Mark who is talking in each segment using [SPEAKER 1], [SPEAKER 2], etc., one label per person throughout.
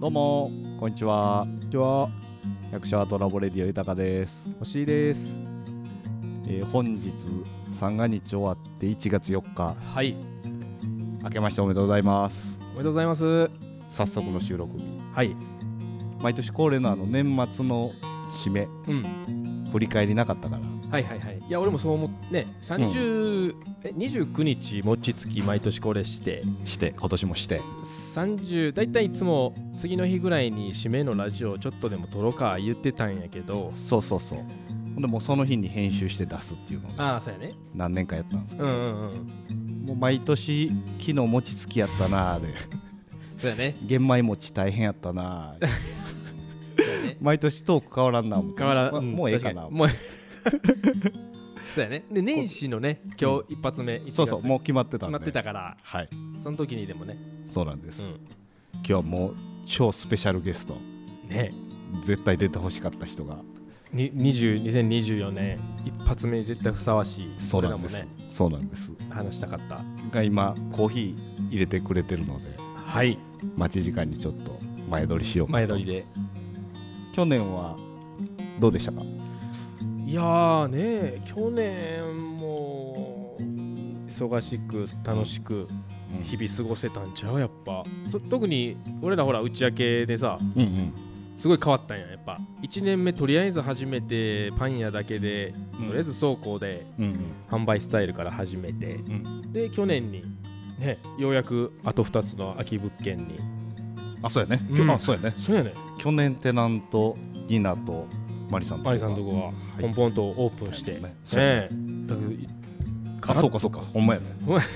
[SPEAKER 1] どうもこんにちは
[SPEAKER 2] こんにちは、
[SPEAKER 1] 役者トラボレディオ豊です、
[SPEAKER 2] 星井です。
[SPEAKER 1] えー本日三が日終わって1月4日
[SPEAKER 2] はい、
[SPEAKER 1] 明けましておめでとうございます
[SPEAKER 2] おめでとうございます。
[SPEAKER 1] 早速の収録日
[SPEAKER 2] はい、
[SPEAKER 1] 毎年恒例のあの年末の締め
[SPEAKER 2] うん、
[SPEAKER 1] 振り返りなかったから
[SPEAKER 2] はいはいはい。いや、俺もそう思って、ね、三十、え、二十九日餅つき毎年これして、
[SPEAKER 1] して今年もして
[SPEAKER 2] 三十、だいたいいつも次の日ぐらいに締めのラジオをちょっとでも撮ろうか言ってたんやけど、
[SPEAKER 1] そうそうそうほんでもうその日に編集して出すっていうのを
[SPEAKER 2] ああ、そうやね。
[SPEAKER 1] 何年かやったんですけ
[SPEAKER 2] うんうんうん。
[SPEAKER 1] どもう毎年昨日餅つきやったなーで
[SPEAKER 2] そうやね。
[SPEAKER 1] 玄米餅大変やったな ー
[SPEAKER 2] そうやね。
[SPEAKER 1] 毎年トーク変わらんな思って
[SPEAKER 2] 変わら
[SPEAKER 1] ま
[SPEAKER 2] ん
[SPEAKER 1] もうええかな
[SPEAKER 2] 確にもうそう やね。で、年始のね、今日一発目、
[SPEAKER 1] そうそうもう決まってた
[SPEAKER 2] 決
[SPEAKER 1] んで
[SPEAKER 2] まってたから、
[SPEAKER 1] はい
[SPEAKER 2] その時にでもね、
[SPEAKER 1] そうなんです、
[SPEAKER 2] うん
[SPEAKER 1] 今日はもう超スペシャルゲスト
[SPEAKER 2] ね。
[SPEAKER 1] 絶対出てほしかった人が
[SPEAKER 2] に20 2024年一発目に絶対ふさわしい
[SPEAKER 1] そう
[SPEAKER 2] 俺
[SPEAKER 1] な
[SPEAKER 2] ら
[SPEAKER 1] ん
[SPEAKER 2] も
[SPEAKER 1] です、
[SPEAKER 2] ね
[SPEAKER 1] そうなんです
[SPEAKER 2] 話したかった
[SPEAKER 1] が今コーヒー入れてくれてるので
[SPEAKER 2] はい
[SPEAKER 1] 待ち時間にちょっと前撮りしようかと
[SPEAKER 2] 前撮りで
[SPEAKER 1] 去年はどうでしたか
[SPEAKER 2] いやーね去年も忙しく楽しく日々過ごせたんちゃうやっぱそ特に俺らほら打ち明けでさ
[SPEAKER 1] うんうん
[SPEAKER 2] すごい変わったんややっぱ1年目とりあえず始めてパン屋だけでとりあえず倉庫で
[SPEAKER 1] うん
[SPEAKER 2] 販売スタイルから始めて、
[SPEAKER 1] う
[SPEAKER 2] で去年にねようやくあと2つの空き物件に
[SPEAKER 1] あそうやね、
[SPEAKER 2] うん
[SPEAKER 1] あそうやね
[SPEAKER 2] そうやね
[SPEAKER 1] 去年テナントディナとマリさんと
[SPEAKER 2] マリさんのとこは
[SPEAKER 1] はい
[SPEAKER 2] ポンポンとオープンして、
[SPEAKER 1] ね
[SPEAKER 2] ね
[SPEAKER 1] そうやね
[SPEAKER 2] えだからい
[SPEAKER 1] あそうかそうかほんまやね
[SPEAKER 2] ほんまや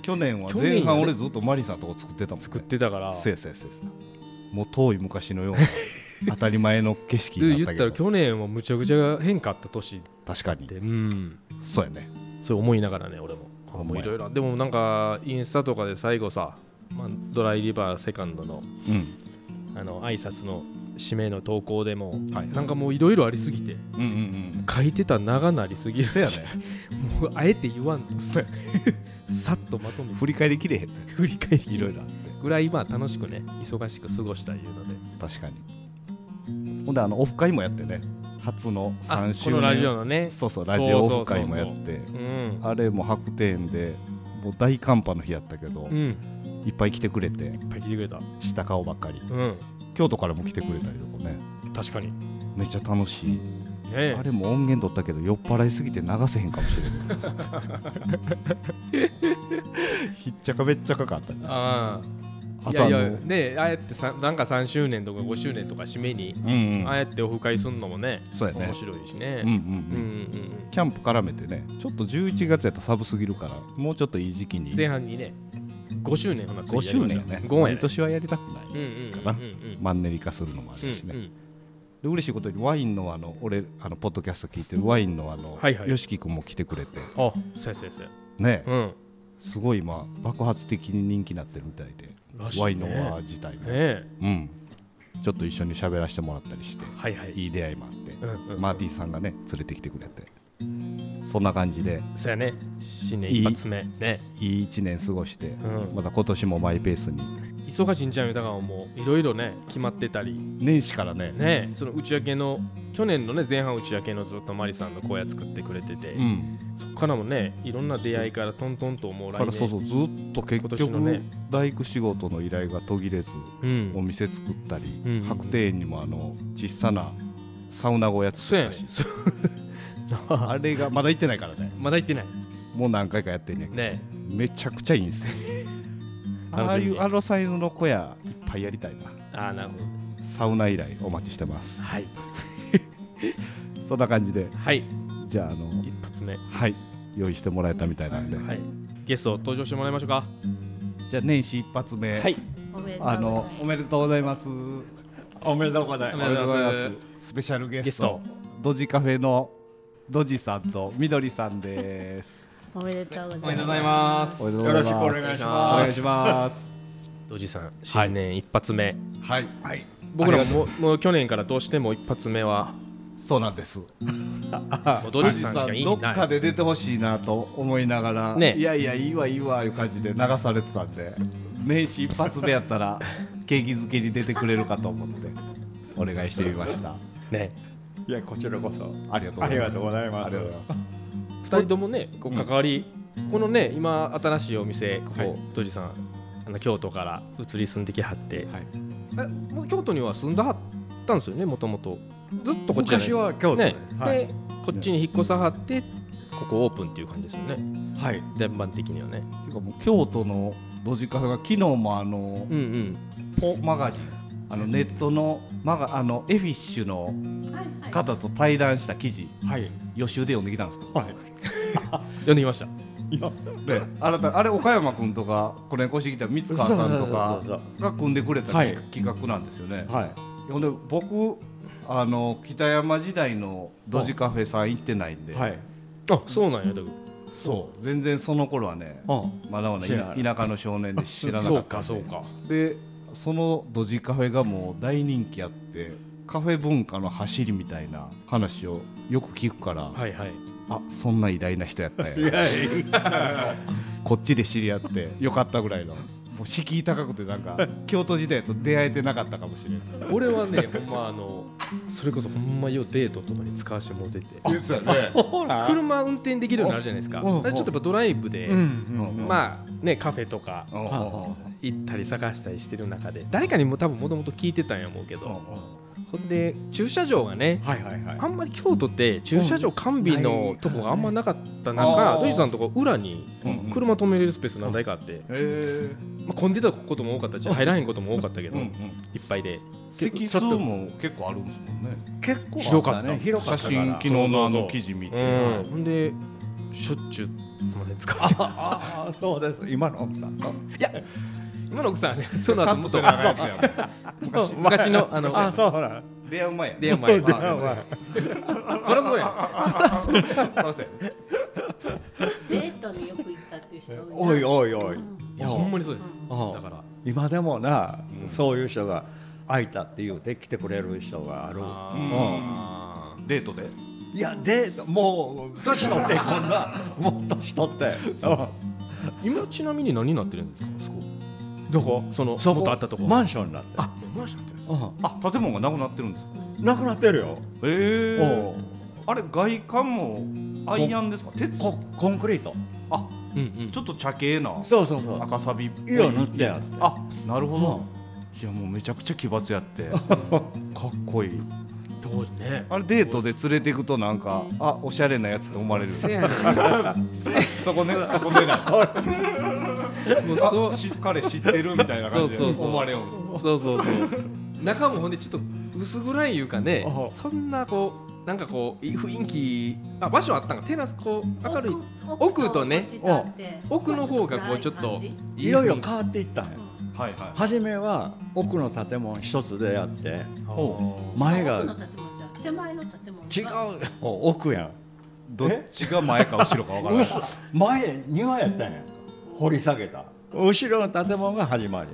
[SPEAKER 1] 去年は
[SPEAKER 2] 去年や
[SPEAKER 1] 前
[SPEAKER 2] ね
[SPEAKER 1] 半俺ずっとマリさんのとこ作ってたもんね
[SPEAKER 2] 作ってたから
[SPEAKER 1] せやせやせやせやもう遠い昔のよう な当たり前の景色
[SPEAKER 2] で
[SPEAKER 1] に
[SPEAKER 2] 言っ
[SPEAKER 1] なった
[SPEAKER 2] た
[SPEAKER 1] け
[SPEAKER 2] ら
[SPEAKER 1] ど
[SPEAKER 2] 去年はむちゃくちゃ変化あった年
[SPEAKER 1] 確かに
[SPEAKER 2] でうん
[SPEAKER 1] そうやね
[SPEAKER 2] そう思いながらね俺もあ
[SPEAKER 1] ほんま
[SPEAKER 2] もう
[SPEAKER 1] や
[SPEAKER 2] いろいろでもなんかインスタとかで最後さ、まあ、ドライリバーセカンドの
[SPEAKER 1] うん
[SPEAKER 2] あの挨拶の締めの投稿でも
[SPEAKER 1] はい
[SPEAKER 2] なんかもういろいろありすぎて
[SPEAKER 1] うんうん
[SPEAKER 2] 書いてた長なりす
[SPEAKER 1] う
[SPEAKER 2] ぎ
[SPEAKER 1] ん
[SPEAKER 2] るし
[SPEAKER 1] せやね
[SPEAKER 2] もうあえて言わんと
[SPEAKER 1] せや
[SPEAKER 2] さっとまとめて
[SPEAKER 1] 振り返りきれへんね
[SPEAKER 2] 振り返り
[SPEAKER 1] いろいろあっ
[SPEAKER 2] ぐらいまあ楽しくね忙しく過ごしたいうので
[SPEAKER 1] て確かにほんであのオフ会もやってね初の3
[SPEAKER 2] あ
[SPEAKER 1] 周年
[SPEAKER 2] このラジオのね
[SPEAKER 1] そうそうラジオオフ会もや
[SPEAKER 2] そう
[SPEAKER 1] っ
[SPEAKER 2] そう
[SPEAKER 1] て
[SPEAKER 2] うん、
[SPEAKER 1] あれも白天でもう大寒波の日やったけど
[SPEAKER 2] うん、い
[SPEAKER 1] いっぱい来てくれて
[SPEAKER 2] っぱい聞いてくれた。
[SPEAKER 1] した顔ばっかり
[SPEAKER 2] うん、
[SPEAKER 1] 京都からも来てくれたりとかね
[SPEAKER 2] 確かに。ね
[SPEAKER 1] めっちゃ楽しい
[SPEAKER 2] え
[SPEAKER 1] あれも音源取ったけど酔っ払いすぎて流せへんかもしれない。ひっちゃかめっちゃかかったね。
[SPEAKER 2] ああ
[SPEAKER 1] あ
[SPEAKER 2] い
[SPEAKER 1] と
[SPEAKER 2] や
[SPEAKER 1] あ
[SPEAKER 2] い
[SPEAKER 1] の、
[SPEAKER 2] や、ねえああやってさなんか3周年とか5周年とか締めに、
[SPEAKER 1] うんう
[SPEAKER 2] ああ
[SPEAKER 1] ん、
[SPEAKER 2] やってオフ会するのもね、
[SPEAKER 1] そうやね
[SPEAKER 2] 面。白いし
[SPEAKER 1] うんうんう
[SPEAKER 2] ね。うんうん
[SPEAKER 1] ん。
[SPEAKER 2] うん
[SPEAKER 1] キャンプ絡めてね、ちょっと11月やと寒すぎるから、もうちょっといい時期に。
[SPEAKER 2] 前半にね、5周年ほな
[SPEAKER 1] 5周年やね。
[SPEAKER 2] 5やね
[SPEAKER 1] 毎年はやりたくない。
[SPEAKER 2] うんうん
[SPEAKER 1] かな
[SPEAKER 2] うんうん
[SPEAKER 1] マンネリ化するのもあ
[SPEAKER 2] うん
[SPEAKER 1] るしね。
[SPEAKER 2] うん
[SPEAKER 1] で嬉しいことにワインのあの俺あのポッドキャスト聞いてるワインのあの、
[SPEAKER 2] はいはい
[SPEAKER 1] よしき君も来てくれて
[SPEAKER 2] あそうやそうやそうや。
[SPEAKER 1] ね、
[SPEAKER 2] うん。
[SPEAKER 1] すごい今爆発的に人気になってるみたいで
[SPEAKER 2] らしいね
[SPEAKER 1] ワインの輪自体も
[SPEAKER 2] ねえ。
[SPEAKER 1] うん、ちょっと一緒に喋らせてもらったりして
[SPEAKER 2] はいはい。
[SPEAKER 1] いい出会いもあって、
[SPEAKER 2] うんうんうん
[SPEAKER 1] マーティさんがね連れてきてくれてそんな感じで
[SPEAKER 2] そうやね。新年
[SPEAKER 1] いい
[SPEAKER 2] 一発目。ね。
[SPEAKER 1] いい1年過ごして、
[SPEAKER 2] うん
[SPEAKER 1] また今年もマイペースに
[SPEAKER 2] 忙しいんちゃうよ。だからもう、いろいろね、決まってたり。
[SPEAKER 1] 年始からね
[SPEAKER 2] ねその打ち明けの去年のね前半打ち明けのずっとマリさんの荒野作ってくれてて、
[SPEAKER 1] うん
[SPEAKER 2] そこからもねいろんな出会いからトントンともう
[SPEAKER 1] だか
[SPEAKER 2] 来年
[SPEAKER 1] らそうそうずっと結
[SPEAKER 2] 今
[SPEAKER 1] 局、
[SPEAKER 2] 年のね
[SPEAKER 1] 大工仕事の依頼が途切れずお
[SPEAKER 2] ん、
[SPEAKER 1] 店作ったり、
[SPEAKER 2] うんうんうん
[SPEAKER 1] 白 庭園にもあの小さなサウナ小屋
[SPEAKER 2] そう
[SPEAKER 1] 作っ
[SPEAKER 2] や
[SPEAKER 1] た
[SPEAKER 2] ね
[SPEAKER 1] し、
[SPEAKER 2] そう
[SPEAKER 1] あれがまだ行ってないからね
[SPEAKER 2] まだ行ってない
[SPEAKER 1] もう何回かやってんねんけど
[SPEAKER 2] ね
[SPEAKER 1] めちゃくちゃいいんですよあ
[SPEAKER 2] 楽
[SPEAKER 1] あ
[SPEAKER 2] し
[SPEAKER 1] い
[SPEAKER 2] み
[SPEAKER 1] う
[SPEAKER 2] に
[SPEAKER 1] あのサイズの小屋いっぱいやりたいな
[SPEAKER 2] ああなるほど
[SPEAKER 1] サウナ以来お待ちしてます
[SPEAKER 2] はい
[SPEAKER 1] そんな感じで
[SPEAKER 2] はい
[SPEAKER 1] じゃああの
[SPEAKER 2] 一発目は
[SPEAKER 1] はい用意してもらえたみたいなんで、
[SPEAKER 2] いゲスト登場してもらいましょうか
[SPEAKER 1] じゃあ年始一発目、
[SPEAKER 2] はい
[SPEAKER 3] おめでとうござ
[SPEAKER 1] あ
[SPEAKER 3] いま
[SPEAKER 1] の
[SPEAKER 3] す
[SPEAKER 1] おめでとうございますおめでとうござい
[SPEAKER 2] ますおめでとうございます
[SPEAKER 1] スペシャルゲ
[SPEAKER 2] ゲ
[SPEAKER 1] ス
[SPEAKER 2] ス
[SPEAKER 1] ト
[SPEAKER 2] ト
[SPEAKER 1] ドジカフェのドジさんとみどりさんです
[SPEAKER 3] おめでとうございます。
[SPEAKER 2] ます
[SPEAKER 1] おめでとうご
[SPEAKER 4] よ
[SPEAKER 1] ざい
[SPEAKER 4] ろ
[SPEAKER 1] ま
[SPEAKER 4] し
[SPEAKER 1] す
[SPEAKER 4] くお願いします。
[SPEAKER 1] お願いします
[SPEAKER 2] おじさん新年一発目、
[SPEAKER 1] はい、はい、
[SPEAKER 2] 僕らももうもう去年からどうしても一発目は
[SPEAKER 1] そうなんです
[SPEAKER 2] もうドジさんしかいい
[SPEAKER 1] ど
[SPEAKER 2] な
[SPEAKER 1] っ
[SPEAKER 2] い
[SPEAKER 1] かで出てほしいなと思いながら、
[SPEAKER 2] ね
[SPEAKER 1] いやいやいいわいいわいう感じで流されてたんで年始一発目やったら聞景気づけに出てくれるかと思ってお願いしてみました
[SPEAKER 2] ね
[SPEAKER 3] いやこちらこそ
[SPEAKER 1] ありがとうご
[SPEAKER 3] あ
[SPEAKER 1] ざ
[SPEAKER 3] り
[SPEAKER 1] います
[SPEAKER 3] がとうございます
[SPEAKER 1] ありがとうございま
[SPEAKER 2] 2人ともねこう関わり、このね今新しいお店こ
[SPEAKER 3] はい
[SPEAKER 2] こ土地さんあの京都から移り住んできはって、
[SPEAKER 3] はい
[SPEAKER 2] えもう京都には住んだはったんですよねもともとずっとこっちじゃない
[SPEAKER 3] 昔
[SPEAKER 2] ですか
[SPEAKER 3] は京都で、
[SPEAKER 2] ね
[SPEAKER 3] はい、
[SPEAKER 2] でこっちに引っ越さはってここオープンっていう感じですよね
[SPEAKER 3] はい、
[SPEAKER 2] 全般的にはね
[SPEAKER 1] すていうかもう京都のドジカフェが昨日もあの
[SPEAKER 2] うんうん
[SPEAKER 1] ポマガジンあのネットのマガあのエフィッシュの方と対談した記事
[SPEAKER 3] はい、
[SPEAKER 1] 予習で読んできたんですか
[SPEAKER 3] はい、
[SPEAKER 2] 読んでみました
[SPEAKER 3] 今、
[SPEAKER 1] ね、あなたあれ岡山君とかこれ越してきた三川さんとか
[SPEAKER 3] そうそうそう
[SPEAKER 1] が組んでくれた
[SPEAKER 3] はい
[SPEAKER 1] 企企画なんですよね。
[SPEAKER 3] はい、
[SPEAKER 1] ほんで僕あの北山時代のドジカフェさん行ってないんで、
[SPEAKER 3] はい、
[SPEAKER 2] あそうなんやだ
[SPEAKER 1] そう全然その頃はね
[SPEAKER 3] うん、
[SPEAKER 1] まだまだ
[SPEAKER 3] 知らない
[SPEAKER 1] い田舎の少年で知らな
[SPEAKER 2] そ
[SPEAKER 1] か
[SPEAKER 2] う
[SPEAKER 1] ったん
[SPEAKER 2] か
[SPEAKER 1] で
[SPEAKER 2] そうか
[SPEAKER 1] でそのドジカフェがもう大人気あってカフェ文化の走りみたいな話をよく聞くから、
[SPEAKER 2] はいはい
[SPEAKER 1] あそんな偉大な人やったんや
[SPEAKER 3] いやいや
[SPEAKER 1] こっちで知り合ってよかったぐらいのもう敷居高くてなんか京都時代と出会えてなかったかもしれない
[SPEAKER 2] 俺はねほんまあのそれこそほんまよデートとかに使わせてもらってて
[SPEAKER 1] 実はね
[SPEAKER 3] そうなん、
[SPEAKER 2] 車運転できるようになるじゃないですか
[SPEAKER 1] うんうん
[SPEAKER 2] だからちょっとやっぱドライブで、
[SPEAKER 3] うん、うん、あ、
[SPEAKER 2] まあねカフェとか
[SPEAKER 1] うんうん
[SPEAKER 2] 行ったり探したりしてる中で誰かにも多分もともと聞いてたんや思うけ
[SPEAKER 1] うん
[SPEAKER 2] ど、ほんで駐車場がね
[SPEAKER 3] はいはいはい
[SPEAKER 2] あ、んまり京都って駐車場完備のとこがあんまなかった
[SPEAKER 1] ない
[SPEAKER 2] 中土井さんのとこ裏に
[SPEAKER 1] うんうん
[SPEAKER 2] 車止めれるスペース何台かあって、
[SPEAKER 1] へえ
[SPEAKER 2] まあ、混んでたことも多かったし入らへんことも多かったけど、
[SPEAKER 1] うんう
[SPEAKER 2] いっ
[SPEAKER 1] ん
[SPEAKER 2] ぱいで
[SPEAKER 1] 席数も結構あるんですもんね
[SPEAKER 3] 結構
[SPEAKER 2] 広かった
[SPEAKER 3] 広か
[SPEAKER 1] 写
[SPEAKER 3] った
[SPEAKER 1] 真昨日のあの記事見て
[SPEAKER 2] うん、ほんでしょっちゅうすみません使わせて
[SPEAKER 3] ああそうです今の奥さんと
[SPEAKER 2] 今の奥さんはねその後もっと
[SPEAKER 1] あそうや
[SPEAKER 2] 昔昔のあの
[SPEAKER 3] あそうなん
[SPEAKER 1] 出会う前や
[SPEAKER 2] 出会う前
[SPEAKER 3] 出会
[SPEAKER 2] そ
[SPEAKER 3] う前
[SPEAKER 2] りゃそうや
[SPEAKER 1] すいません
[SPEAKER 4] デートによく行ったっていう人な
[SPEAKER 3] おいおい
[SPEAKER 4] うん
[SPEAKER 3] おい
[SPEAKER 2] んいやほんまにそうです
[SPEAKER 3] うん
[SPEAKER 2] だから
[SPEAKER 3] 今でもな、そういう人が会いたって言うて来てくれる人がある
[SPEAKER 2] あ
[SPEAKER 1] デートで
[SPEAKER 3] いやでもう年取ってこんなもう年取って
[SPEAKER 2] ー今ちなみに何になってるんですかそこ
[SPEAKER 3] うんどこ
[SPEAKER 2] その
[SPEAKER 3] そ
[SPEAKER 2] 元
[SPEAKER 3] こ
[SPEAKER 2] あったとこ
[SPEAKER 3] マンションになって
[SPEAKER 2] あマンションってるんです
[SPEAKER 3] う
[SPEAKER 1] あ建物がなくなってるんですか
[SPEAKER 3] んなくなってるよ
[SPEAKER 1] え
[SPEAKER 3] おう
[SPEAKER 1] あれ外観もアイアンですか鉄
[SPEAKER 3] ココンクリート
[SPEAKER 1] あ
[SPEAKER 2] うんうん
[SPEAKER 1] ちょっと茶系な
[SPEAKER 3] そうそうそう
[SPEAKER 1] 赤サビっぽい
[SPEAKER 3] 色塗ってあって
[SPEAKER 1] あなるほど、いやもうめちゃくちゃ奇抜やってかっこいい
[SPEAKER 2] 当時ね
[SPEAKER 1] あれデートで連れていくとなんかあおしゃれなやつと思われる
[SPEAKER 2] せやね
[SPEAKER 1] そこねそこねな
[SPEAKER 2] んもう
[SPEAKER 1] あ
[SPEAKER 2] そう
[SPEAKER 1] し彼知ってるみたいな感じで
[SPEAKER 2] そうそうそう
[SPEAKER 1] 思われようんです
[SPEAKER 2] そうそうそう中もほんでちょっと薄暗いいうかね
[SPEAKER 3] あ
[SPEAKER 2] そんなこうなんかこういい雰囲気あ場所あったんかテラスこう明るい奥とね
[SPEAKER 4] こっちだって
[SPEAKER 2] 奥の方がこうちょっ
[SPEAKER 4] 暗
[SPEAKER 2] と
[SPEAKER 4] 感じ
[SPEAKER 3] いろいろ
[SPEAKER 2] か
[SPEAKER 3] 変わっていったんや
[SPEAKER 4] うん
[SPEAKER 1] はいはい
[SPEAKER 3] 初めは奥の建物一つであって
[SPEAKER 2] お
[SPEAKER 3] 前
[SPEAKER 4] 奥の建
[SPEAKER 3] が
[SPEAKER 4] 物じゃん手前の建物
[SPEAKER 3] 違うお奥やん
[SPEAKER 1] どっちが前か後ろか分からない
[SPEAKER 3] 嘘前庭やったんや掘り下げた後ろの建物が始まり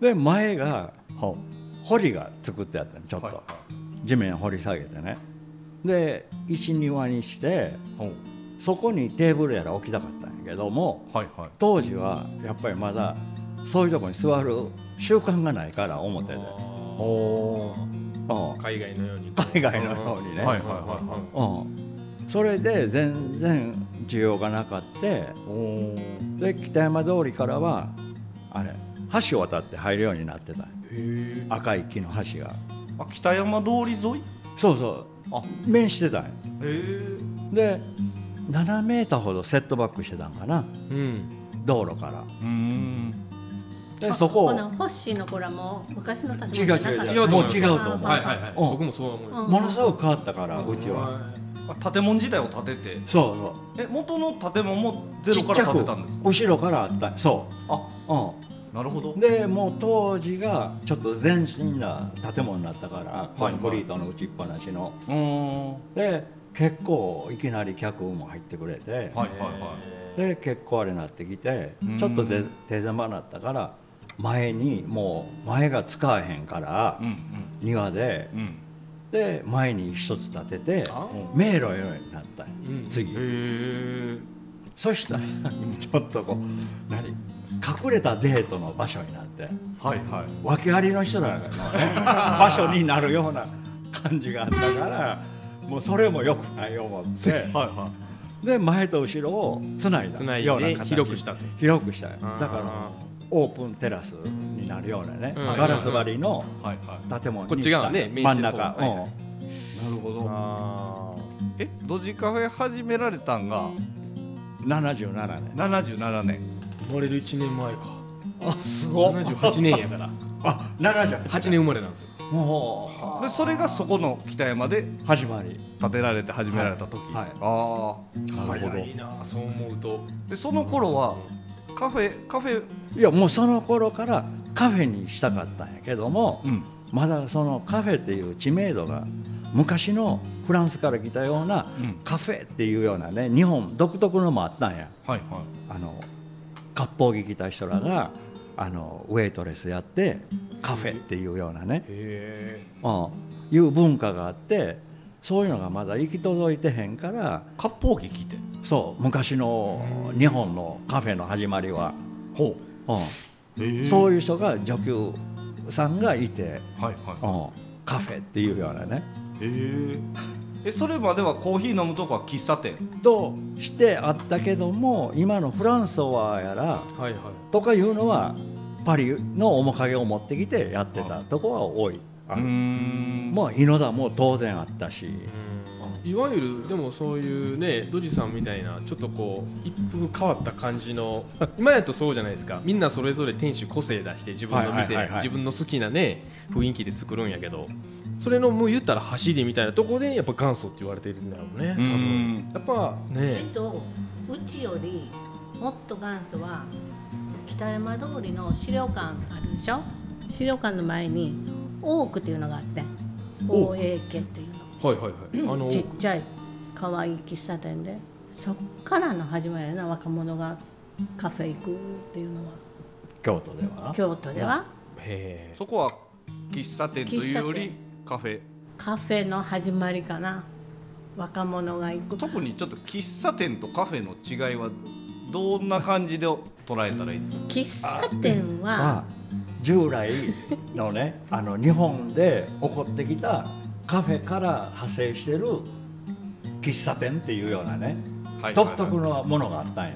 [SPEAKER 3] で前がほ堀が作ってあったんちょっと、
[SPEAKER 1] はい
[SPEAKER 3] 地面掘り下げてねで一庭にして
[SPEAKER 1] ほう
[SPEAKER 3] そこにテーブルやら置きたかったんやけども
[SPEAKER 1] はいはい
[SPEAKER 3] 当時はやっぱりまだそういうとこに座る習慣がないから表で、うん、
[SPEAKER 1] お
[SPEAKER 2] 海外のように
[SPEAKER 3] 海外のようにね、
[SPEAKER 1] はいはいは
[SPEAKER 3] うん、それで全然需要がなかって
[SPEAKER 1] おお
[SPEAKER 3] で北山通りからはあれ橋を渡って入るようになってた
[SPEAKER 1] へえ
[SPEAKER 3] 赤い木の橋が
[SPEAKER 1] あ北山通り沿いへ
[SPEAKER 3] そうそうあ面してたんや
[SPEAKER 1] え
[SPEAKER 3] で7メーターほどセットバックしてたんかな
[SPEAKER 2] うん
[SPEAKER 3] 道路から
[SPEAKER 1] うん
[SPEAKER 3] でそこを
[SPEAKER 4] あほなホッシーの子らも昔の建物じゃなかった
[SPEAKER 2] 違う違う違うもう違
[SPEAKER 3] うと思う
[SPEAKER 2] はいはいはい
[SPEAKER 3] ん
[SPEAKER 2] 僕もそう思います
[SPEAKER 3] ものすごく変わったからうちは
[SPEAKER 2] は
[SPEAKER 1] あ建物自体を建てて
[SPEAKER 3] そうそう
[SPEAKER 1] え元の建物もゼ
[SPEAKER 3] ち
[SPEAKER 1] ロ
[SPEAKER 3] っ
[SPEAKER 1] か
[SPEAKER 3] ちゃ
[SPEAKER 1] ら
[SPEAKER 3] く
[SPEAKER 1] 建てたんですか
[SPEAKER 3] 後ろからあったんやそ
[SPEAKER 1] あ
[SPEAKER 3] う、うん、
[SPEAKER 1] なるほど
[SPEAKER 3] でもう当時がちょっと全身な建物になったから
[SPEAKER 1] いは
[SPEAKER 3] コ
[SPEAKER 1] い
[SPEAKER 3] ンクリートの打ちっぱなしの、
[SPEAKER 1] うーんは
[SPEAKER 3] で結構いきなり客も入ってくれて、
[SPEAKER 1] いはい
[SPEAKER 2] い
[SPEAKER 1] はい
[SPEAKER 3] で結構あれなってきて
[SPEAKER 1] うん
[SPEAKER 3] ちょっとで手狭になったから前にもう前が使わへんから
[SPEAKER 1] うんうん
[SPEAKER 3] 庭で
[SPEAKER 1] うん
[SPEAKER 3] で前に一つ建てて
[SPEAKER 2] あ
[SPEAKER 3] 迷路ようになったんや
[SPEAKER 2] うん
[SPEAKER 3] 次
[SPEAKER 1] へえ
[SPEAKER 3] そしたらちょっとこう何隠れたデートの場所になって
[SPEAKER 1] はいはい
[SPEAKER 3] 訳ありの人らの、ね、 場所になるような感じがあったからもうそれもよくない思って
[SPEAKER 1] はいは
[SPEAKER 3] で前と後ろをつない
[SPEAKER 2] つな
[SPEAKER 3] だ
[SPEAKER 2] い
[SPEAKER 3] ような
[SPEAKER 2] で
[SPEAKER 3] 形
[SPEAKER 2] 広くしたと。
[SPEAKER 3] 広くしたよだ
[SPEAKER 2] あー
[SPEAKER 3] からオープンテラスになるようなね、
[SPEAKER 2] うん
[SPEAKER 3] ガラス張りの
[SPEAKER 1] いはいは
[SPEAKER 3] 建物
[SPEAKER 2] こっ
[SPEAKER 3] に
[SPEAKER 2] ち
[SPEAKER 3] した
[SPEAKER 2] 側
[SPEAKER 3] い、
[SPEAKER 2] ね
[SPEAKER 3] 真ん中、
[SPEAKER 2] メイン
[SPEAKER 1] い
[SPEAKER 2] の方
[SPEAKER 1] なるほど
[SPEAKER 2] あ
[SPEAKER 1] えドジカフェ始められたんが
[SPEAKER 3] うん、77年
[SPEAKER 1] 77年
[SPEAKER 2] 生まれる1年前か。
[SPEAKER 3] あすごい
[SPEAKER 2] 78年やから。
[SPEAKER 3] あ78
[SPEAKER 2] 8年生まれなんですよ。
[SPEAKER 3] もうは
[SPEAKER 1] でそれがそこの北山で
[SPEAKER 3] 始まり
[SPEAKER 1] 建てられて始められた時、
[SPEAKER 3] はい
[SPEAKER 1] ああなるほど
[SPEAKER 2] 早いな、そう思うと。
[SPEAKER 1] でその頃はカフェカフェ
[SPEAKER 3] いやもうその頃からカフェにしたかったんやけども、
[SPEAKER 1] うん
[SPEAKER 3] まだそのカフェっていう知名度が昔のフランスから来たような
[SPEAKER 1] うん
[SPEAKER 3] カフェっていうようなね日本独特のもあったんや
[SPEAKER 1] はいは
[SPEAKER 3] あの割烹着着た人らがあのウェイトレスやってカフェっていうようなね、
[SPEAKER 2] へ
[SPEAKER 3] うん、いう文化があってそういうのがまだ行き届いてへんから
[SPEAKER 1] い割烹着着て
[SPEAKER 3] そう昔の日本のカフェの始まりは、
[SPEAKER 1] ほ
[SPEAKER 3] う
[SPEAKER 1] う
[SPEAKER 3] ん、
[SPEAKER 1] へ
[SPEAKER 3] そういう人が女給さんがいて、
[SPEAKER 1] はいは
[SPEAKER 3] うん、カフェっていうようなね
[SPEAKER 1] いへえそれまではコーヒー飲むとこは喫茶店
[SPEAKER 3] としてあったけども今のフランソワやら
[SPEAKER 2] え。はいはい。
[SPEAKER 3] とかいうのはパリの面影を持ってきてやってたとこは多い。あ
[SPEAKER 1] うーん
[SPEAKER 3] まあ井野田も当然あったし、
[SPEAKER 2] いわゆるでもそういうねドジさんみたいなちょっとこう一風変わった感じの今やとそうじゃないですかみんなそれぞれ店主個性出して自分の店、
[SPEAKER 3] はいはいはいはい
[SPEAKER 2] 自分の好きなね雰囲気で作るんやけどそれのもう言ったら走りみたいなとこでやっぱ元祖って言われてるんだろうね多
[SPEAKER 1] う
[SPEAKER 2] 分
[SPEAKER 1] ん
[SPEAKER 2] やっぱ
[SPEAKER 4] きっ
[SPEAKER 2] ね
[SPEAKER 4] とうちよりもっと元祖は北山通りの資料館あるでしょ資料館の前にオークっていうのがあって
[SPEAKER 2] オ
[SPEAKER 4] OAK っていうの
[SPEAKER 2] はいはいはいあの
[SPEAKER 4] ちっちゃい可愛い喫茶店でそっからの始まりやな若者がカフェ行くっていうのは
[SPEAKER 3] 京都では
[SPEAKER 4] 京都では
[SPEAKER 2] へ
[SPEAKER 1] そこは喫茶店というよりカフェ
[SPEAKER 4] カフェの始まりかな若者が行く
[SPEAKER 1] 特にちょっと喫茶店とカフェの違いはどんな感じで捉えたらいいんですか
[SPEAKER 4] 喫茶店は
[SPEAKER 3] は従来のね あの日本で起こってきたカフェから派生してる喫茶店っていうようなね
[SPEAKER 1] はい
[SPEAKER 3] 独特のものがあったんや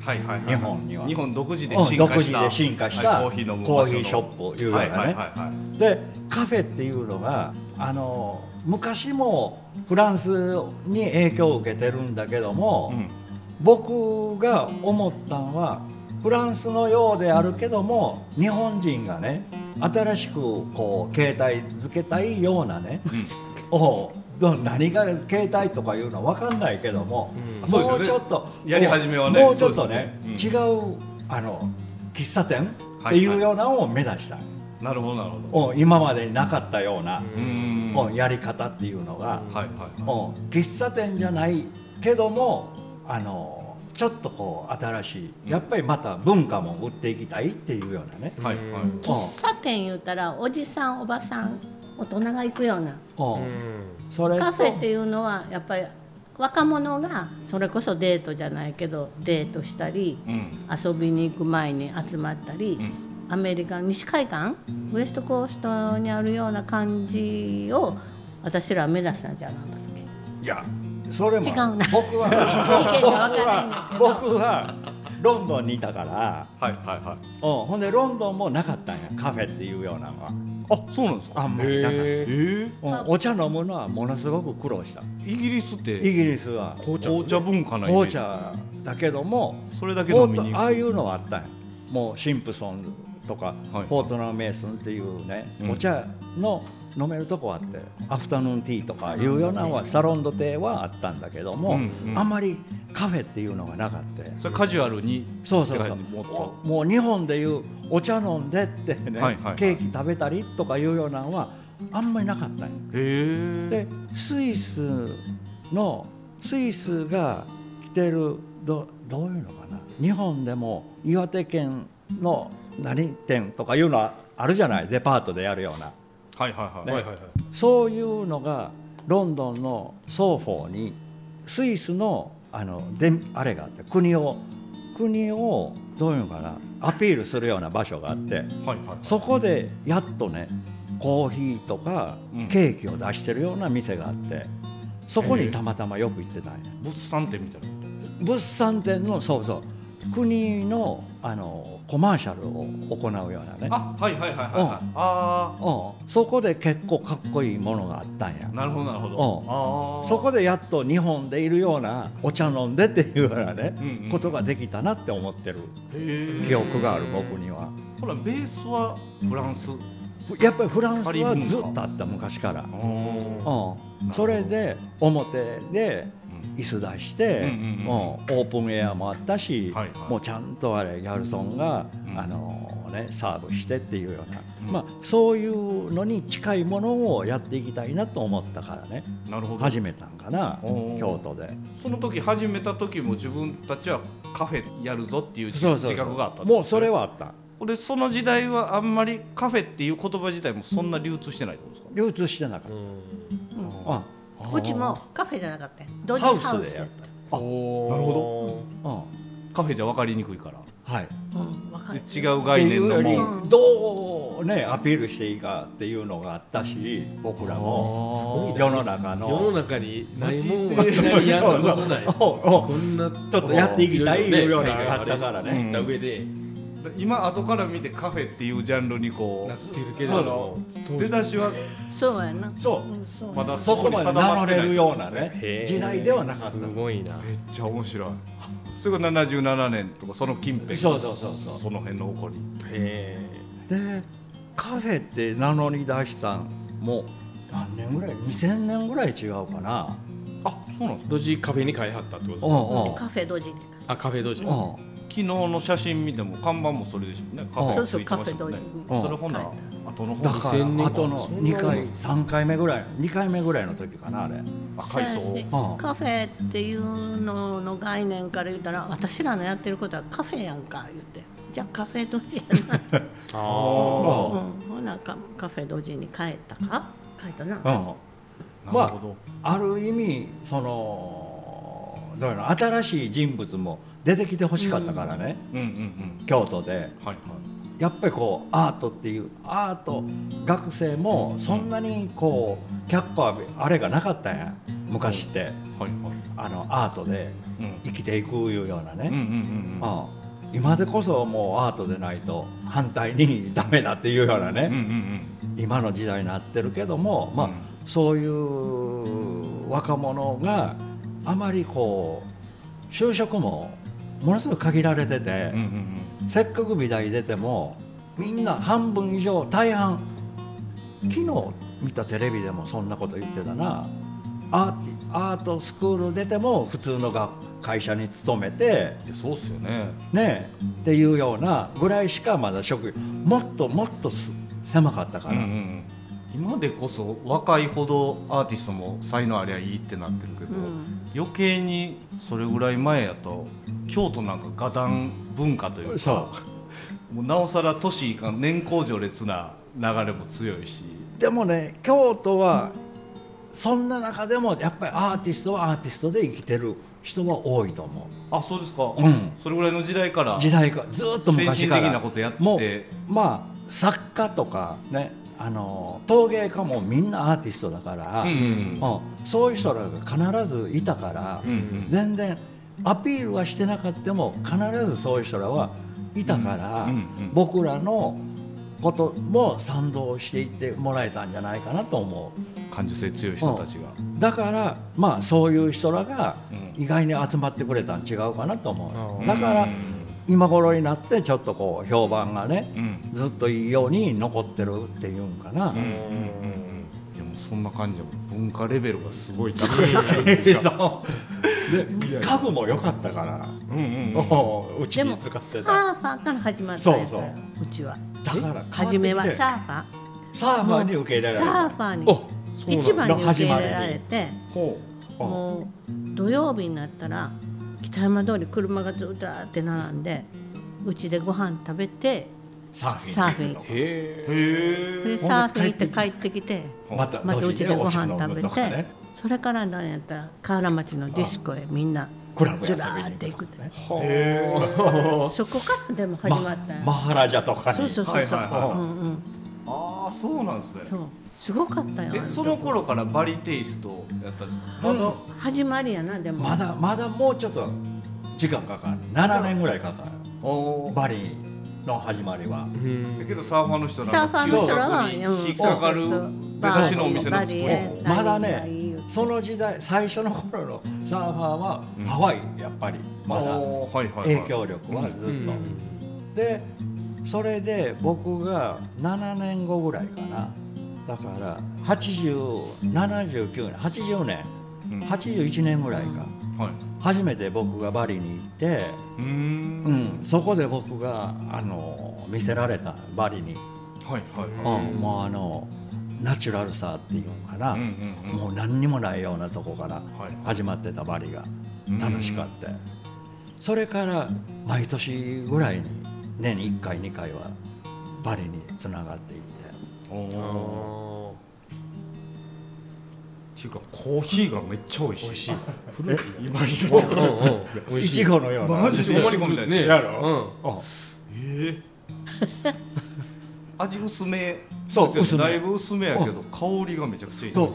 [SPEAKER 1] はいはいはい
[SPEAKER 3] 日本には
[SPEAKER 1] 日本独自で
[SPEAKER 3] うん
[SPEAKER 1] 進
[SPEAKER 3] 独
[SPEAKER 1] 化
[SPEAKER 3] 自
[SPEAKER 1] した
[SPEAKER 3] で進化し
[SPEAKER 1] は
[SPEAKER 3] た
[SPEAKER 1] い
[SPEAKER 3] コ
[SPEAKER 1] コー
[SPEAKER 3] ーヒ
[SPEAKER 1] ヒー
[SPEAKER 3] ー
[SPEAKER 1] 飲む
[SPEAKER 3] ショップいうよう
[SPEAKER 1] はいは
[SPEAKER 3] ない
[SPEAKER 1] はい
[SPEAKER 3] ね
[SPEAKER 1] はい
[SPEAKER 3] でカフェっていうのがあの昔もフランスに影響を受けてるんだけども、
[SPEAKER 1] うん
[SPEAKER 3] 僕が思ったのはフランスのようであるけども日本人がね新しくこう携帯付けたいようなね、おうど何が携帯とかいうのは分かんないけども、
[SPEAKER 2] うん
[SPEAKER 1] そうですよ
[SPEAKER 3] もう
[SPEAKER 1] ね
[SPEAKER 3] ちょっと
[SPEAKER 1] やり始めはね
[SPEAKER 3] もうちょっとね
[SPEAKER 1] そうで
[SPEAKER 3] 違
[SPEAKER 1] す
[SPEAKER 3] うあの喫茶店っていうようなのを目指した、
[SPEAKER 1] なるほどなるほど
[SPEAKER 3] おう今までになかったような、
[SPEAKER 1] うーん
[SPEAKER 3] お
[SPEAKER 1] は
[SPEAKER 3] う
[SPEAKER 1] い
[SPEAKER 3] やり方っていうのが。
[SPEAKER 1] はいは
[SPEAKER 3] もう喫茶店じゃないけどもあのちょっとこう新しい、
[SPEAKER 1] うん
[SPEAKER 3] やっぱりまた文化も売っていきたいっていうようなね
[SPEAKER 1] い、はいはい
[SPEAKER 2] うん
[SPEAKER 4] 喫茶店言うたらおじさんおばさん大人が行くような
[SPEAKER 3] うん
[SPEAKER 2] う
[SPEAKER 3] うん
[SPEAKER 2] ん
[SPEAKER 3] それと
[SPEAKER 4] カフェっていうのはやっぱり若者がそれこそデートじゃないけどデートしたり
[SPEAKER 1] うん
[SPEAKER 4] 遊びに行く前に集まったり、アメリカ西海岸ウエストコーストにあるような感じを私らは目指したんじゃなかったっけ
[SPEAKER 3] いやそれも
[SPEAKER 4] 違うな
[SPEAKER 3] 僕
[SPEAKER 4] 見が分からへんねん
[SPEAKER 3] は
[SPEAKER 4] けど
[SPEAKER 3] 僕は僕はロンドンにいたから、
[SPEAKER 1] はいはいはい
[SPEAKER 3] うん、ほんでロンドンもなかったんやカフェっていうようなのは
[SPEAKER 1] あそうなんですか
[SPEAKER 3] あんまりなかった、
[SPEAKER 1] え
[SPEAKER 2] へえ
[SPEAKER 1] ー
[SPEAKER 3] うんお茶飲むのはものすごく苦労した
[SPEAKER 1] イギリスっ
[SPEAKER 3] イ
[SPEAKER 1] て
[SPEAKER 3] ギリスは
[SPEAKER 2] 紅茶
[SPEAKER 1] 紅茶文化ない
[SPEAKER 3] 紅茶だけども
[SPEAKER 1] それだけ
[SPEAKER 3] も
[SPEAKER 1] 飲
[SPEAKER 3] っ
[SPEAKER 1] み
[SPEAKER 3] と
[SPEAKER 1] に
[SPEAKER 3] あ
[SPEAKER 1] 行
[SPEAKER 3] あいうのはあったんやもうシンプソンとか、
[SPEAKER 1] はい
[SPEAKER 3] フォートナー・メイソンっていうね、
[SPEAKER 1] うん
[SPEAKER 3] お茶の飲めるとこはあってアフタヌーンティーとかいうようなのはサロンドティーはあったんだけども、
[SPEAKER 1] うんうん
[SPEAKER 3] あんまりカフェっていうのがなかった
[SPEAKER 1] くそれカジュアルに
[SPEAKER 3] そうそうそう
[SPEAKER 1] って感じもっと
[SPEAKER 3] おもう日本でいうお茶飲んでってね、
[SPEAKER 1] はいはいはい
[SPEAKER 3] ケーキ食べたりとかいうようなのはあんまりなかったんよ
[SPEAKER 1] へえ
[SPEAKER 3] でスイスのスイスが来てるどどういうのかな日本でも岩手県の何店とかいうのはあるじゃないデパートでやるような
[SPEAKER 1] はいはいはい
[SPEAKER 2] はいはいはい
[SPEAKER 3] そういうのがロンドンの双方にスイスのあのであれがあって国を国をどういうのかなアピールするような場所があって
[SPEAKER 1] はいはい
[SPEAKER 3] そこでやっとねコーヒーとか
[SPEAKER 1] うん
[SPEAKER 3] ケーキを出してるような店があってそこにたまたまよく行ってたんや。
[SPEAKER 1] 物産展みたいな
[SPEAKER 3] 物産展のそうそう国のあのコマーシャルを行うようなね
[SPEAKER 1] あはいはいはいはいはい
[SPEAKER 3] うん
[SPEAKER 1] あ
[SPEAKER 3] うん、そこで結構かっこいいものがあったんや
[SPEAKER 1] あなるほどなるほど
[SPEAKER 3] う
[SPEAKER 1] ああ
[SPEAKER 3] そこでやっと日本でいるようなお茶飲んでっていうようなね、
[SPEAKER 1] うんうん
[SPEAKER 3] ことができたなって思ってる
[SPEAKER 1] へえ
[SPEAKER 3] 記憶がある僕には
[SPEAKER 1] ほらベースはフランス
[SPEAKER 3] やっぱりフランス
[SPEAKER 1] パリ
[SPEAKER 3] は
[SPEAKER 1] 文化
[SPEAKER 3] ずっとあった昔から、う
[SPEAKER 1] あ
[SPEAKER 3] ん、それで表で椅子出して、
[SPEAKER 1] うんうんうん
[SPEAKER 3] もうオープンエアもあったし、
[SPEAKER 1] はいはい
[SPEAKER 3] もうちゃんとあれギャルソンが、
[SPEAKER 1] うん
[SPEAKER 3] あのね、サーブしてっていうような、
[SPEAKER 1] うん
[SPEAKER 3] まあ、そういうのに近いものをやっていきたいなと思ったからね
[SPEAKER 1] あなるほど
[SPEAKER 3] 始めたんかな
[SPEAKER 1] おー
[SPEAKER 3] 京都で
[SPEAKER 1] その時始めた時も自分たちはカフェやるぞっていう自
[SPEAKER 3] そうそうそう
[SPEAKER 1] 自覚があった
[SPEAKER 3] もうそれはあった
[SPEAKER 1] でその時代はあんまりカフェっていう言葉自体もそんな流通してないってことで
[SPEAKER 3] 流通してなかっ
[SPEAKER 2] うん
[SPEAKER 4] うん
[SPEAKER 3] た、うん
[SPEAKER 4] うちもカフェじゃなかったよ同時
[SPEAKER 3] ハウ
[SPEAKER 4] ハウ
[SPEAKER 3] スで
[SPEAKER 4] ス
[SPEAKER 3] やっ
[SPEAKER 1] あなる
[SPEAKER 2] ほ
[SPEAKER 3] た、うん
[SPEAKER 1] すかカフェじゃ分かりにくいから
[SPEAKER 3] はい
[SPEAKER 4] うん分か
[SPEAKER 1] で
[SPEAKER 4] る
[SPEAKER 1] 違う概念の
[SPEAKER 3] ってい
[SPEAKER 1] も
[SPEAKER 3] う
[SPEAKER 1] ん
[SPEAKER 3] よ
[SPEAKER 4] ん
[SPEAKER 3] りどうねアピールしていいかっていうのがあったし僕らも
[SPEAKER 2] ど
[SPEAKER 3] 世の中の
[SPEAKER 2] 世の中にないもんはいきなりやることない
[SPEAKER 3] そうそうおうおう
[SPEAKER 2] こんな
[SPEAKER 3] ちょっとやっていきたい
[SPEAKER 2] ね
[SPEAKER 3] いうようなのがあったからね
[SPEAKER 2] 海外のあれを知った上で
[SPEAKER 1] 今後から見てカフェっていうジャンルにこ
[SPEAKER 2] なってるけ
[SPEAKER 1] そ
[SPEAKER 2] ど
[SPEAKER 1] う
[SPEAKER 2] も
[SPEAKER 1] う出だしは
[SPEAKER 4] そうやな
[SPEAKER 3] そう
[SPEAKER 4] うんそう
[SPEAKER 1] まだ
[SPEAKER 3] そこまで名乗れるような
[SPEAKER 2] へ
[SPEAKER 3] ね
[SPEAKER 2] ー
[SPEAKER 3] 時代ではなかっ
[SPEAKER 2] すごいな
[SPEAKER 1] めっちゃ面白いすぐ77年とかその近辺
[SPEAKER 3] そうそうそうそう
[SPEAKER 1] その辺の起こり
[SPEAKER 2] へ
[SPEAKER 3] たでカフェって名乗り出したんもう何年ぐらい2000年ぐらい違うかな
[SPEAKER 1] あそうなんです
[SPEAKER 2] ードジカフェに変えはったってことです
[SPEAKER 3] う
[SPEAKER 2] か
[SPEAKER 3] んうん
[SPEAKER 4] カフェ同時で
[SPEAKER 2] あカフェドジ
[SPEAKER 3] うん
[SPEAKER 1] 昨日の写真見ても看板もそれでしたもんねカフ
[SPEAKER 4] そ
[SPEAKER 1] ェ
[SPEAKER 4] うそう
[SPEAKER 1] ついてましたもんね
[SPEAKER 4] カ
[SPEAKER 1] うん
[SPEAKER 4] フェ同時に
[SPEAKER 1] それほんなら
[SPEAKER 4] 書い
[SPEAKER 1] 後の方
[SPEAKER 3] だから
[SPEAKER 2] 2000年
[SPEAKER 3] あとの
[SPEAKER 2] そんな
[SPEAKER 3] 2
[SPEAKER 2] も
[SPEAKER 3] 回
[SPEAKER 2] ん
[SPEAKER 3] 3回目ぐらい2回目ぐらいの時かなあれ
[SPEAKER 1] 赤い層
[SPEAKER 4] そうやし
[SPEAKER 3] うん
[SPEAKER 4] カフェっていうのの概念から言ったら私らのやってることはカフェやんか言ってじゃあカフェ同時やな、
[SPEAKER 2] あ
[SPEAKER 4] うん、ほなカカフェ同時に変えたか変えたな、
[SPEAKER 3] うん
[SPEAKER 1] なるほど、
[SPEAKER 3] ある意味そのどういうの新しい人物も出てきてほしかったからね、
[SPEAKER 1] うんうんうん
[SPEAKER 3] 京都で
[SPEAKER 1] はいはい
[SPEAKER 3] やっぱりこうアートっていうアート学生もそんなにこう脚光浴びあれがなかったんや昔って、
[SPEAKER 1] はいはい
[SPEAKER 3] あのアートで
[SPEAKER 1] うん
[SPEAKER 3] 生きていくいうような
[SPEAKER 1] うん
[SPEAKER 3] ね、
[SPEAKER 1] うんうんうん
[SPEAKER 3] うん今でこそもうアートでないと反対にダメだっていうような
[SPEAKER 1] う
[SPEAKER 3] ね、
[SPEAKER 1] んうん
[SPEAKER 3] 今の時代になってるけども、まあ
[SPEAKER 1] うん
[SPEAKER 3] そういう若者があまりこう就職もものすごく限られてて
[SPEAKER 1] うんうんう、ん
[SPEAKER 3] せっかく美大出てもみんな半分以上大半昨日見たテレビでもそんなこと言ってたなアーティアートスクール出ても普通の学会社に勤めて
[SPEAKER 1] うんでそうっすよね
[SPEAKER 3] ねえっていうようなぐらいしかまだ職もっともっとす狭かったか
[SPEAKER 1] うんう
[SPEAKER 3] ら。
[SPEAKER 1] んうん今でこそ若いほどアーティストも才能ありゃいいってなってるけど、
[SPEAKER 4] うん
[SPEAKER 1] 余計にそれぐらい前やと京都なんか画壇文化というか
[SPEAKER 3] そう
[SPEAKER 1] もうなおさら都市が年功序列な流れも強いし
[SPEAKER 3] でもね京都はそんな中でもやっぱりアーティストはアーティストで生きてる人は多いと思
[SPEAKER 1] あそうですか、
[SPEAKER 3] うん
[SPEAKER 1] それぐらいの時代から
[SPEAKER 3] う時代からずっと昔から
[SPEAKER 1] 先進的なことやって
[SPEAKER 3] もうまあ作家とかねあの陶芸家もみんなアーティストだから、
[SPEAKER 1] うんうん
[SPEAKER 3] うんそういう人らが必ずいたから、
[SPEAKER 1] うんうん
[SPEAKER 3] 全然アピールはしてなかったも必ずそういう人らはいたから、
[SPEAKER 1] うんうんうん
[SPEAKER 3] 僕らのことも賛同していってもらえたんじゃないかなと思う。
[SPEAKER 1] 感受性強い人たちが、
[SPEAKER 3] だからまあそういう人らが
[SPEAKER 1] うん
[SPEAKER 3] 意外に集まってくれたん違うかなと思
[SPEAKER 2] う
[SPEAKER 3] う、
[SPEAKER 2] ん
[SPEAKER 3] だか
[SPEAKER 1] う
[SPEAKER 3] ら
[SPEAKER 1] ん
[SPEAKER 3] 今頃になってちょっとこう評判がね
[SPEAKER 1] うん
[SPEAKER 3] ずっといいように残ってるっていうんかな、
[SPEAKER 1] うんうんうんうんいやもうそんな感じやもん文化レベルがすごい高い
[SPEAKER 3] そうで家具も良かったから、
[SPEAKER 1] うんうんうん
[SPEAKER 3] おううちに使ってた
[SPEAKER 4] サーファーから始まったんやから
[SPEAKER 3] そう
[SPEAKER 4] うちは
[SPEAKER 3] だから
[SPEAKER 4] 初めは
[SPEAKER 3] 変わってきて
[SPEAKER 4] サーファー
[SPEAKER 3] サーファーに受け入れられ
[SPEAKER 4] サー
[SPEAKER 3] た
[SPEAKER 4] ファー
[SPEAKER 2] あ
[SPEAKER 4] に
[SPEAKER 2] そうなん
[SPEAKER 4] 一
[SPEAKER 2] だ
[SPEAKER 4] 番に受け入れられて
[SPEAKER 1] ほ
[SPEAKER 3] うん
[SPEAKER 4] もう土曜日になったら北山通り車がずっとだーって並んでうちでご飯食べて
[SPEAKER 3] サーフィンに行く
[SPEAKER 2] へ
[SPEAKER 3] の
[SPEAKER 1] う
[SPEAKER 2] え
[SPEAKER 1] へ
[SPEAKER 4] で
[SPEAKER 1] え
[SPEAKER 4] サーフィン行って帰ってきて
[SPEAKER 1] ン
[SPEAKER 3] また
[SPEAKER 4] また
[SPEAKER 3] 路
[SPEAKER 4] う
[SPEAKER 3] 地
[SPEAKER 4] ちでご
[SPEAKER 3] お茶
[SPEAKER 4] 飯
[SPEAKER 3] 飲
[SPEAKER 4] 食
[SPEAKER 3] む
[SPEAKER 4] べ
[SPEAKER 3] とか
[SPEAKER 4] てそれから何やったら河原町のディスコへみんな
[SPEAKER 3] クラブ
[SPEAKER 4] ジ
[SPEAKER 3] 遊
[SPEAKER 4] ュラ
[SPEAKER 3] び
[SPEAKER 4] ー
[SPEAKER 3] に
[SPEAKER 4] っていくって
[SPEAKER 2] は
[SPEAKER 4] そこからでも始まったんや
[SPEAKER 3] マハラジャとかに
[SPEAKER 4] そうそうそうそう
[SPEAKER 1] はいはいはい
[SPEAKER 4] うんうん
[SPEAKER 1] ああそうなんですね
[SPEAKER 4] そうすごかったよ
[SPEAKER 1] えその頃からバリテイストやったんですかまだ、
[SPEAKER 4] 始まりやなでも
[SPEAKER 3] まだまだもうちょっと時間かかる7年ぐらいかかる
[SPEAKER 1] おー
[SPEAKER 3] バリの始まりは
[SPEAKER 2] あうん
[SPEAKER 1] だけどサーファーの人なんか
[SPEAKER 4] サーファーの人らは
[SPEAKER 1] 急速に引っかかる
[SPEAKER 4] うんそう
[SPEAKER 1] 出だしのお店の作り
[SPEAKER 4] バリバリ
[SPEAKER 1] も
[SPEAKER 4] へ
[SPEAKER 3] まだ
[SPEAKER 4] いいよ
[SPEAKER 3] ねその時代最初の頃のサーファーは
[SPEAKER 1] うん
[SPEAKER 3] ハワイやっぱりまだ
[SPEAKER 1] おーはいはいはい
[SPEAKER 3] 影響力はずっ
[SPEAKER 2] う
[SPEAKER 3] と
[SPEAKER 2] ん
[SPEAKER 3] でそれで僕が7年後ぐらいかなだから8079年80年
[SPEAKER 1] うんはい
[SPEAKER 3] 81年ぐらいか初めて僕がバリに行って、
[SPEAKER 1] うーん
[SPEAKER 3] うん、そこで僕があの見せられたバリに、
[SPEAKER 1] はいはいはい
[SPEAKER 2] ん
[SPEAKER 3] もうあのナチュラルさっていうのかな、
[SPEAKER 1] うんうんうん
[SPEAKER 3] もう何にもないようなとこから
[SPEAKER 1] はい
[SPEAKER 3] 始まってたバリが
[SPEAKER 1] うん
[SPEAKER 3] 楽しかった、それから毎年ぐらいに年に1回2回はバリにつながっていって
[SPEAKER 1] お
[SPEAKER 2] あ
[SPEAKER 1] ー
[SPEAKER 2] ー
[SPEAKER 1] っていうかコーヒーがめっちゃ美味しい
[SPEAKER 2] 美味しい
[SPEAKER 1] 古い今言ったこと
[SPEAKER 2] うんうん美
[SPEAKER 3] い
[SPEAKER 2] 味し
[SPEAKER 3] ちごのような
[SPEAKER 1] マジでほんまにこみたいです
[SPEAKER 2] ね
[SPEAKER 1] や
[SPEAKER 2] ろ
[SPEAKER 3] あ
[SPEAKER 1] ええ味薄め
[SPEAKER 3] そう
[SPEAKER 1] ですよね
[SPEAKER 3] 薄め
[SPEAKER 1] だいぶ薄めやけど香りがめちゃくちゃいい
[SPEAKER 3] と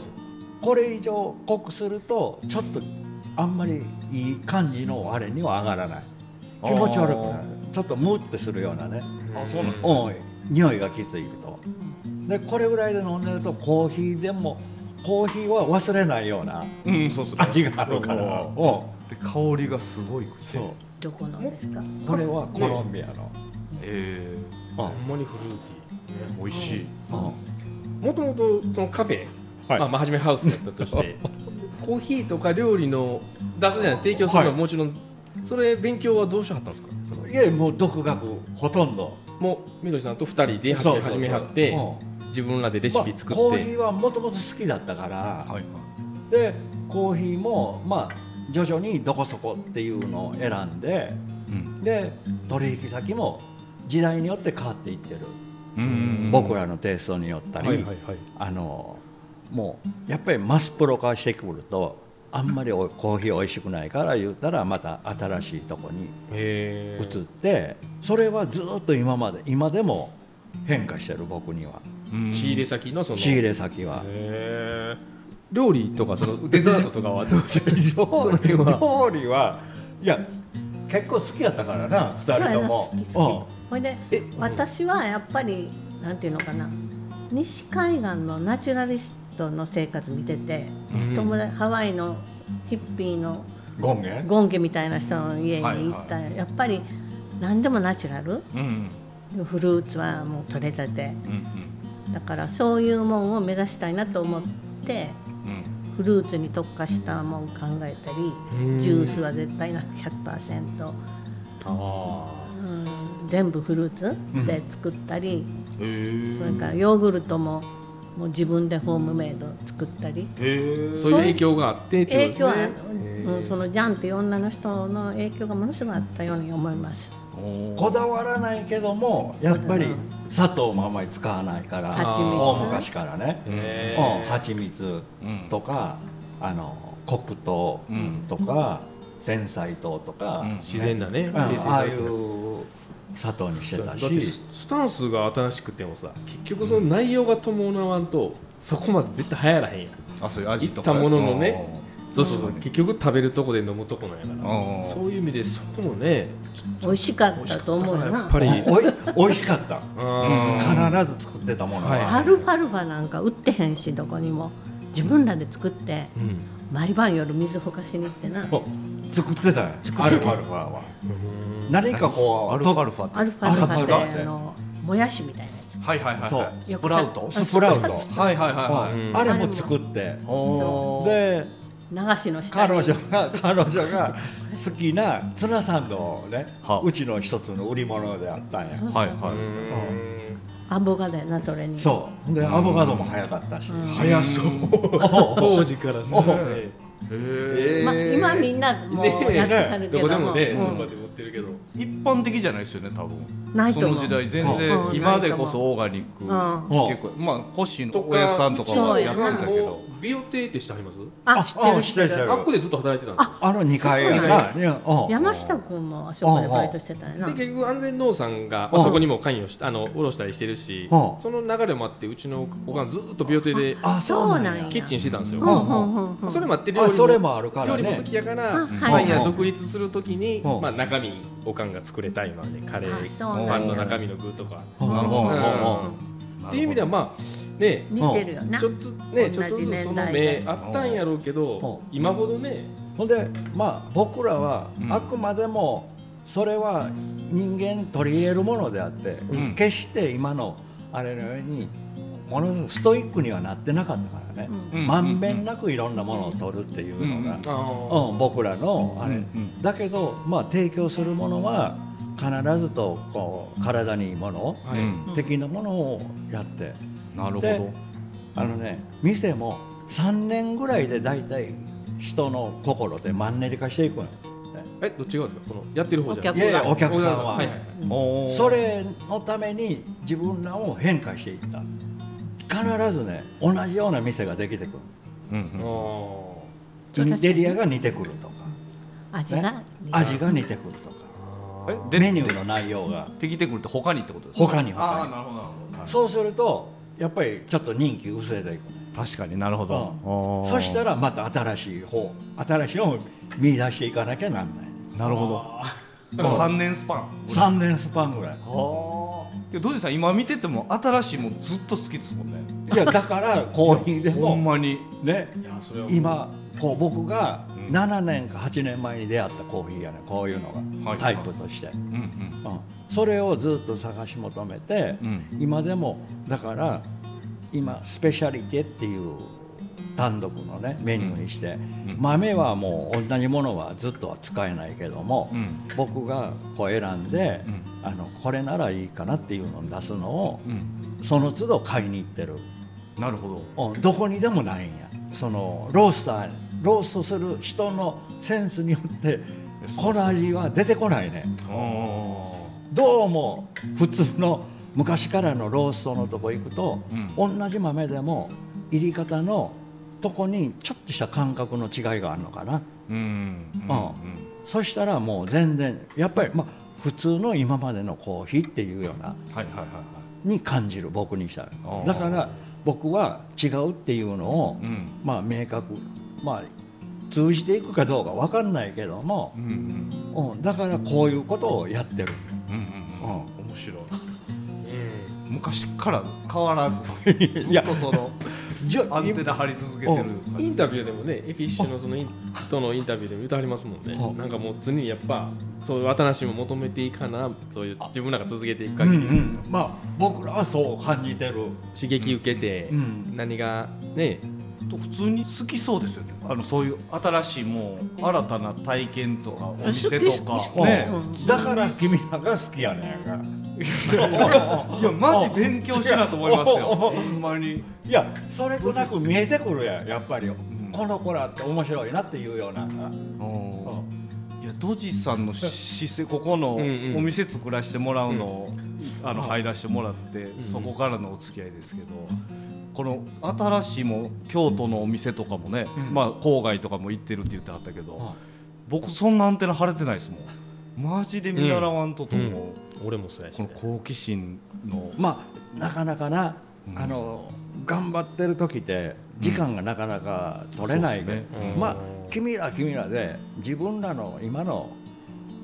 [SPEAKER 3] これ以上濃くするとちょっとあんまりいい感じのあれには上がらない気持ち悪くなるちょっとムってするようなね、
[SPEAKER 2] うん
[SPEAKER 1] あそうなんです
[SPEAKER 3] うん、匂いがきついとでこれぐらいで飲んでるとコーヒーでもコーヒーは忘れないような
[SPEAKER 1] うんそうそう
[SPEAKER 3] 味があるから
[SPEAKER 1] お
[SPEAKER 3] うん
[SPEAKER 1] で香りがすごいくて
[SPEAKER 3] そう
[SPEAKER 4] どこのですか
[SPEAKER 3] これはコロンビアの、
[SPEAKER 1] え
[SPEAKER 3] うん
[SPEAKER 2] ほんまにフルーティー
[SPEAKER 1] え美味しい
[SPEAKER 2] もともとそのカフェ、
[SPEAKER 3] はい
[SPEAKER 2] まあ、まあ初めハウスだったとして コーヒーとか料理の出すじゃない提供するのはもちろん、それ勉強はどうしはったんですかその
[SPEAKER 3] いやもう独学ほとんど
[SPEAKER 2] もうみどりさんと二人で始め始めはって
[SPEAKER 3] うん
[SPEAKER 2] 自分らでレシピ作って、
[SPEAKER 3] まあコーヒーはもともと好きだったから、
[SPEAKER 1] はいはい
[SPEAKER 3] でコーヒーもまあ徐々にどこそこっていうのを選んで
[SPEAKER 1] うん
[SPEAKER 3] で取引先も時代によって変わっていってる、
[SPEAKER 1] うんうん
[SPEAKER 3] 僕らのテイストによったり、
[SPEAKER 2] はいはいはい
[SPEAKER 3] あのもうやっぱりマスプロ化してくるとあんまりおコーヒーおいしくないから言ったらまた新しいとこに
[SPEAKER 2] へ
[SPEAKER 3] 移ってそれはずっと今まで今でも変化してる僕には
[SPEAKER 1] うん
[SPEAKER 2] 仕入れ先のその
[SPEAKER 3] 仕入れ先は
[SPEAKER 2] へえ料理とかそ のデザートとかはどうしてその辺は
[SPEAKER 3] 料理はいや結構好きやったからな
[SPEAKER 4] そう
[SPEAKER 3] 2
[SPEAKER 4] やな
[SPEAKER 3] 人とも
[SPEAKER 4] 好き好きほいで
[SPEAKER 2] え
[SPEAKER 4] 私はやっぱりなんていうのかな西海岸のナチュラリストの生活見てて、
[SPEAKER 2] うん
[SPEAKER 4] 友達ハワイのヒッピーの
[SPEAKER 3] うんゴンゲ
[SPEAKER 4] ゴンゲみたいな人の家に行ったら、やっぱり何でもナチュラル
[SPEAKER 1] うん
[SPEAKER 4] フルーツはもう取れたて
[SPEAKER 1] うんうん
[SPEAKER 4] だからそういうもんを目指したいなと思って
[SPEAKER 1] うん
[SPEAKER 4] フルーツに特化したもん考えたり
[SPEAKER 2] うん
[SPEAKER 4] ジュースは絶対な100%、
[SPEAKER 2] あ
[SPEAKER 4] うん、全部フルーツで作ったり、
[SPEAKER 1] へえ
[SPEAKER 4] それからヨーグルトももう自分でホームメイド作ったり
[SPEAKER 1] へえ
[SPEAKER 2] ーそういう影響があってって
[SPEAKER 4] 影響
[SPEAKER 2] こと
[SPEAKER 4] は、
[SPEAKER 2] ですね
[SPEAKER 4] うん、そのジャンっていう女の人の影響がものすごくあったように思います。
[SPEAKER 1] おー
[SPEAKER 3] こだわらないけどもやっぱり砂糖もあんまり使わないから
[SPEAKER 4] 蜂蜜
[SPEAKER 3] 大昔からね、
[SPEAKER 2] へー
[SPEAKER 3] うん、蜂蜜
[SPEAKER 1] うん
[SPEAKER 3] とか、あの黒糖
[SPEAKER 1] うん
[SPEAKER 3] とか、天才糖とか、
[SPEAKER 1] うん
[SPEAKER 2] 自然なね
[SPEAKER 3] うん
[SPEAKER 2] 生成
[SPEAKER 3] あ
[SPEAKER 2] さ
[SPEAKER 3] あ
[SPEAKER 2] れ
[SPEAKER 3] い
[SPEAKER 2] てます
[SPEAKER 3] う砂糖にして
[SPEAKER 2] だ
[SPEAKER 3] た
[SPEAKER 2] っ
[SPEAKER 3] して
[SPEAKER 2] ススタンスが新しくてもさ結局その内容が伴わんとそこまで絶対流行らへんやん
[SPEAKER 1] あそういう味とか
[SPEAKER 2] いったもののねそうそうそう
[SPEAKER 1] うん
[SPEAKER 2] 結局食べるとこで飲むとこなんやか
[SPEAKER 1] うん
[SPEAKER 2] らそういう意味でそこもねちょっ
[SPEAKER 4] 美味しかったと思う
[SPEAKER 2] と
[SPEAKER 4] よ
[SPEAKER 2] や
[SPEAKER 4] な
[SPEAKER 2] っぱり
[SPEAKER 3] おいおいしかった
[SPEAKER 2] うん
[SPEAKER 3] 必ず作ってたものは、
[SPEAKER 2] はい
[SPEAKER 4] アルファルファなんか売ってへんしどこにも自分らで作って
[SPEAKER 2] うん
[SPEAKER 4] 毎晩夜水ほかしに行ってな
[SPEAKER 3] お作ってたよアルファアルファは何かこう
[SPEAKER 1] アルファアルファって
[SPEAKER 4] アルファルフ
[SPEAKER 3] アルファ
[SPEAKER 4] ァ
[SPEAKER 3] ル
[SPEAKER 4] っ
[SPEAKER 3] ファ
[SPEAKER 4] てあのもやしみたいなやつ
[SPEAKER 1] はいはいはい
[SPEAKER 3] そ
[SPEAKER 1] は
[SPEAKER 3] う
[SPEAKER 1] いスプラウト
[SPEAKER 4] よく
[SPEAKER 3] スプラウト
[SPEAKER 1] はいはいはいはい
[SPEAKER 2] ん
[SPEAKER 3] あれも作って
[SPEAKER 1] おー
[SPEAKER 3] で
[SPEAKER 4] 流しの下
[SPEAKER 3] 彼
[SPEAKER 4] に
[SPEAKER 3] 女が 彼女が好きなツナサンドをね
[SPEAKER 1] は
[SPEAKER 3] うちの一つの売り物であったんや
[SPEAKER 4] そうそうそう
[SPEAKER 1] はいは
[SPEAKER 2] う
[SPEAKER 1] い
[SPEAKER 2] ん
[SPEAKER 4] アボカドやなそれに
[SPEAKER 3] そうでアボカドも早かったし、
[SPEAKER 2] 早そう当時からしたらね
[SPEAKER 1] へえ
[SPEAKER 4] まあ、今みんなもうやってはるけ
[SPEAKER 2] ど
[SPEAKER 4] ど
[SPEAKER 2] こ
[SPEAKER 4] も
[SPEAKER 2] でもねス
[SPEAKER 4] う
[SPEAKER 2] ーパ
[SPEAKER 4] ん
[SPEAKER 2] ーで売ってるけど
[SPEAKER 1] 一般的じゃないですよね多分
[SPEAKER 4] ない
[SPEAKER 1] そ
[SPEAKER 4] と思
[SPEAKER 1] の
[SPEAKER 4] う
[SPEAKER 1] 時代全
[SPEAKER 4] う
[SPEAKER 1] 然
[SPEAKER 4] ん
[SPEAKER 1] 今でこそオーガニック
[SPEAKER 3] うん
[SPEAKER 1] 結構まあ星野
[SPEAKER 2] とか
[SPEAKER 1] 親父さんとかはやってたけ
[SPEAKER 4] そう
[SPEAKER 1] ど
[SPEAKER 2] 美容亭ってしてはります
[SPEAKER 4] あ知って
[SPEAKER 3] あ
[SPEAKER 4] る
[SPEAKER 3] 知
[SPEAKER 4] 知
[SPEAKER 3] っ
[SPEAKER 4] って
[SPEAKER 3] る
[SPEAKER 4] て
[SPEAKER 3] 知って
[SPEAKER 4] る
[SPEAKER 3] る
[SPEAKER 2] あっこでずっと働いてたんですよ
[SPEAKER 3] あの2階やな
[SPEAKER 4] そ
[SPEAKER 3] いやうん
[SPEAKER 4] 山下君もあそこでバイトしてたよな
[SPEAKER 2] で結局安全農さんが
[SPEAKER 3] うん
[SPEAKER 2] あそこにも関与してあの下ろしたりしてるし
[SPEAKER 3] うん
[SPEAKER 2] その流れもあってうちのおかんずっと美容亭で
[SPEAKER 3] あそ
[SPEAKER 4] そう
[SPEAKER 3] うなん
[SPEAKER 4] な
[SPEAKER 3] や
[SPEAKER 4] んや
[SPEAKER 2] キッチンしてたんですよ
[SPEAKER 4] うんうんうんうん
[SPEAKER 2] それもあって料
[SPEAKER 3] あ
[SPEAKER 2] 理
[SPEAKER 3] それ
[SPEAKER 2] も
[SPEAKER 3] もあるから
[SPEAKER 2] 料理も
[SPEAKER 3] ね
[SPEAKER 2] 好きやから
[SPEAKER 4] あはい
[SPEAKER 2] パン屋独立するときに
[SPEAKER 3] うん
[SPEAKER 2] まあ中身おかんが作れたいのでカレ
[SPEAKER 4] あ
[SPEAKER 2] ー
[SPEAKER 4] そうなんや
[SPEAKER 2] パンの中身の具とか
[SPEAKER 3] うん
[SPEAKER 1] なるほど
[SPEAKER 2] うん
[SPEAKER 1] なるほど
[SPEAKER 2] っていう意味ではまあね
[SPEAKER 4] 似てるよな
[SPEAKER 2] ちょっとねちょっと
[SPEAKER 4] 同じ
[SPEAKER 2] ずつそ
[SPEAKER 4] 年
[SPEAKER 2] の
[SPEAKER 4] 代
[SPEAKER 2] 目
[SPEAKER 4] で
[SPEAKER 2] あったんやろうけど
[SPEAKER 3] う
[SPEAKER 2] 今ほどね
[SPEAKER 3] ほんでまあ僕らは
[SPEAKER 1] うん
[SPEAKER 3] あくまでもそれは人間取り入れるものであって、
[SPEAKER 1] ん
[SPEAKER 3] 決して今のあれのようにものすごくストイックにはなってなかったからね、
[SPEAKER 4] うん
[SPEAKER 1] うん
[SPEAKER 3] まんべんなくいろんなものを取るっていうのが、
[SPEAKER 2] あ
[SPEAKER 3] うん僕らのあれ、
[SPEAKER 1] うんうん
[SPEAKER 3] だけど、まあ、提供するものは必ずとこう体にいいもの
[SPEAKER 2] あはいううん
[SPEAKER 1] ん
[SPEAKER 3] 的なものをやって、
[SPEAKER 1] なるほ
[SPEAKER 3] で
[SPEAKER 1] ど
[SPEAKER 3] あのね店も3年ぐらいで大体人の心でマンネリ化していくのよ、
[SPEAKER 2] えどっちがですかこのやってる方じゃ
[SPEAKER 4] お
[SPEAKER 3] い
[SPEAKER 4] 客
[SPEAKER 2] な
[SPEAKER 3] やいやお客さん
[SPEAKER 2] お客
[SPEAKER 3] は
[SPEAKER 2] さんはいはいはい
[SPEAKER 1] おー
[SPEAKER 3] それのために自分らを変化していった必ずね同じような店ができてく
[SPEAKER 1] うんう
[SPEAKER 2] あ
[SPEAKER 1] ん
[SPEAKER 2] ー
[SPEAKER 3] るインテリアが似てくるとか、
[SPEAKER 4] 味が
[SPEAKER 3] ね、味が似てくるとか
[SPEAKER 2] あ
[SPEAKER 1] え
[SPEAKER 2] ー
[SPEAKER 1] で
[SPEAKER 3] メニューの内容が
[SPEAKER 1] できてくるって他にってことですか
[SPEAKER 3] 他に
[SPEAKER 1] あ
[SPEAKER 3] 他
[SPEAKER 1] あ
[SPEAKER 3] に
[SPEAKER 1] なるほどなるほどはい
[SPEAKER 3] そうするとやっぱりちょっと人気薄れていく
[SPEAKER 1] 確かになるほど
[SPEAKER 3] う
[SPEAKER 1] おー
[SPEAKER 3] そしたらまた新しい方新しいのを見出していかなきゃなんない
[SPEAKER 1] なるほど三年スパン
[SPEAKER 3] 3年スパンぐらい
[SPEAKER 1] はあでドジさん今見てても新しいもんずっと好きですもんね
[SPEAKER 3] いやだからコーヒーで
[SPEAKER 1] ほん
[SPEAKER 3] も
[SPEAKER 1] まに
[SPEAKER 3] ね
[SPEAKER 2] いやそれはもう
[SPEAKER 3] 今こう僕が
[SPEAKER 1] ん
[SPEAKER 3] 7年か8年前に出会ったコーヒーやねこういうの
[SPEAKER 1] は
[SPEAKER 3] が
[SPEAKER 1] い
[SPEAKER 3] タイプとして、
[SPEAKER 1] うんうん
[SPEAKER 3] うん、それをずっと探し求めて、
[SPEAKER 1] うん
[SPEAKER 3] 今でもだから今スペシャリテっていう単独のねメニューにして、
[SPEAKER 1] うん
[SPEAKER 3] 豆はもう同じものはずっとは使えないけども、
[SPEAKER 1] うん
[SPEAKER 3] 僕がこう選んで、
[SPEAKER 1] うん
[SPEAKER 3] あのこれならいいかなっていうのを出すのを、
[SPEAKER 1] うん
[SPEAKER 3] その都度買いに行ってる、
[SPEAKER 1] なるほど
[SPEAKER 3] うんどこにでもないんやそのロースターローストする人のセンスによって
[SPEAKER 1] そうそう
[SPEAKER 3] この味は出てこないね
[SPEAKER 1] お
[SPEAKER 3] どうも普通の昔からのローストのとこ行くと、同じ豆でも入り方のとこにちょっとした感覚の違いがあるのかな
[SPEAKER 1] うんうんうん
[SPEAKER 3] そしたらもう全然やっぱりまあ普通の今までのコーヒーっていうような
[SPEAKER 1] はいはいはいはい
[SPEAKER 3] に感じる僕にしたら
[SPEAKER 1] あー
[SPEAKER 3] だから僕は違うっていうのを、
[SPEAKER 1] うん
[SPEAKER 3] まあ明確まあ通じていくかどうか分かんないけども
[SPEAKER 1] う、んうん
[SPEAKER 3] うん、だからこういうことをやってる、
[SPEAKER 1] うん
[SPEAKER 3] う
[SPEAKER 1] うん
[SPEAKER 3] ん、
[SPEAKER 1] 面白い
[SPEAKER 2] うん
[SPEAKER 1] 昔から変わらずずっとその
[SPEAKER 3] じゃ
[SPEAKER 1] アンテナ張り続けてる感じ
[SPEAKER 2] インタビューでもねエフィッシュのそのインとのインタビューでも言うてはりますもんね
[SPEAKER 3] は
[SPEAKER 2] なんかもう常にやっぱそういう新しいもの求めていかなそういう自分らが続けていく
[SPEAKER 3] うん
[SPEAKER 2] 限
[SPEAKER 3] う
[SPEAKER 2] り
[SPEAKER 3] ん、まあ僕らはそう感じてる、
[SPEAKER 2] 刺激受けて
[SPEAKER 3] うん
[SPEAKER 2] 何がね
[SPEAKER 1] と普通に好きそうですよねあのそういう新しいもう新たな体験とかお店と
[SPEAKER 4] 好き
[SPEAKER 1] か
[SPEAKER 4] 好き
[SPEAKER 3] うん
[SPEAKER 1] ね
[SPEAKER 4] うん
[SPEAKER 3] だから君らが好きやねんか
[SPEAKER 1] いやマジ勉強しなと思いますよほんまに
[SPEAKER 3] いやそれとなく見えてくるやんやっぱり、この子らって面白いなっていうような、
[SPEAKER 1] おーいやドジさんの姿勢ここのお
[SPEAKER 2] うんうん
[SPEAKER 1] 店作らせてもらうのを、あの入らせてもらって、
[SPEAKER 2] ん
[SPEAKER 1] そこからのお付き合いですけどこの新しいも京都のお店とかもね、
[SPEAKER 3] うん
[SPEAKER 1] まあ、郊外とかも行ってるって言ってあったけど、
[SPEAKER 3] うん
[SPEAKER 1] 僕そんなアンテナ張れてないですもんマジで見習わんとと思う、
[SPEAKER 2] 俺もそうやし
[SPEAKER 1] この
[SPEAKER 2] ね
[SPEAKER 1] 好奇心の、
[SPEAKER 3] まあなかなかな、
[SPEAKER 1] うん
[SPEAKER 3] あの頑張ってる時って時間がなかなか取れないけど、
[SPEAKER 1] そうっすね
[SPEAKER 2] うん
[SPEAKER 3] まあ君ら君らで自分らの今の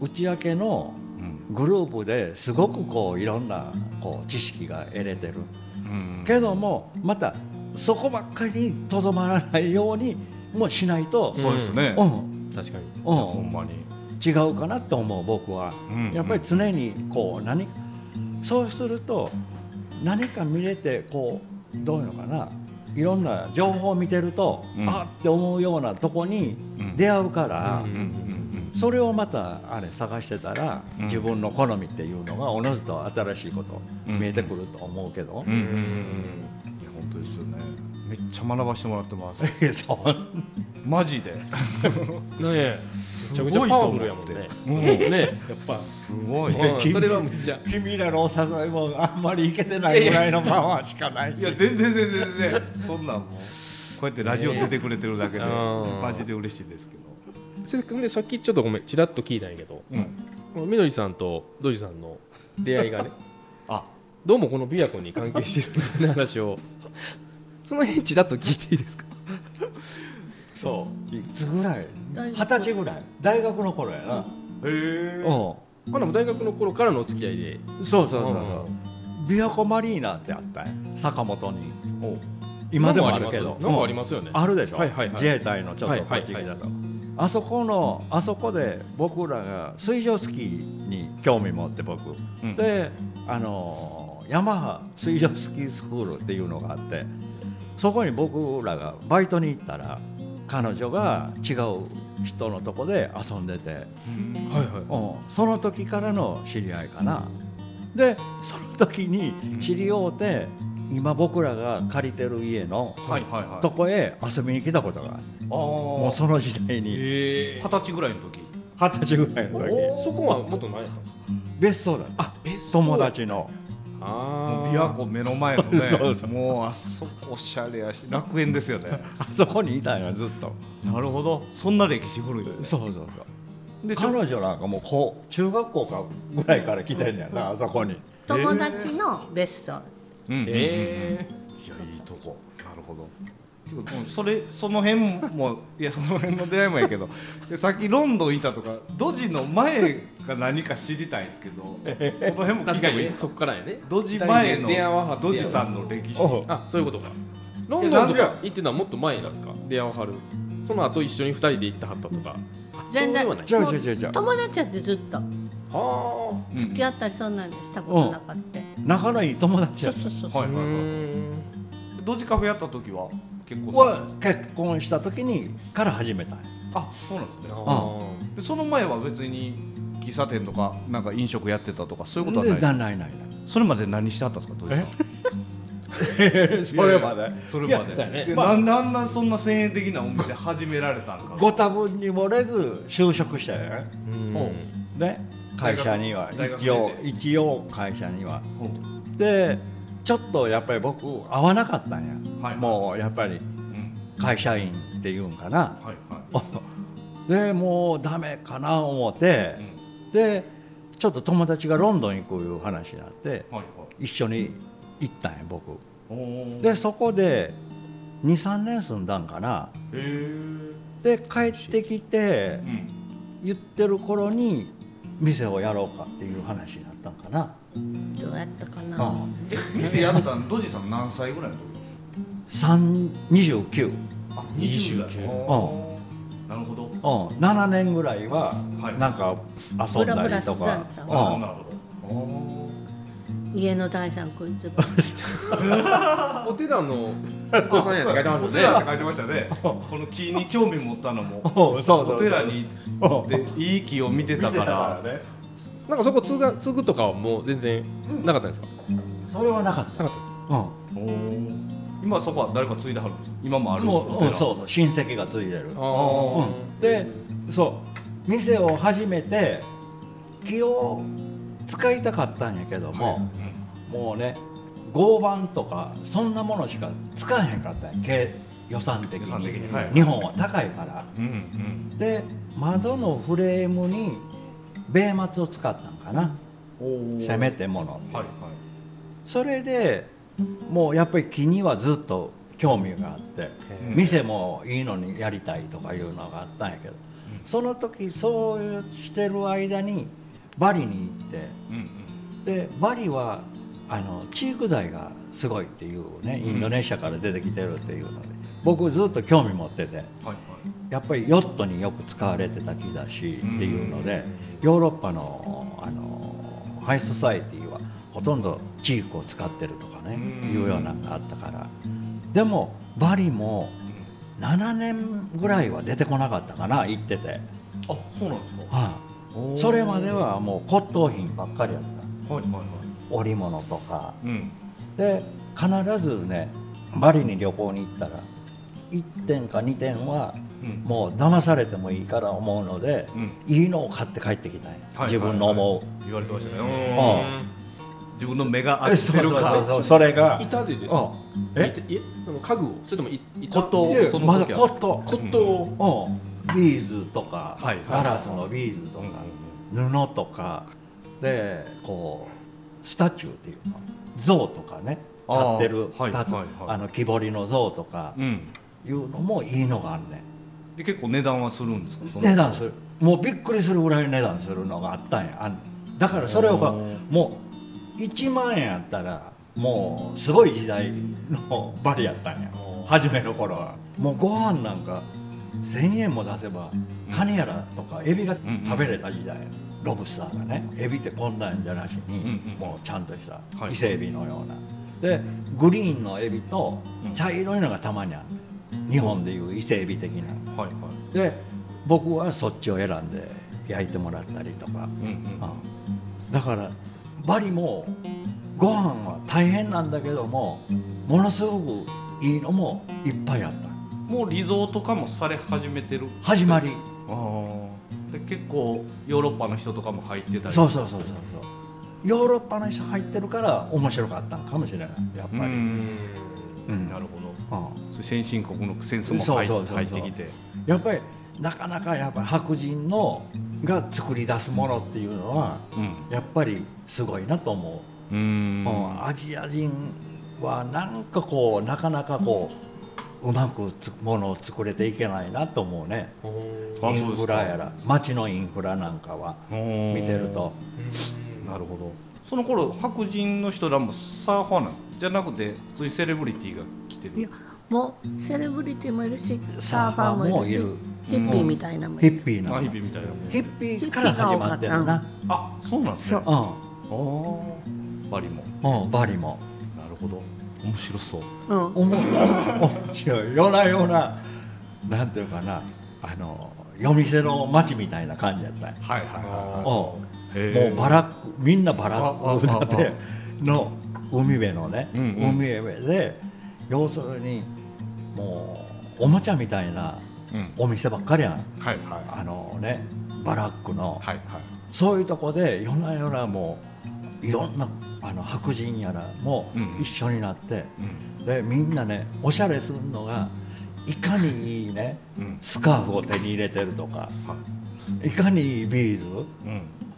[SPEAKER 3] 打ち明けの
[SPEAKER 1] うん
[SPEAKER 3] グループですごくこういろんなこう知識が得れてる
[SPEAKER 1] うん
[SPEAKER 3] けどもまたそこばっかりにとどまらないようにもしないと、
[SPEAKER 1] そうですね、
[SPEAKER 3] うん
[SPEAKER 2] 確かに
[SPEAKER 3] う
[SPEAKER 1] ほん
[SPEAKER 3] ん
[SPEAKER 1] まに、
[SPEAKER 3] 違うかなと思う僕は、
[SPEAKER 1] うん
[SPEAKER 3] やっぱり常にこう何そうすると何か見れてこうどういうのかないろんな情報を見てると、
[SPEAKER 1] うん
[SPEAKER 3] あって思うようなとこに
[SPEAKER 1] うん
[SPEAKER 3] 出会うから、
[SPEAKER 2] うん
[SPEAKER 3] それをまたあれ探してたら、
[SPEAKER 1] うん
[SPEAKER 3] 自分の好みっていうのがおのずと新しいこと見えてくると思うけど、
[SPEAKER 1] うんうんうんいや本当ですよねめっちゃ学ばしてもらってます
[SPEAKER 3] いや そん
[SPEAKER 1] マジで
[SPEAKER 2] ねえめちゃくちゃパワフルやもんね
[SPEAKER 1] すごいと思っ
[SPEAKER 2] ね
[SPEAKER 1] て
[SPEAKER 2] やっぱ
[SPEAKER 1] すごい
[SPEAKER 2] うん
[SPEAKER 3] 君
[SPEAKER 2] それはむっちゃ
[SPEAKER 3] 君らのお誘いもあんまりいけてないぐらいのパワーしかないし
[SPEAKER 1] いや全然全然全然そんなんもうこうやってラジオ出てくれてるだけで
[SPEAKER 2] ねうん
[SPEAKER 1] マジで嬉しいですけど、
[SPEAKER 2] それでさっきちょっとごめんちらっと聞いたんやけど
[SPEAKER 1] うん、
[SPEAKER 2] このみどりさんとドジさんの出会いがね
[SPEAKER 1] あ
[SPEAKER 2] どうもこの琵琶湖に関係してるみたいな話を その辺ちらっと聞いていいですか
[SPEAKER 3] そういつぐらい
[SPEAKER 4] 大
[SPEAKER 3] 二
[SPEAKER 4] 学
[SPEAKER 3] 十歳ぐらい大学の頃やな
[SPEAKER 1] へえ
[SPEAKER 3] お
[SPEAKER 2] まあでも大学の頃からのお付き合いで
[SPEAKER 3] うんそうそうそうそう琵琶湖マリーナってあったんや坂本に今でもあるけど
[SPEAKER 2] なんかあり
[SPEAKER 3] うん
[SPEAKER 2] ますよね
[SPEAKER 3] あるでしょ、
[SPEAKER 2] はいはいはい
[SPEAKER 3] 自衛隊のちょっとこっち来たと、
[SPEAKER 2] はいはい
[SPEAKER 3] あそこのあそこで僕らが水上スキーに興味持って僕、
[SPEAKER 1] うん
[SPEAKER 3] であのーヤマハ水上スキースクールっていうのがあってそこに僕らがバイトに行ったら彼女が違う人のとこで遊んでて、
[SPEAKER 2] はいはい
[SPEAKER 3] うん、その時からの知り合いかなでその時に知り合うて、今僕らが借りてる家の
[SPEAKER 1] はいはいはい
[SPEAKER 3] とこへ遊びに来たことがある
[SPEAKER 1] あ
[SPEAKER 3] も
[SPEAKER 1] も
[SPEAKER 3] うその時代に
[SPEAKER 2] え
[SPEAKER 1] 二十歳ぐらいの時
[SPEAKER 3] 二十歳ぐらいの時
[SPEAKER 2] そこは元何やったんですか
[SPEAKER 3] 別荘だった友達の
[SPEAKER 2] あ
[SPEAKER 1] もう
[SPEAKER 2] あ
[SPEAKER 1] 琵琶湖目の前の ね
[SPEAKER 3] そうそ
[SPEAKER 1] もうあそこおしゃれやし楽園ですよね
[SPEAKER 3] あそこにいたんやずっと
[SPEAKER 1] なるほどそんな歴史古いですね
[SPEAKER 3] そうそうそう
[SPEAKER 1] でちょ
[SPEAKER 3] 彼女なんかもうこう中学校かぐらいから来てんねやなあそこに
[SPEAKER 4] 友達の別荘、
[SPEAKER 1] うんうんうん
[SPEAKER 2] え
[SPEAKER 1] いやいいとこなるほどていうかもうそれその辺もいやその辺の出会いもやけどでさっきロンドンいたとかドジの前が何か知りたいですけどその辺も聞
[SPEAKER 2] え
[SPEAKER 1] い
[SPEAKER 2] 確
[SPEAKER 1] て
[SPEAKER 2] か
[SPEAKER 1] もいい
[SPEAKER 2] に
[SPEAKER 1] ですか
[SPEAKER 2] そっからやね
[SPEAKER 1] ドジ前
[SPEAKER 2] 二人で出会わは
[SPEAKER 1] の
[SPEAKER 2] って
[SPEAKER 1] ドジさんの歴史
[SPEAKER 3] おう
[SPEAKER 2] あそういうことかロン
[SPEAKER 3] いや
[SPEAKER 2] ド
[SPEAKER 3] な
[SPEAKER 2] ン
[SPEAKER 3] ん
[SPEAKER 2] と
[SPEAKER 3] でや
[SPEAKER 2] か行ってのはもっと前なんですか出会わはるその後一緒に二人で行ってはったとかあ
[SPEAKER 4] 全然
[SPEAKER 2] そうではない
[SPEAKER 3] 違う違う違う違う
[SPEAKER 4] 友達やってずっと
[SPEAKER 2] は
[SPEAKER 1] うん
[SPEAKER 4] 付き合ったりそんなんしたことなかった、
[SPEAKER 3] 仲のいい友達や
[SPEAKER 1] はい
[SPEAKER 2] あ
[SPEAKER 1] はいは
[SPEAKER 2] ん
[SPEAKER 1] いドジカフェやった時は結構
[SPEAKER 3] は結婚した時にから始めたんや
[SPEAKER 1] あそうなんですね
[SPEAKER 2] あ
[SPEAKER 1] でその前は別に喫茶店とかなんか飲食やってたとかそういうことはない
[SPEAKER 3] で
[SPEAKER 1] です
[SPEAKER 3] な
[SPEAKER 1] か
[SPEAKER 3] いないない
[SPEAKER 1] それまで何してはったんですかドジさん
[SPEAKER 3] ないそれまで
[SPEAKER 1] それまで
[SPEAKER 2] そうやね
[SPEAKER 1] でなんであんなそんな先鋭的なお店始められたんか
[SPEAKER 3] ご多分に漏れず就職したよね
[SPEAKER 2] ーうん
[SPEAKER 1] おう
[SPEAKER 3] ね会社には
[SPEAKER 1] 大学
[SPEAKER 3] 一応
[SPEAKER 1] 大学出て
[SPEAKER 3] 一応会社には
[SPEAKER 1] ほう
[SPEAKER 3] でちょっとやっぱり僕合わなかったんや、
[SPEAKER 1] はい
[SPEAKER 3] もうやっぱり
[SPEAKER 1] うん
[SPEAKER 3] 会社員っていうんかな
[SPEAKER 1] はいはい
[SPEAKER 3] でもうダメかな思って
[SPEAKER 1] うん、
[SPEAKER 3] でちょっと友達がロンドン行くいう話になって
[SPEAKER 1] はいはい
[SPEAKER 3] 一緒に行ったんや僕
[SPEAKER 1] おー
[SPEAKER 3] でそこで23年住んだんかな
[SPEAKER 1] へー
[SPEAKER 3] で帰ってきて
[SPEAKER 1] うん
[SPEAKER 3] 言ってる頃に店をやろうかっていう話になったんかな、
[SPEAKER 4] どうやったかな、
[SPEAKER 3] うん
[SPEAKER 1] え店やったんドジさん何歳ぐらいの時
[SPEAKER 3] 3 29
[SPEAKER 1] あ二十代おーなるほど
[SPEAKER 3] うん、7年ぐらいは
[SPEAKER 1] はい
[SPEAKER 3] なんか
[SPEAKER 4] ブ
[SPEAKER 3] 遊んだりと
[SPEAKER 4] ラブラしてたんちゃう
[SPEAKER 1] あ
[SPEAKER 3] か
[SPEAKER 1] なるほどおー
[SPEAKER 4] 家の財産食いつぶし
[SPEAKER 2] お寺の息子さんやって書いてあるも
[SPEAKER 1] お
[SPEAKER 2] んね
[SPEAKER 1] 寺って書いてましたね この木に興味持ったのも
[SPEAKER 3] うんうんそうそうそう
[SPEAKER 1] お寺に行っていい木を見てたから
[SPEAKER 3] ね
[SPEAKER 2] なんかそこ継ぐ継ぐとかはもう全然なかったんですか
[SPEAKER 3] それはなかった
[SPEAKER 2] なかったんですか
[SPEAKER 3] う
[SPEAKER 1] おー今そこは誰か継いではるんですか今もあ
[SPEAKER 3] ん
[SPEAKER 1] る
[SPEAKER 3] も
[SPEAKER 1] お
[SPEAKER 3] う、う
[SPEAKER 1] 寺
[SPEAKER 3] ん、そうそう親戚がついてる
[SPEAKER 2] あ
[SPEAKER 3] うん、でそう店を始めて気を使いたかったんやけども、もうね合板とかそんなものしか使わへんかったんやけ予算的に
[SPEAKER 1] 予算的にはい
[SPEAKER 3] 日本は高いから
[SPEAKER 1] うんうん
[SPEAKER 3] で窓のフレームに米末を使ったんかな
[SPEAKER 1] おー
[SPEAKER 3] せめてものっていう
[SPEAKER 1] はいはい
[SPEAKER 3] それでもうやっぱり木にはずっと興味があって
[SPEAKER 1] うん
[SPEAKER 3] 店もいいのにやりたいとかいうのがあったんやけどその時そうしてる間にバリに行っ
[SPEAKER 1] うんうん
[SPEAKER 3] てでバリはあのチーク材がすごいっていうねインドネシアから出てきてるっていうので僕ずっと興味持ってて
[SPEAKER 1] はいはい
[SPEAKER 3] やっぱりヨットによく使われてた木だし
[SPEAKER 1] うん
[SPEAKER 3] っていうのでヨーロッパのあのハイソサイティはほとんどチークを使ってるとかね
[SPEAKER 1] うん
[SPEAKER 3] いうようなのがあったからでもバリも7年ぐらいは出てこなかったかな行ってて、
[SPEAKER 1] あそうなんですか
[SPEAKER 3] はいそれまではもう骨董品ばっかりやった
[SPEAKER 1] はいはいはい
[SPEAKER 3] 織物とか
[SPEAKER 1] うん
[SPEAKER 3] で必ずねバリに旅行に行ったら1点か2点は
[SPEAKER 1] うん
[SPEAKER 3] もう騙されてもいいから思うので、
[SPEAKER 1] うん
[SPEAKER 3] いいのを買って帰ってきたい、
[SPEAKER 1] はい
[SPEAKER 3] 自分の思う、
[SPEAKER 1] 言われてましたね
[SPEAKER 3] あ
[SPEAKER 1] うん自分の目が合
[SPEAKER 3] え
[SPEAKER 1] ってる
[SPEAKER 3] そうそう
[SPEAKER 1] か
[SPEAKER 3] そうそれが
[SPEAKER 2] 板でです
[SPEAKER 3] あ
[SPEAKER 2] か
[SPEAKER 3] え
[SPEAKER 2] いいその家具をそれともい
[SPEAKER 1] 骨
[SPEAKER 2] 骨
[SPEAKER 1] 董
[SPEAKER 3] で
[SPEAKER 1] そ
[SPEAKER 3] ま
[SPEAKER 1] の
[SPEAKER 3] だ
[SPEAKER 1] 時
[SPEAKER 3] コ
[SPEAKER 1] は
[SPEAKER 3] ット
[SPEAKER 2] 骨董
[SPEAKER 3] うんビーズとか、
[SPEAKER 1] はいはい
[SPEAKER 3] ガラスのビーズとか、布とかでこうスタチューっていうの像とかね
[SPEAKER 1] あー
[SPEAKER 3] 立ってる、
[SPEAKER 1] はい
[SPEAKER 3] 立つ
[SPEAKER 1] はいはい
[SPEAKER 3] あの木彫りの像とか
[SPEAKER 1] うん
[SPEAKER 3] いうのもいいのがあるね
[SPEAKER 1] で結構値段はするんですかそ
[SPEAKER 3] ん
[SPEAKER 1] の
[SPEAKER 3] 値段するもうびっくりするぐらい値段するのがあったんやあんだからそれをか
[SPEAKER 1] おー
[SPEAKER 3] もう1万円あったらもうすごい時代のバリやったんや
[SPEAKER 1] おー
[SPEAKER 3] 初めの頃はもうご飯なんか1,000円も出せばカニやらとかエビが
[SPEAKER 1] んうん
[SPEAKER 3] 食べれた時代ロブスターがねエビってこんなんじゃなしに、
[SPEAKER 1] うんうん
[SPEAKER 3] もうちゃんとした
[SPEAKER 1] はい
[SPEAKER 3] 伊勢エビのような、でグリーンのエビと茶色いのがたまにある、日本でいう伊勢エビ的な
[SPEAKER 1] はいはい
[SPEAKER 3] で僕はそっちを選んで焼いてもらったりとか、
[SPEAKER 1] うんうん
[SPEAKER 3] あだからバリもご飯は大変なんだけどもものすごくいいのもいっぱいあった
[SPEAKER 1] もうリゾート化もされ始めてる
[SPEAKER 3] 始まり
[SPEAKER 1] あーで結構ヨーロッパの人とかも入ってたり
[SPEAKER 3] そう
[SPEAKER 1] う
[SPEAKER 3] そうそうそうそうヨーロッパの人入ってるから面白かったのかもしれないやっぱり、
[SPEAKER 1] ん
[SPEAKER 3] うん
[SPEAKER 1] なるほど
[SPEAKER 3] うん
[SPEAKER 1] そう先進国のセンスも入っ
[SPEAKER 3] そうそうそうそう
[SPEAKER 1] 入ってきて
[SPEAKER 3] やっぱりなかなかやっぱ白人のが作り出すものっていうのは
[SPEAKER 1] うん
[SPEAKER 3] やっぱりすごいなと思う
[SPEAKER 1] う
[SPEAKER 3] うんんアジア人はなんかこうなかなかこううまくつものを作れていけないなと思うね
[SPEAKER 1] あ
[SPEAKER 3] イ
[SPEAKER 1] そう
[SPEAKER 3] ン
[SPEAKER 1] です
[SPEAKER 3] フ
[SPEAKER 1] か
[SPEAKER 3] ラやら街のインフラなんかは見てると
[SPEAKER 1] なるほどその頃白人の人らもサーファーなんじゃなくてそういうセレブリティが来て
[SPEAKER 4] いや
[SPEAKER 1] る
[SPEAKER 4] もうセレブリティもいるし
[SPEAKER 3] サ
[SPEAKER 4] サ
[SPEAKER 3] ー
[SPEAKER 4] ー
[SPEAKER 3] フ
[SPEAKER 4] フ
[SPEAKER 3] ァ
[SPEAKER 4] ァ
[SPEAKER 3] ー
[SPEAKER 4] ー
[SPEAKER 3] も
[SPEAKER 4] も
[SPEAKER 3] い
[SPEAKER 4] い
[SPEAKER 3] る
[SPEAKER 4] るし
[SPEAKER 3] し
[SPEAKER 4] ヒッピーみたいなのも
[SPEAKER 3] ヒ
[SPEAKER 4] いる
[SPEAKER 3] ッピーな
[SPEAKER 1] ア
[SPEAKER 3] の
[SPEAKER 1] ヒビみたいな
[SPEAKER 3] ヒッピーから始まってるな
[SPEAKER 1] あそうなんですねあ
[SPEAKER 3] う
[SPEAKER 1] ーバリも
[SPEAKER 3] ん、うん、バリも
[SPEAKER 1] なるほど面白そう
[SPEAKER 4] うん
[SPEAKER 3] 面白いようなようななんていうかなあの夜店の街みたいな感じやったんや
[SPEAKER 1] はいはい
[SPEAKER 3] うん
[SPEAKER 1] は
[SPEAKER 3] も
[SPEAKER 1] いへー
[SPEAKER 3] うバラックみんなバラック
[SPEAKER 1] ああああ
[SPEAKER 3] 歌での海辺のね、
[SPEAKER 1] うんうん
[SPEAKER 3] 海辺で要するにもうおもちゃみたいな
[SPEAKER 1] うん
[SPEAKER 3] お店ばっかりやん
[SPEAKER 1] はいはい
[SPEAKER 3] あのねバラックの、
[SPEAKER 1] はいはい
[SPEAKER 3] そういうとこで夜な夜なもういろんなあの白人やらも
[SPEAKER 1] うんうん
[SPEAKER 3] 一緒になって、
[SPEAKER 1] うん
[SPEAKER 3] でみんなねおしゃれするのがいかにいいね
[SPEAKER 1] うん
[SPEAKER 3] スカーフを手に入れてるとか
[SPEAKER 1] はい
[SPEAKER 3] いかにいいビーズ
[SPEAKER 1] うん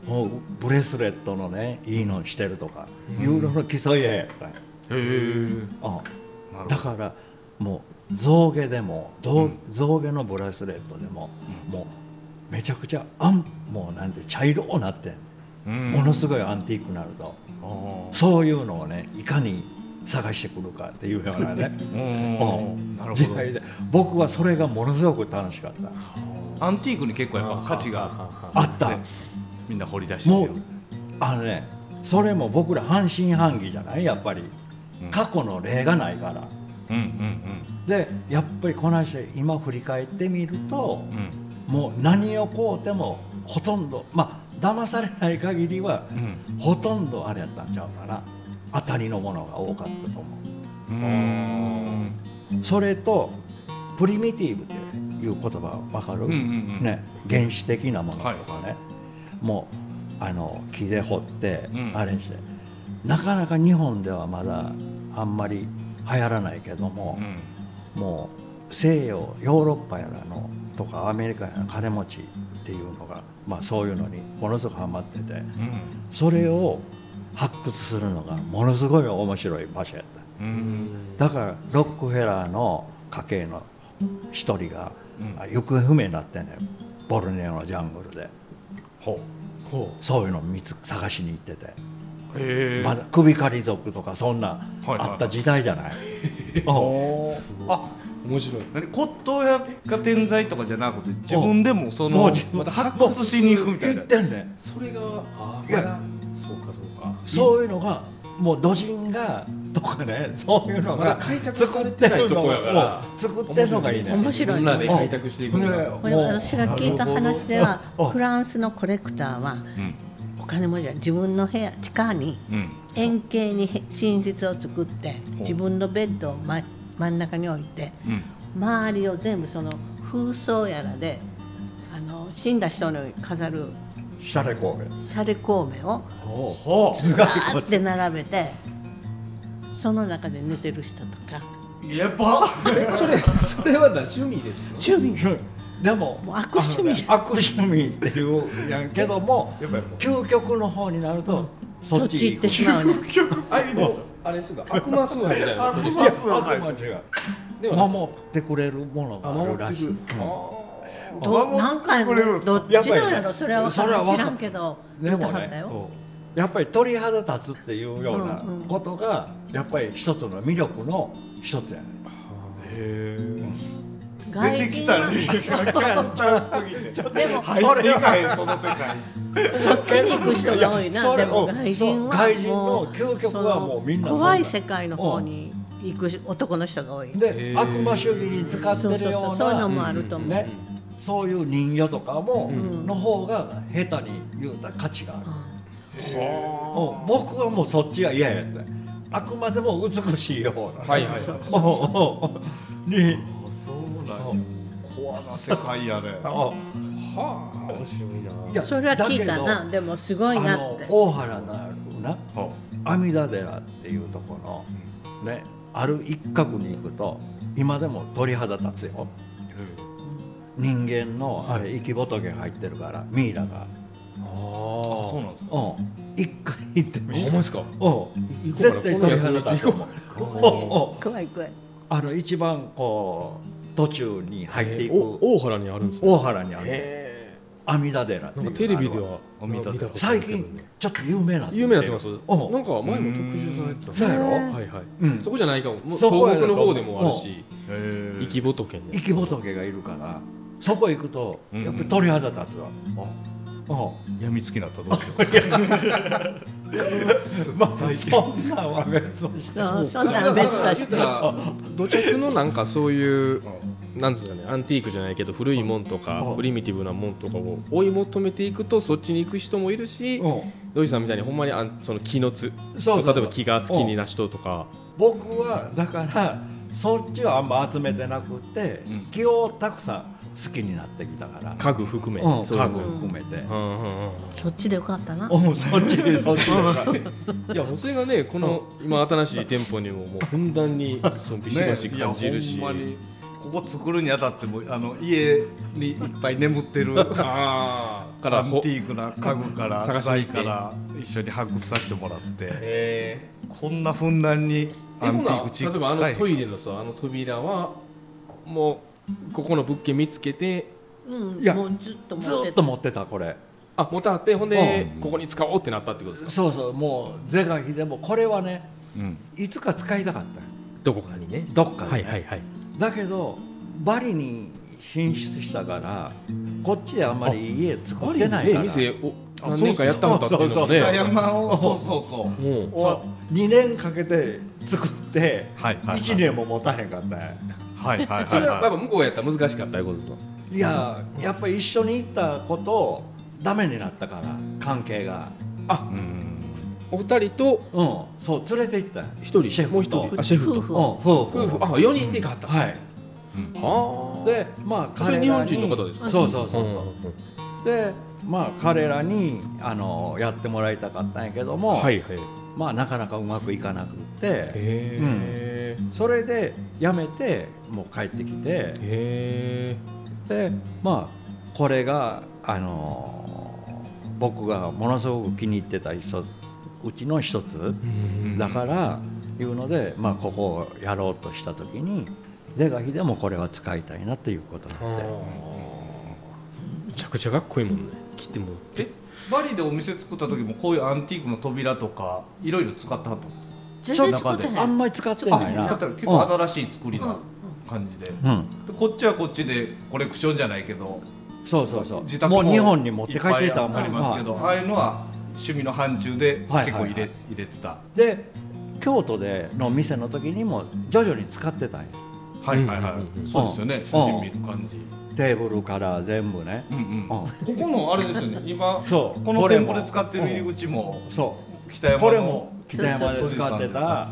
[SPEAKER 3] もうブレスレットのねいいのしてるとかいうのの競い合いやったんや
[SPEAKER 1] へえ
[SPEAKER 3] うんだからもう象牙でもどう象牙のブレスレットでももうめちゃくちゃあんもうなんて茶色くなってんものすごいアンティークになるとそういうのをねいかに探してくるかっていうよう なねうん
[SPEAKER 1] なる
[SPEAKER 3] 時
[SPEAKER 1] ほ
[SPEAKER 3] 代
[SPEAKER 1] ど
[SPEAKER 3] で僕はそれがものすごく楽しかった
[SPEAKER 1] アンティークに結構やっぱ価値が
[SPEAKER 3] あった
[SPEAKER 1] ねみんな掘り出して
[SPEAKER 3] もう
[SPEAKER 1] る
[SPEAKER 3] あのねそれも僕ら半信半疑じゃないやっぱり
[SPEAKER 1] うん
[SPEAKER 3] 過去の例がないから
[SPEAKER 1] うんうん
[SPEAKER 3] でやっぱりこの人今振り返ってみると
[SPEAKER 1] うんうん
[SPEAKER 3] もう何をこうてもほとんどまあ騙されない限りは
[SPEAKER 1] うん
[SPEAKER 3] ほとんどあれやったんちゃうかな当たりのものが多かったと思
[SPEAKER 1] うん
[SPEAKER 3] うそれとプリミティブっていう言葉わかる、
[SPEAKER 1] うんうんうん
[SPEAKER 3] ね、原始的なものとかね、もうあの木で掘って、
[SPEAKER 1] うん
[SPEAKER 3] あれしてなかなか日本ではまだあんまり流行らないけども、もう西洋ヨーロッパやらのとかアメリカやら金持ちっていうのが、まあ、そういうのにものすごくハマってて
[SPEAKER 1] うん
[SPEAKER 3] それを発掘するのがものすごい面白い場所やった。
[SPEAKER 1] うん
[SPEAKER 3] だからロックフェラーの家系の一人が、
[SPEAKER 1] うん
[SPEAKER 3] あ行方不明になってねボルネオのジャングルで
[SPEAKER 1] ほ
[SPEAKER 3] そういうのを見つ探しに行ってて、
[SPEAKER 1] うへえ
[SPEAKER 3] まだ首狩り族とかそんな
[SPEAKER 1] はいはい
[SPEAKER 3] あった時代じ ゃない、おう
[SPEAKER 1] あ
[SPEAKER 2] 面白い
[SPEAKER 1] 何骨董屋が点在とかじゃなくて自分でもそ
[SPEAKER 3] もう
[SPEAKER 1] の
[SPEAKER 3] 自分
[SPEAKER 2] また
[SPEAKER 1] 発掘しに行くみたい
[SPEAKER 3] 言
[SPEAKER 1] な
[SPEAKER 3] ってんねん
[SPEAKER 2] それがあー
[SPEAKER 3] いや
[SPEAKER 2] まだそうかそうか
[SPEAKER 3] そういうのがもう土人がとかねそういうの
[SPEAKER 2] まだ
[SPEAKER 3] が
[SPEAKER 2] 開拓されてないとこやから
[SPEAKER 3] うん作ってんのがいいね
[SPEAKER 4] 面白い
[SPEAKER 2] みんなで開拓していくのが
[SPEAKER 4] これ私が聞いた話では
[SPEAKER 3] お
[SPEAKER 4] フランスのコレクターは
[SPEAKER 1] うん
[SPEAKER 4] お金持ちは自分の部屋地下に
[SPEAKER 1] うん
[SPEAKER 4] 円形にへ寝室を作って自分のベッドを、ま、真ん中に置いて
[SPEAKER 1] うん
[SPEAKER 4] 周りを全部その風葬やらであの死んだ人の飾る
[SPEAKER 3] シャレ神戸
[SPEAKER 4] シャレ神戸を
[SPEAKER 3] ほうほう頭
[SPEAKER 4] ガ
[SPEAKER 3] 蓋
[SPEAKER 4] ー
[SPEAKER 3] 骨
[SPEAKER 4] って並べてその中で寝てる人とか
[SPEAKER 1] やば
[SPEAKER 2] それそれはだ趣味です
[SPEAKER 4] 趣味
[SPEAKER 3] でも
[SPEAKER 4] もう悪趣味
[SPEAKER 3] あのね悪趣味っていうやんけども
[SPEAKER 1] やばいやばい
[SPEAKER 3] 究極の方になるとそ
[SPEAKER 4] そ
[SPEAKER 3] っ
[SPEAKER 4] っ
[SPEAKER 3] ち
[SPEAKER 4] ち行っ
[SPEAKER 3] 行く
[SPEAKER 4] てしまう ね
[SPEAKER 2] ああれですか悪魔崇拝みたいなことです
[SPEAKER 3] い
[SPEAKER 2] か
[SPEAKER 3] や悪魔違う
[SPEAKER 2] ではなく
[SPEAKER 3] 守ってくれるもの
[SPEAKER 2] あ
[SPEAKER 3] があ
[SPEAKER 2] 守
[SPEAKER 3] る
[SPEAKER 2] っ
[SPEAKER 3] ら
[SPEAKER 2] て
[SPEAKER 3] し
[SPEAKER 2] く
[SPEAKER 3] い
[SPEAKER 2] る
[SPEAKER 3] う
[SPEAKER 2] あー
[SPEAKER 3] ん
[SPEAKER 1] 守って
[SPEAKER 4] 何回
[SPEAKER 1] くれるん
[SPEAKER 4] も
[SPEAKER 1] ですか
[SPEAKER 4] どっちなん
[SPEAKER 3] や
[SPEAKER 4] や
[SPEAKER 3] っぱ
[SPEAKER 4] ろそれは
[SPEAKER 3] それは分か
[SPEAKER 4] 知らんけど
[SPEAKER 3] で
[SPEAKER 4] 言って
[SPEAKER 3] も
[SPEAKER 4] はっ
[SPEAKER 3] ね
[SPEAKER 4] たよ
[SPEAKER 3] うんやっぱり鳥肌立つっていうような
[SPEAKER 4] うんうん
[SPEAKER 3] ことがやっぱり一つの魅力の一つやね
[SPEAKER 1] へえ
[SPEAKER 4] 外
[SPEAKER 1] 出てき
[SPEAKER 4] 人
[SPEAKER 1] た
[SPEAKER 4] は
[SPEAKER 1] ねちゃすぎて
[SPEAKER 4] でも
[SPEAKER 1] 入っていかへんその世 界
[SPEAKER 4] そっちに行く人が多い
[SPEAKER 3] いや
[SPEAKER 4] な。
[SPEAKER 3] それ
[SPEAKER 4] でも外人は
[SPEAKER 3] そう外人
[SPEAKER 4] も
[SPEAKER 3] の
[SPEAKER 4] う
[SPEAKER 3] 究極はもうみんな
[SPEAKER 4] その
[SPEAKER 3] そんな
[SPEAKER 4] 怖い世界の方に行く男の人が多い。
[SPEAKER 3] で
[SPEAKER 2] へー
[SPEAKER 3] 悪魔主義に使って
[SPEAKER 4] そうそ
[SPEAKER 3] る
[SPEAKER 4] う
[SPEAKER 3] よ
[SPEAKER 4] そう
[SPEAKER 3] う
[SPEAKER 4] そういう
[SPEAKER 3] な
[SPEAKER 4] のもあると思う。
[SPEAKER 3] ねそういう人形とかも、
[SPEAKER 4] ん
[SPEAKER 3] の方が下手に言うたら価値がある、
[SPEAKER 4] う
[SPEAKER 3] うん僕はもうそっちが嫌やってあくまでも美しいような、
[SPEAKER 2] はいはいはい
[SPEAKER 3] うんに
[SPEAKER 1] あそうなんや怖な世界やね
[SPEAKER 3] うん
[SPEAKER 2] はあ面白いない
[SPEAKER 3] や
[SPEAKER 4] んそれは聞いた
[SPEAKER 3] だけ
[SPEAKER 4] な。でもす
[SPEAKER 3] ど
[SPEAKER 4] ごい
[SPEAKER 3] あ
[SPEAKER 4] な
[SPEAKER 3] の
[SPEAKER 4] って。
[SPEAKER 3] 大原のあるな
[SPEAKER 1] は
[SPEAKER 3] 阿弥陀寺っていうところの、ね、ある一角に行くと今でも鳥肌立つよ人間のあれ生き仏入ってるからミイラが、
[SPEAKER 1] あそう
[SPEAKER 2] あ
[SPEAKER 1] なんですか
[SPEAKER 3] うん、一回行ってみ
[SPEAKER 2] ほんまですか
[SPEAKER 3] うん
[SPEAKER 2] 行こうかな
[SPEAKER 3] 絶対鳥肌立つと思ううんうん
[SPEAKER 4] 怖い怖い。
[SPEAKER 3] あの一番こう途中に入ってい
[SPEAKER 2] えーお
[SPEAKER 3] く
[SPEAKER 2] 大原にあるんですね
[SPEAKER 3] 大原にある
[SPEAKER 2] へ
[SPEAKER 3] 阿弥陀寺って
[SPEAKER 2] え
[SPEAKER 3] い
[SPEAKER 2] な
[SPEAKER 3] うんの
[SPEAKER 2] か
[SPEAKER 3] が
[SPEAKER 2] テレビで
[SPEAKER 3] あるわ
[SPEAKER 2] は
[SPEAKER 1] あ見た
[SPEAKER 2] なんかことあ
[SPEAKER 3] 最
[SPEAKER 2] るけどね
[SPEAKER 3] 近ちょっと有名な
[SPEAKER 2] 有名になってますなん
[SPEAKER 3] おう
[SPEAKER 2] か前も特集されてた
[SPEAKER 3] そうやろ、
[SPEAKER 4] ね
[SPEAKER 2] はいはい、
[SPEAKER 3] うん
[SPEAKER 2] そこじゃないかももう
[SPEAKER 3] そこや
[SPEAKER 2] 東
[SPEAKER 3] ろ
[SPEAKER 2] 北の方でもあるし
[SPEAKER 1] へ
[SPEAKER 2] 生き仏に
[SPEAKER 3] 生き仏がいるからそこ行くと
[SPEAKER 1] うん
[SPEAKER 3] やっぱり鳥肌立つわ、
[SPEAKER 1] あ
[SPEAKER 3] お
[SPEAKER 1] やみつきなったらどうし よう
[SPEAKER 3] うまあそんなんは別として
[SPEAKER 4] そうそんなん別として。
[SPEAKER 2] 土着のなんかそういうなんですかねアンティークじゃないけど古いもんと
[SPEAKER 3] う
[SPEAKER 2] か
[SPEAKER 3] ん
[SPEAKER 2] プリミティブなもんとかを追い求めていくとそっちに行く人もいるし
[SPEAKER 3] う
[SPEAKER 2] 土井さんみたいにほんまにあんその気のつ
[SPEAKER 3] んそうそう
[SPEAKER 2] 例えば気が好きにな人とか
[SPEAKER 3] 僕はだからそっちはあんま集めてなくて、
[SPEAKER 1] うん
[SPEAKER 3] 気をたくさん好きになってきたから、
[SPEAKER 2] 家具含め
[SPEAKER 3] うん、
[SPEAKER 2] そういう
[SPEAKER 3] 家具
[SPEAKER 2] の
[SPEAKER 3] 含めて、
[SPEAKER 2] うんうんうん
[SPEAKER 4] そっちでよかったな。
[SPEAKER 3] うん、そっちそっち
[SPEAKER 2] いやもうそれがねこの今新しい店舗にももうふんだんにそのビシバシ
[SPEAKER 1] ねいや
[SPEAKER 2] 感じるし、
[SPEAKER 1] ほんまにここ作るにあたってもあの家にいっぱい眠って る
[SPEAKER 2] ああから
[SPEAKER 1] アン
[SPEAKER 2] ほ
[SPEAKER 1] ティークな家具から
[SPEAKER 2] 探しに
[SPEAKER 1] 材
[SPEAKER 2] 行って
[SPEAKER 1] から一緒に発掘させてもらって
[SPEAKER 2] えー
[SPEAKER 1] こんなふんだんにア
[SPEAKER 2] で
[SPEAKER 1] ン
[SPEAKER 2] も
[SPEAKER 1] テ
[SPEAKER 2] な
[SPEAKER 1] ィークチッ
[SPEAKER 2] 例え
[SPEAKER 1] プ
[SPEAKER 2] ばあ
[SPEAKER 1] 使
[SPEAKER 2] のト
[SPEAKER 1] え
[SPEAKER 2] イレのさあの扉はもうここの物件見つけて
[SPEAKER 4] うん。
[SPEAKER 3] いや
[SPEAKER 4] もうずっと持っ
[SPEAKER 3] ず
[SPEAKER 4] て
[SPEAKER 3] っ
[SPEAKER 4] た。
[SPEAKER 3] と持ってたこれ
[SPEAKER 2] あ持たはってほんで
[SPEAKER 1] うん
[SPEAKER 2] ここに使おうってなったってことですか
[SPEAKER 3] そうそうもう是が非でもこれはね
[SPEAKER 1] うん
[SPEAKER 3] いつか使いたかったよ
[SPEAKER 2] どこかにね
[SPEAKER 3] どっかで
[SPEAKER 2] は
[SPEAKER 3] ね、
[SPEAKER 2] いはいはい
[SPEAKER 3] だけどバリに進出したからこっちであんまり家作ってない
[SPEAKER 2] ね
[SPEAKER 3] から、
[SPEAKER 2] 店を
[SPEAKER 1] あ
[SPEAKER 2] 何年かやったことあったっていうのも
[SPEAKER 3] そうそう
[SPEAKER 1] 裏
[SPEAKER 2] ね
[SPEAKER 1] 山をそうそうそう
[SPEAKER 2] もう
[SPEAKER 3] を2年かけて作って
[SPEAKER 1] はいはいはい
[SPEAKER 3] 1年も持たへんかったんや
[SPEAKER 1] はいはい
[SPEAKER 2] そ
[SPEAKER 1] はい
[SPEAKER 2] れはやっぱ
[SPEAKER 1] は
[SPEAKER 2] 向こうやったら難しかったいうことですか
[SPEAKER 3] いややっぱり一緒に行ったことをダメになったから関係が
[SPEAKER 1] いうん
[SPEAKER 2] お二人と
[SPEAKER 3] うんそう連れて行ったんや
[SPEAKER 2] 一
[SPEAKER 3] シェ
[SPEAKER 2] 人
[SPEAKER 3] フと
[SPEAKER 2] もう一人あシェフと
[SPEAKER 4] 夫婦
[SPEAKER 3] うん夫婦
[SPEAKER 2] 夫婦あ四人で買ったは
[SPEAKER 3] はい
[SPEAKER 2] あ
[SPEAKER 3] でまあ
[SPEAKER 2] それ
[SPEAKER 3] 彼らに
[SPEAKER 2] 日本人の方ですか
[SPEAKER 3] そうそうそうそう、
[SPEAKER 2] う
[SPEAKER 3] でまあ彼らにあのやってもらいたかったんやけども、
[SPEAKER 2] んはいはい
[SPEAKER 3] まあなかなかうまくいかなくって
[SPEAKER 2] へ
[SPEAKER 3] それで辞めてもう帰ってきて
[SPEAKER 2] えへ
[SPEAKER 3] でまあこれがあの僕がものすごく気に入ってた一つうちの一つ
[SPEAKER 2] え
[SPEAKER 3] だからいうので、まあ、ここをやろうとした時に是が非でもこれは使いたいなっていうことになって
[SPEAKER 2] むちゃくちゃかっこいいもんね切っても
[SPEAKER 1] えバリでお店作った時もこういうアンティークの扉とかいろいろ使ってはったんですか
[SPEAKER 4] 全然作って
[SPEAKER 1] ちょっと
[SPEAKER 4] な
[SPEAKER 3] あ
[SPEAKER 4] い
[SPEAKER 3] ん。まり使って
[SPEAKER 4] あ
[SPEAKER 3] ないな
[SPEAKER 1] 使ったら結構新しい作りな感じでで
[SPEAKER 3] うん
[SPEAKER 1] こっちはこっちでコレクションじゃないけど
[SPEAKER 3] そうそうそう。
[SPEAKER 1] 自宅
[SPEAKER 3] もう日本に持って帰ってた
[SPEAKER 1] いぱ
[SPEAKER 3] もん
[SPEAKER 1] いありますけど、ああいうのは趣味の範疇で結構
[SPEAKER 3] はい
[SPEAKER 1] 入れ,、
[SPEAKER 3] はいはい
[SPEAKER 1] 入れてた、は
[SPEAKER 3] で京都での店の時にも徐々に使ってたんよ
[SPEAKER 1] いはいはい、
[SPEAKER 2] うんうんうん
[SPEAKER 1] そうですよね、
[SPEAKER 3] うん
[SPEAKER 1] 写真見る感じ、
[SPEAKER 3] テーブルから全部ね、
[SPEAKER 1] うんうん
[SPEAKER 3] うん
[SPEAKER 1] ここのあれですよね今
[SPEAKER 3] そう
[SPEAKER 1] この店舗で使ってる入り口も
[SPEAKER 3] そ
[SPEAKER 1] 北
[SPEAKER 3] う
[SPEAKER 1] 山の
[SPEAKER 3] これも北
[SPEAKER 4] そう
[SPEAKER 3] 山
[SPEAKER 4] そう
[SPEAKER 3] で使ってた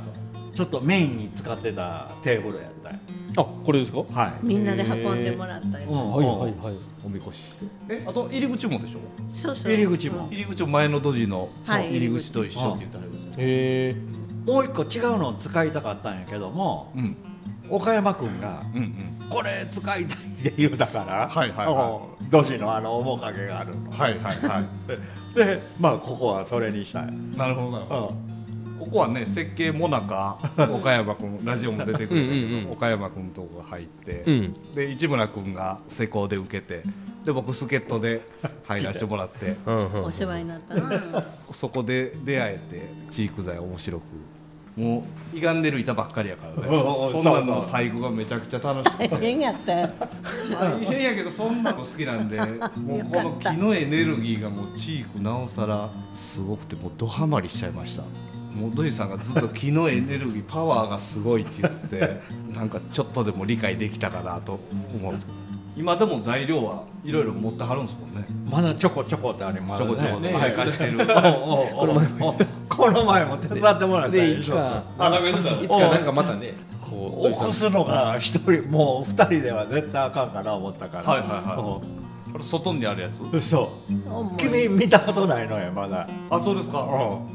[SPEAKER 3] ちちょっとメインに使ってたテーブルやったんや
[SPEAKER 2] あこれですか
[SPEAKER 3] はい、
[SPEAKER 4] みんなで運んでもらったや
[SPEAKER 3] う
[SPEAKER 4] つ
[SPEAKER 3] ん
[SPEAKER 2] はい
[SPEAKER 3] うん
[SPEAKER 2] はいはい
[SPEAKER 1] おみこししてえあと入り口もでしょ
[SPEAKER 4] そうそう
[SPEAKER 3] 入り口も
[SPEAKER 1] 入り口も前のドジの、
[SPEAKER 4] はい
[SPEAKER 1] そう入り口と一緒って言ってありましたね
[SPEAKER 2] へえ
[SPEAKER 3] もう一個違うのを使いたかったんやけども
[SPEAKER 1] うん
[SPEAKER 3] 岡山君が
[SPEAKER 1] うんうん
[SPEAKER 3] 「これ使いたい」って言うたから
[SPEAKER 1] はいはいは
[SPEAKER 3] うんドジのあの面影があるの
[SPEAKER 1] はいはいはい
[SPEAKER 3] でまあここはそれにしたん や
[SPEAKER 1] なるほどなるほど
[SPEAKER 3] うん
[SPEAKER 1] ここはね設計もなか岡山君ラジオも出てくれたけど
[SPEAKER 2] うんうんうん
[SPEAKER 1] 岡山君とこが入って、
[SPEAKER 2] うん
[SPEAKER 1] で市村君が施工で受けてで僕助っ人で入らせてもら って
[SPEAKER 2] うんうん
[SPEAKER 4] お世話になったな
[SPEAKER 1] そこで出会えてチーク材面白くもう歪んでる板ばっかりやから
[SPEAKER 3] うんうん
[SPEAKER 1] ねそんなの細工がめちゃくちゃ楽しく
[SPEAKER 4] 大
[SPEAKER 1] て。
[SPEAKER 4] 変やったよ
[SPEAKER 1] 大変やけどそんなの好きなんでもうこの木のエネルギーがもうチークなおさらすごくてもうドハマりしちゃいましたもうドジさんがずっと木のエネルギーパワーがすごいって言っててなんかちょっとでも理解できたかなと思うんですけど今でも材料はいろいろ持ってはるんですもんね
[SPEAKER 3] まだちょこちょこってあります
[SPEAKER 1] ちょこちょこで毎回して る
[SPEAKER 3] この前もこの前も手伝ってもらった
[SPEAKER 2] で
[SPEAKER 3] り
[SPEAKER 2] いつか
[SPEAKER 1] あダメだ
[SPEAKER 2] いつかなんかまたねこう
[SPEAKER 3] 起こすのが一人もう二人では絶対あかんかな思ったから
[SPEAKER 1] はいはこれ外にあるやつ
[SPEAKER 3] い嘘 君見たことないのよまだ
[SPEAKER 1] あそうですか
[SPEAKER 3] う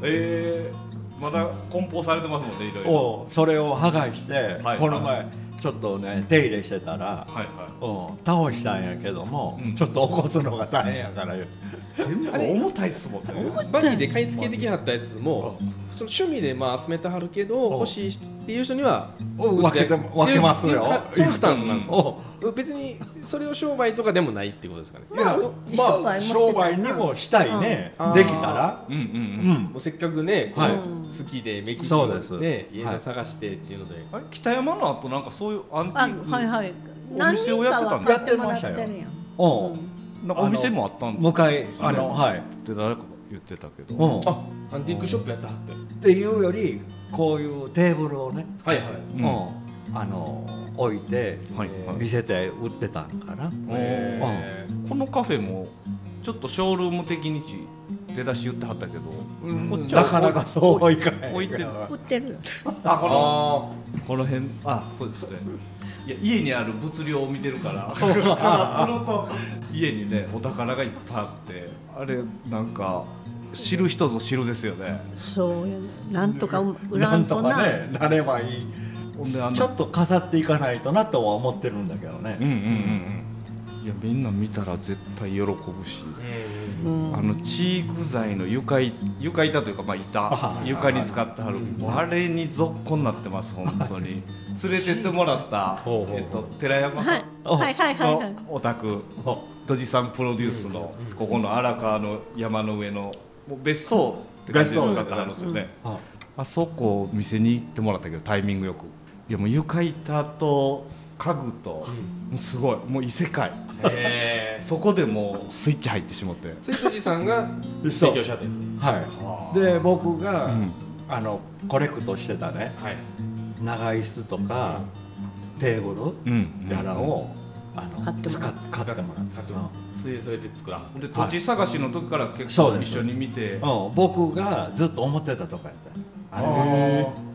[SPEAKER 1] えー、まだ梱包されてますもんねいろいろ
[SPEAKER 3] おうそれを破壊して
[SPEAKER 1] はい
[SPEAKER 3] この前ちょっとね手入れしてた
[SPEAKER 1] は
[SPEAKER 3] ら
[SPEAKER 1] いはい
[SPEAKER 3] うん倒したんやけども
[SPEAKER 1] うん
[SPEAKER 3] ちょっと起こすのが大変やから言う
[SPEAKER 1] 全部重たいっすもんね
[SPEAKER 2] バギーで買い付けてきはったやつもその趣味でまあ集めてはるけど
[SPEAKER 3] ん
[SPEAKER 2] 欲しいっていう人には
[SPEAKER 3] うん分けても分けますよ
[SPEAKER 2] っていうかそういうスタンスなんです
[SPEAKER 3] おう
[SPEAKER 2] よ別にそれを商売とかでもないってことですかね
[SPEAKER 3] いや
[SPEAKER 4] まあ
[SPEAKER 3] まあ商売にもしたいね
[SPEAKER 2] うん
[SPEAKER 3] できたら
[SPEAKER 1] うんうん
[SPEAKER 3] う
[SPEAKER 1] うん
[SPEAKER 3] ん
[SPEAKER 2] もうせっかくね、こう
[SPEAKER 3] はい
[SPEAKER 2] 好きでメキシ
[SPEAKER 3] そ
[SPEAKER 2] コ
[SPEAKER 3] うです
[SPEAKER 2] ね家
[SPEAKER 3] は
[SPEAKER 2] の
[SPEAKER 3] い
[SPEAKER 2] 探してっていうので、
[SPEAKER 1] あれ北山の後なんかそういうアンテ
[SPEAKER 4] あ
[SPEAKER 1] ィーク、
[SPEAKER 4] はいはい
[SPEAKER 1] お店をやってたんだ
[SPEAKER 4] 何人かは買ってもらってるやん
[SPEAKER 3] おう
[SPEAKER 4] う
[SPEAKER 1] なんかお店もあったんだ
[SPEAKER 3] 向
[SPEAKER 1] っ
[SPEAKER 3] かいあのはい
[SPEAKER 1] て誰かが言ってたけど、
[SPEAKER 3] うん
[SPEAKER 2] あアンティークショップやったはって
[SPEAKER 3] っていうよりこういうテーブルをね、
[SPEAKER 2] はいはい
[SPEAKER 1] うん
[SPEAKER 3] うんあの置いて、
[SPEAKER 1] はいはい
[SPEAKER 3] 見せて売ってたんかな、
[SPEAKER 2] へ
[SPEAKER 1] このカフェもちょっとショールーム的に出だし言ってはったけど、こっちは
[SPEAKER 3] なかなかそうはいかない
[SPEAKER 1] 置いてる
[SPEAKER 4] ん売ってるよ
[SPEAKER 1] あこの
[SPEAKER 2] あ
[SPEAKER 1] この辺あそうですねいや家にある物量を見てるからからすると家にねお宝がいっぱいあってあれなんか知る人ぞ知るですよね
[SPEAKER 4] そうやねなんとかう売ら
[SPEAKER 3] なん
[SPEAKER 4] ん
[SPEAKER 3] と
[SPEAKER 4] と
[SPEAKER 3] か
[SPEAKER 4] な
[SPEAKER 3] ねなればいい
[SPEAKER 1] ほんであの
[SPEAKER 3] ちょっと飾っていかないとなとは思ってるんだけど
[SPEAKER 1] うん
[SPEAKER 3] ね、
[SPEAKER 1] うんうんうんいやみんな見たら絶対喜ぶし、
[SPEAKER 2] あうん
[SPEAKER 4] うん
[SPEAKER 1] あのチーク材の床い床板というかまあ板
[SPEAKER 3] あ
[SPEAKER 1] 床に使ってはる
[SPEAKER 2] うん
[SPEAKER 1] あれにぞっこになってます本当に連れてってもらった
[SPEAKER 2] ほうほうほう
[SPEAKER 1] えっと寺山
[SPEAKER 4] は
[SPEAKER 1] さ
[SPEAKER 4] い
[SPEAKER 1] ん
[SPEAKER 4] はいはいはいはい
[SPEAKER 1] のお宅
[SPEAKER 3] お
[SPEAKER 1] ドジさんプロデュースのここの荒川の山の上のもう別荘って感じで使ってはるんですよね
[SPEAKER 3] あ
[SPEAKER 1] あそこを店に行ってもらったけどタイミングよくいやもう床板と家具ともうすごいもう異世界
[SPEAKER 2] へえ
[SPEAKER 1] そこでもうスイッチ入ってしまって
[SPEAKER 2] それじさんが
[SPEAKER 3] そう
[SPEAKER 2] 提供しはったやつ
[SPEAKER 3] はいで僕が、
[SPEAKER 1] うん
[SPEAKER 3] あのコレクトしてたね
[SPEAKER 2] はい
[SPEAKER 3] 長椅子とかテーブ
[SPEAKER 1] うん
[SPEAKER 3] ルやらを、あの
[SPEAKER 4] 買ってもらっ
[SPEAKER 3] 使っ買ってもらっ
[SPEAKER 2] 買
[SPEAKER 3] た
[SPEAKER 2] ってもらったそれでそれで作らはった
[SPEAKER 1] で土地探しの時から結
[SPEAKER 3] そう
[SPEAKER 1] 構
[SPEAKER 3] で
[SPEAKER 1] 一
[SPEAKER 3] す
[SPEAKER 1] 緒に見て、
[SPEAKER 3] うん、僕がずっと思ってたとこやったあれ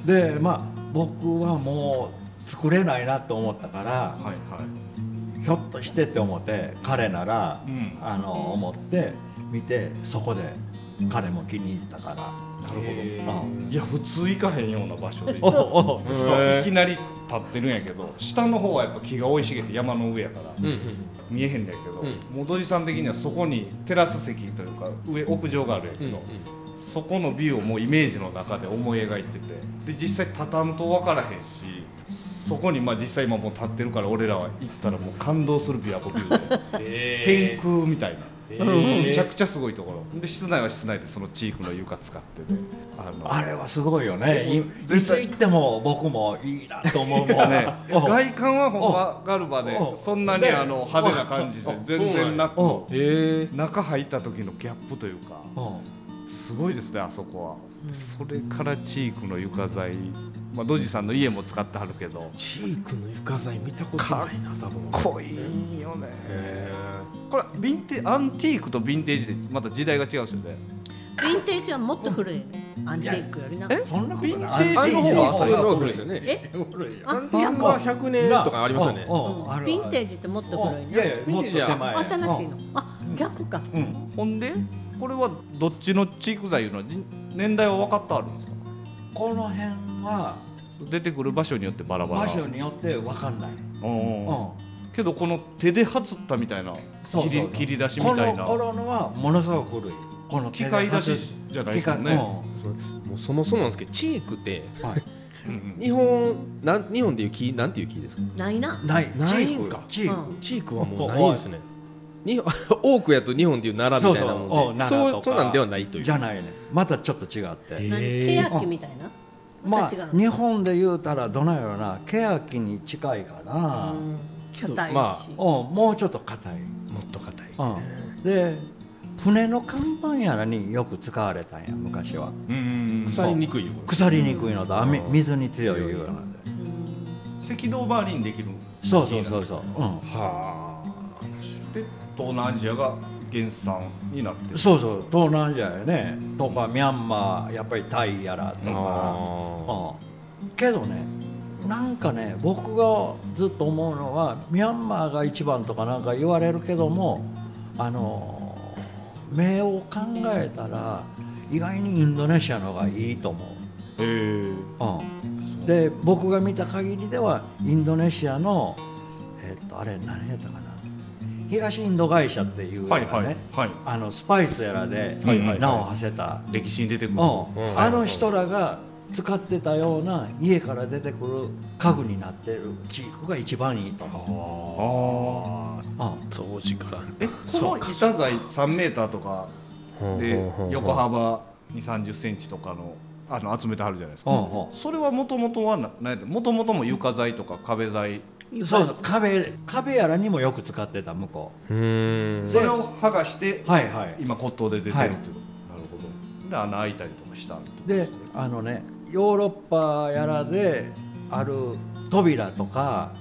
[SPEAKER 1] へ
[SPEAKER 3] でまあ僕はもう作れないなと思ったから
[SPEAKER 1] はいはい
[SPEAKER 3] ひょっとしてって思って彼なら、
[SPEAKER 1] うん
[SPEAKER 3] あの思って見てそこで彼も気に入ったから
[SPEAKER 1] なるほど
[SPEAKER 2] へ
[SPEAKER 3] あ
[SPEAKER 1] いや普通行かへんような場所で
[SPEAKER 3] おおお
[SPEAKER 2] そ
[SPEAKER 1] そうう
[SPEAKER 2] へー
[SPEAKER 1] いきなり立ってるんやけど下の方はやっぱ木が生い茂って山の上やから
[SPEAKER 2] うんうん
[SPEAKER 1] 見えへんねんけど、
[SPEAKER 2] うん
[SPEAKER 1] もう土地さん的にはそこにテラス席というか上屋上があるんやけ
[SPEAKER 2] う
[SPEAKER 1] ど、
[SPEAKER 2] ん
[SPEAKER 1] そこのビューをもうイメージの中で思い描いててで実際畳むと分からへんしそこにまあ実際今もう立ってるから俺らは行ったらもう感動する琵琶湖ビューで天 空みたいな。めちゃくちゃすごいところで室内は室内でそのチークの床使ってねあの
[SPEAKER 3] あれはすごいよねいいつ
[SPEAKER 1] 絶対
[SPEAKER 3] 行っても僕もいいなと思うもん
[SPEAKER 1] ね
[SPEAKER 3] ね
[SPEAKER 1] 外観はほんまガルバで
[SPEAKER 3] お
[SPEAKER 1] そんなに
[SPEAKER 3] ね
[SPEAKER 1] あの派手な感じで全然なく
[SPEAKER 3] お
[SPEAKER 2] え
[SPEAKER 1] 中入った時のギャップというかすごいですねあそこは、それからチークの床材まあドジさんの家も使ってはるけど
[SPEAKER 2] チークの床材見たことないな多分
[SPEAKER 1] 濃いんよね
[SPEAKER 2] へ
[SPEAKER 1] これヴィンテアンティークとヴィンテージでまた時代が違うんですよね
[SPEAKER 4] ヴィンテージはもっと古いねアンティークよりな
[SPEAKER 2] え
[SPEAKER 3] そんなこと
[SPEAKER 2] ヴィン
[SPEAKER 3] ない
[SPEAKER 2] テージの方が浅い
[SPEAKER 3] あ
[SPEAKER 2] のが
[SPEAKER 3] の方
[SPEAKER 2] 古
[SPEAKER 3] が
[SPEAKER 2] いですよね。
[SPEAKER 4] え
[SPEAKER 3] 古いよ
[SPEAKER 4] あ
[SPEAKER 2] ア
[SPEAKER 4] ん
[SPEAKER 2] ンティークは
[SPEAKER 3] あ
[SPEAKER 2] 100年とかありますよね
[SPEAKER 3] う。んうん
[SPEAKER 4] うん
[SPEAKER 3] ある
[SPEAKER 4] ヴィンテージってもっと古い
[SPEAKER 3] うん
[SPEAKER 4] ない
[SPEAKER 3] やいやもっと手前
[SPEAKER 4] あ新しいのあ逆か
[SPEAKER 3] うんうん
[SPEAKER 1] ほんでこれはどっちのチーク剤いうのはじ年代は分かってあるんですか
[SPEAKER 3] この辺は
[SPEAKER 1] 出てくる場所によってバラバラ
[SPEAKER 3] 場所によって分かんない、うん
[SPEAKER 1] うんうんけどこの手で外ったみたいな
[SPEAKER 3] そうそ
[SPEAKER 1] 切
[SPEAKER 3] う
[SPEAKER 1] り切り出しみたいな
[SPEAKER 3] この頃のはものすごく古いこの手
[SPEAKER 1] 機
[SPEAKER 3] で
[SPEAKER 1] 械出しじゃないですもんね
[SPEAKER 3] 機械
[SPEAKER 2] そもうそもそもなんですけどチークって
[SPEAKER 3] うんはい
[SPEAKER 1] うん
[SPEAKER 2] 日本なん日本でいう木なんていう木ですか。
[SPEAKER 4] ないな
[SPEAKER 3] ない
[SPEAKER 2] ないんか
[SPEAKER 3] チークチーク、
[SPEAKER 4] うん
[SPEAKER 2] チークはもうないですね。に 多くやと日本でいう奈良みたいなもんで、
[SPEAKER 3] そうそうお奈良と
[SPEAKER 2] そ
[SPEAKER 3] か
[SPEAKER 2] うそうなんではないという。
[SPEAKER 3] じゃないねまたちょっと違って、
[SPEAKER 2] へえ
[SPEAKER 4] 何ケヤキみたいな
[SPEAKER 3] ま
[SPEAKER 4] ま
[SPEAKER 3] あ
[SPEAKER 4] た違う
[SPEAKER 3] 日本で言うたらどないやろなケヤキに近いかな、
[SPEAKER 4] うん硬い
[SPEAKER 2] まあ
[SPEAKER 4] し
[SPEAKER 3] おもうちょっと硬い、
[SPEAKER 2] もっと硬い。
[SPEAKER 3] うん、で船の看板やらによく使われたんや昔は
[SPEAKER 1] うんうんうん
[SPEAKER 2] 腐りにくいよ。これ
[SPEAKER 3] 腐りにくいのと、あみ
[SPEAKER 2] うん
[SPEAKER 3] 水に強いいうので
[SPEAKER 4] うん
[SPEAKER 1] 赤道バーリンできる
[SPEAKER 3] そうそうそうそう、う
[SPEAKER 2] はあ。
[SPEAKER 1] で東南アジアが原産になって
[SPEAKER 3] ん、
[SPEAKER 1] る
[SPEAKER 3] そうそう東南アジアやねとかミャンマーやっぱりタイやらとか、
[SPEAKER 2] あ
[SPEAKER 3] うん、けどねなんかね僕がずっと思うのはミャンマーが一番とかなんか言われるけどもあの名を考えたら意外にインドネシアの方がいいと思う。
[SPEAKER 1] へー
[SPEAKER 3] うん、で僕が見た限りではインドネシアの、えっとあれ何やったかな東インド会社っていうのが
[SPEAKER 1] はい
[SPEAKER 3] ね、
[SPEAKER 1] はいはい
[SPEAKER 3] あのスパイスやらで
[SPEAKER 1] はいはいはい
[SPEAKER 3] 名を馳せた、
[SPEAKER 1] 歴史に出てくる
[SPEAKER 3] うん
[SPEAKER 2] うん
[SPEAKER 3] あの人らが使ってたような家から出てくる家具になってるチークが一番いいと思
[SPEAKER 1] ああ
[SPEAKER 3] う。うん
[SPEAKER 2] 当時から。
[SPEAKER 1] えこの板材3メーターとかで横幅2 3 0センチとかのあの集めてはるじゃないですか、
[SPEAKER 3] うんうん
[SPEAKER 1] それはもともとはな何やったもともとも床材とか壁材
[SPEAKER 3] そうそう壁壁やらにもよく使ってた向こ
[SPEAKER 2] うーん。
[SPEAKER 1] それを剥がして
[SPEAKER 3] うはいはい
[SPEAKER 1] 今骨董で出てるっていう、
[SPEAKER 3] は
[SPEAKER 1] な
[SPEAKER 3] い
[SPEAKER 1] るほどで穴開いたりとかしたってこと
[SPEAKER 3] です
[SPEAKER 1] ね
[SPEAKER 3] あのねヨーロッパやらである扉とか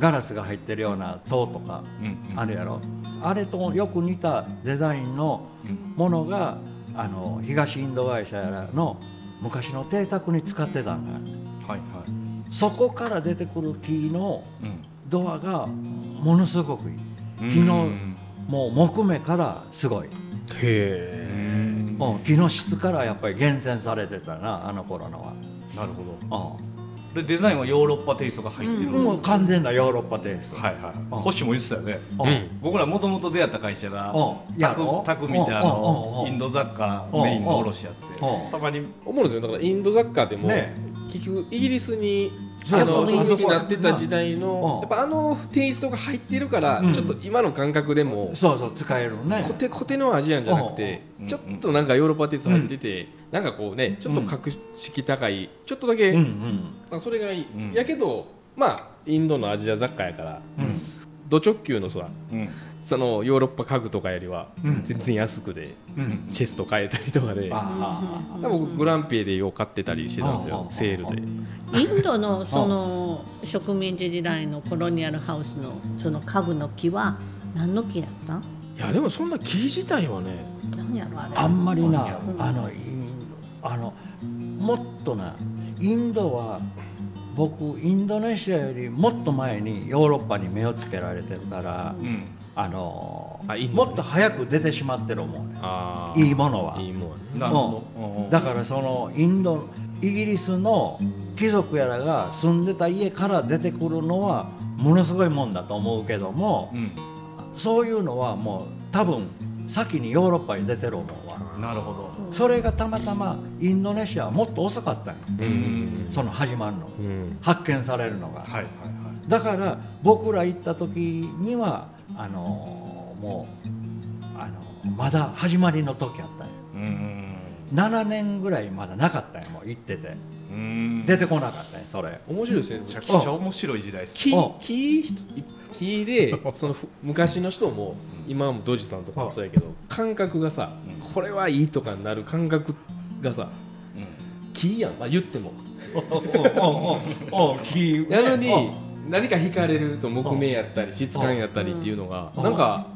[SPEAKER 3] ガラスが入ってるような塔とか
[SPEAKER 1] うんうん
[SPEAKER 3] あるやろ、あれとよく似たデザインの
[SPEAKER 1] うん
[SPEAKER 3] ものがあの東インド会社やらの昔の邸宅に使ってたんだよね
[SPEAKER 1] はいは
[SPEAKER 3] そこから出てくる木の
[SPEAKER 1] い、
[SPEAKER 3] ドアがものすごくいい
[SPEAKER 1] うん、
[SPEAKER 3] 木
[SPEAKER 1] う
[SPEAKER 3] の
[SPEAKER 1] ん
[SPEAKER 3] もう木目からすごい、
[SPEAKER 1] う
[SPEAKER 2] へ
[SPEAKER 1] んな
[SPEAKER 3] うん、木の質からやっぱり厳選されてたなあの頃の
[SPEAKER 1] るほど
[SPEAKER 3] は、
[SPEAKER 1] でデザインはヨーロッパテイストが入ってる、
[SPEAKER 3] うん、もう完全なヨーロッパテイスト
[SPEAKER 1] はいはい星も言ってたよね
[SPEAKER 2] え。うん。
[SPEAKER 1] 僕らもともと出会った会社が
[SPEAKER 3] うん
[SPEAKER 1] タ
[SPEAKER 3] やろ
[SPEAKER 1] クタクみたいな
[SPEAKER 3] うんうん
[SPEAKER 1] の
[SPEAKER 3] うん
[SPEAKER 1] インド雑貨メインの卸やっ
[SPEAKER 3] う
[SPEAKER 1] て
[SPEAKER 3] ん
[SPEAKER 1] たまに
[SPEAKER 2] 思うんですよ。だからインド雑貨でも
[SPEAKER 3] ね
[SPEAKER 2] 結局イギリスに。
[SPEAKER 3] そう
[SPEAKER 2] あ
[SPEAKER 4] そう
[SPEAKER 2] の
[SPEAKER 4] そう
[SPEAKER 2] 移民になってた時代の
[SPEAKER 3] うん
[SPEAKER 2] やっぱあのテイストが入ってるから
[SPEAKER 3] うん
[SPEAKER 2] ちょっと今の感覚でも
[SPEAKER 3] そうそう使えるね
[SPEAKER 2] コテコテのアジアンじゃなくて
[SPEAKER 1] うん
[SPEAKER 2] ちょっとなんかヨーロッパテイスト入っててなんかこうねちょっと格式高いちょっとだけ
[SPEAKER 3] うんうん
[SPEAKER 2] まあそれがいい、
[SPEAKER 1] うん
[SPEAKER 2] やけどまあインドのアジア雑貨やから、
[SPEAKER 3] うん
[SPEAKER 2] ド直球のさ
[SPEAKER 1] うん
[SPEAKER 2] そのヨーロッパ家具とかよりは
[SPEAKER 3] うん
[SPEAKER 2] 全然安くで、
[SPEAKER 3] うん
[SPEAKER 2] チェスト変えたりとかで、
[SPEAKER 3] ああ
[SPEAKER 4] うん
[SPEAKER 2] 多分僕グランピエでよう買ってたりしてたんです
[SPEAKER 3] うん
[SPEAKER 2] よ
[SPEAKER 3] う、ん
[SPEAKER 2] セールで。
[SPEAKER 4] インドのその植民地時代のコロニアルハウスのその家具の木は何の木だったん
[SPEAKER 2] いやでもそんな木自体はね、
[SPEAKER 4] 何やろあれ
[SPEAKER 3] あんまりな
[SPEAKER 4] うん
[SPEAKER 3] あのインドあのもっとなインドは僕インドネシアよりもっと前にヨーロッパに目をつけられてるから、
[SPEAKER 1] うん
[SPEAKER 3] あの
[SPEAKER 2] あインド
[SPEAKER 3] も
[SPEAKER 2] ね
[SPEAKER 3] っと早く出てしまってるもんね
[SPEAKER 2] あー
[SPEAKER 3] いいものはい
[SPEAKER 2] いもんはね。
[SPEAKER 1] なるほどうんうん
[SPEAKER 3] だからそのインドイギリスの貴族やらが住んでた家から出てくるのはものすごいもんだと思うけども、
[SPEAKER 1] うん
[SPEAKER 3] そういうのはもう多分先にヨーロッパに出てる思うわ
[SPEAKER 1] なるほど
[SPEAKER 3] それがたまたまインドネシアはもっと遅かったんよ
[SPEAKER 2] うん
[SPEAKER 3] その始まるの
[SPEAKER 2] うん
[SPEAKER 3] 発見されるのが
[SPEAKER 1] はいはいはい
[SPEAKER 3] だから僕ら行った時にはあのーもう、あのーまだ始まりの時やったんよ
[SPEAKER 1] うん
[SPEAKER 3] 7年ぐらいまだなかったんよもう行ってて
[SPEAKER 1] うん
[SPEAKER 3] 出てこなかったんよそれ
[SPEAKER 2] 面白いですね
[SPEAKER 1] めちゃくちゃ面白い時代です
[SPEAKER 2] 木
[SPEAKER 3] うん
[SPEAKER 2] 木木 でそのふ昔の人も今はもうドジさんとかもそうやけど感覚がさ
[SPEAKER 1] うん
[SPEAKER 2] これはいいとかになる感覚がさ木やん、まあ、言っても
[SPEAKER 3] おおおおおき
[SPEAKER 2] なのに何か惹かれると木目やったり質感やったりっていうのが
[SPEAKER 3] うん
[SPEAKER 2] なんか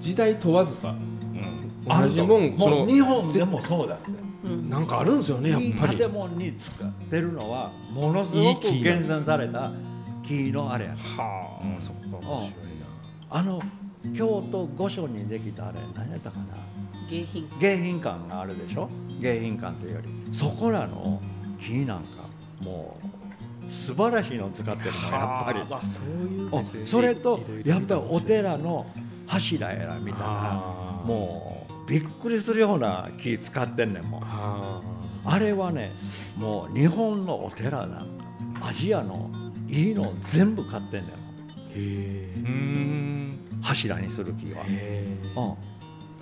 [SPEAKER 2] 時代問わず
[SPEAKER 1] う
[SPEAKER 2] さ
[SPEAKER 1] ん
[SPEAKER 2] 同じもんそ
[SPEAKER 3] も
[SPEAKER 2] の
[SPEAKER 3] う日本でもそうだって
[SPEAKER 4] うん
[SPEAKER 2] なんかあるんですよねやっ
[SPEAKER 3] いい
[SPEAKER 2] ぱり
[SPEAKER 3] 建物に使ってるのはものすごく
[SPEAKER 2] いい木が
[SPEAKER 3] 厳選された木のあれや
[SPEAKER 2] はあ、
[SPEAKER 1] うん
[SPEAKER 2] そっか面白いな
[SPEAKER 3] あの京都御所にできたあれ何やったかな
[SPEAKER 4] 迎賓
[SPEAKER 3] 迎賓館があるでしょ迎賓館というよりそこらの木なんかもう素晴らしいのを使ってるのやっぱり
[SPEAKER 2] はあまあそういうメ
[SPEAKER 3] う
[SPEAKER 2] ッ
[SPEAKER 3] ん
[SPEAKER 2] セージ
[SPEAKER 3] それと
[SPEAKER 2] いろいろ
[SPEAKER 3] やっぱりお寺の柱やらみたいな
[SPEAKER 2] あー
[SPEAKER 3] もうびっくりするような木使ってんねんもん
[SPEAKER 2] あ
[SPEAKER 3] あれはねもう日本のお寺なんかアジアのいいのを全部買ってんねんも
[SPEAKER 2] ーへ
[SPEAKER 1] うーん
[SPEAKER 3] ん柱にする木は
[SPEAKER 2] え、へえ
[SPEAKER 3] うん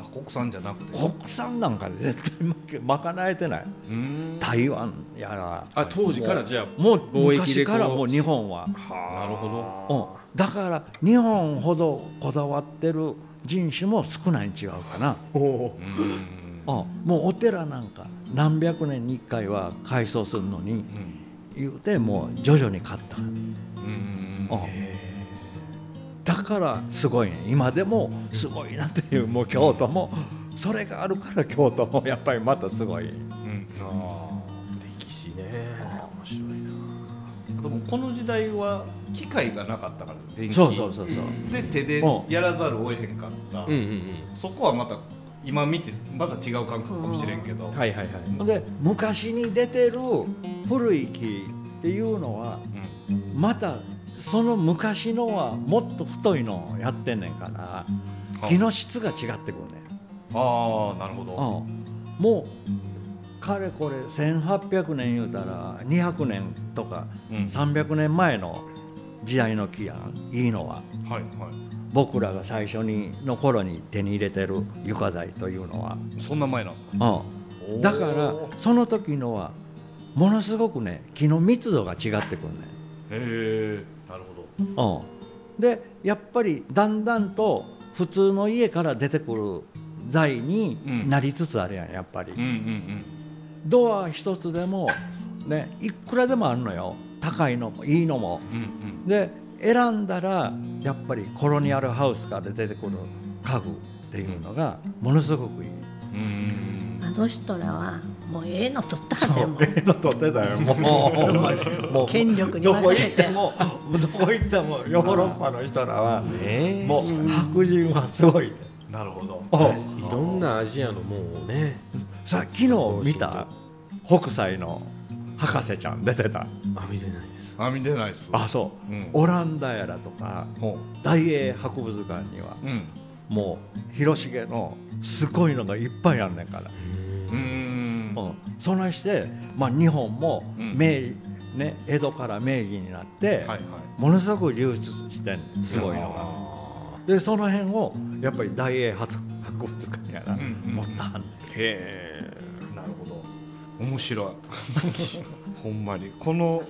[SPEAKER 1] あ国産じゃなくて
[SPEAKER 3] 国産なんかで絶対まけまかなえてないう
[SPEAKER 1] ーん
[SPEAKER 3] 台湾やら
[SPEAKER 2] あ当時からじゃあ
[SPEAKER 3] もう
[SPEAKER 2] 貿易
[SPEAKER 3] 昔
[SPEAKER 2] でこう
[SPEAKER 3] からもう日本は、
[SPEAKER 1] なるほ
[SPEAKER 3] うん、だから日本ほどこだわってる人種も少ないに違うかな、
[SPEAKER 2] どお
[SPEAKER 1] うーん
[SPEAKER 3] うん、もうお寺なんか何百年に1回は改装するのに
[SPEAKER 1] うん
[SPEAKER 3] 言うてもう徐々に買った、うん、
[SPEAKER 1] うーん
[SPEAKER 3] だからすごいね今でもすごいなっていうもう京都もそれがあるから京都もやっぱりまたすごい、
[SPEAKER 1] うん
[SPEAKER 2] あー歴史ね面白いな
[SPEAKER 1] でもこの時代は機械がなかったから電気
[SPEAKER 3] そうそうそうそう、
[SPEAKER 1] で手でやらざるを得へんかった、
[SPEAKER 2] うんうん
[SPEAKER 1] そこはまた今見てまた違う感覚かもしれんけど、
[SPEAKER 2] うんはいはいはい
[SPEAKER 1] うん
[SPEAKER 3] で昔に出てる古い木っていうのは
[SPEAKER 1] うん
[SPEAKER 3] またその昔のはもっと太いのをやってんねんから木の質が違ってくるねん、
[SPEAKER 1] ああなるほど
[SPEAKER 3] うんもうかれこれ1800年言うたら200年とか
[SPEAKER 1] うん
[SPEAKER 3] 300年前の時代の木やんいいのは
[SPEAKER 1] はいは
[SPEAKER 3] 僕らが最初にの頃に手に入れてる床材というのは、
[SPEAKER 1] いそんな前なんですか
[SPEAKER 3] うん、だからその時のはものすごくね木の密度が違ってくるね、
[SPEAKER 1] へえなるほど
[SPEAKER 3] うん、でやっぱりだんだんと普通の家から出てくる材に
[SPEAKER 1] うん
[SPEAKER 3] なりつつあるやんやっぱり、
[SPEAKER 1] うんうん
[SPEAKER 3] ドア一つでもねいくらでもあるのよ高いのもいいのも
[SPEAKER 1] うんうん
[SPEAKER 3] で選んだらやっぱりコロニアルハウスから出てくる家具っていうのがものすごくいい。
[SPEAKER 1] うんうん
[SPEAKER 4] あの人らはもうええの取った
[SPEAKER 3] そ
[SPEAKER 4] で
[SPEAKER 3] う
[SPEAKER 4] も
[SPEAKER 3] ええの取ってたよもうほん まにもう
[SPEAKER 4] 権力に
[SPEAKER 3] どこ
[SPEAKER 4] 任
[SPEAKER 3] 行
[SPEAKER 4] せ
[SPEAKER 3] って
[SPEAKER 4] て
[SPEAKER 3] もどこ行ってもヨーロッパの人らは
[SPEAKER 2] ねえ
[SPEAKER 3] もう白人はすごいね
[SPEAKER 1] なるほど
[SPEAKER 3] お
[SPEAKER 2] いろんなアジアのもうね
[SPEAKER 3] さ昨日見た北斎の博士ちゃん出てた
[SPEAKER 2] あ見てないです
[SPEAKER 1] あ見てないっす
[SPEAKER 3] あそう、
[SPEAKER 1] うん
[SPEAKER 3] オランダやらとか
[SPEAKER 1] ほ
[SPEAKER 3] 大英博物館には
[SPEAKER 1] ううん
[SPEAKER 3] もう広重のすごいのがいっぱいあんねんから、
[SPEAKER 1] うーん
[SPEAKER 3] うん、そのして、まあ、日本も
[SPEAKER 1] うん
[SPEAKER 3] 明、ね、江戸から明治になって、
[SPEAKER 1] はいはい
[SPEAKER 3] ものすごく流出してんねんすごいのが。でその辺をやっぱり大英博物館やら
[SPEAKER 1] うんうんうん
[SPEAKER 3] 持ったはんねん
[SPEAKER 2] へ
[SPEAKER 1] なるほど面白い ほんまにこの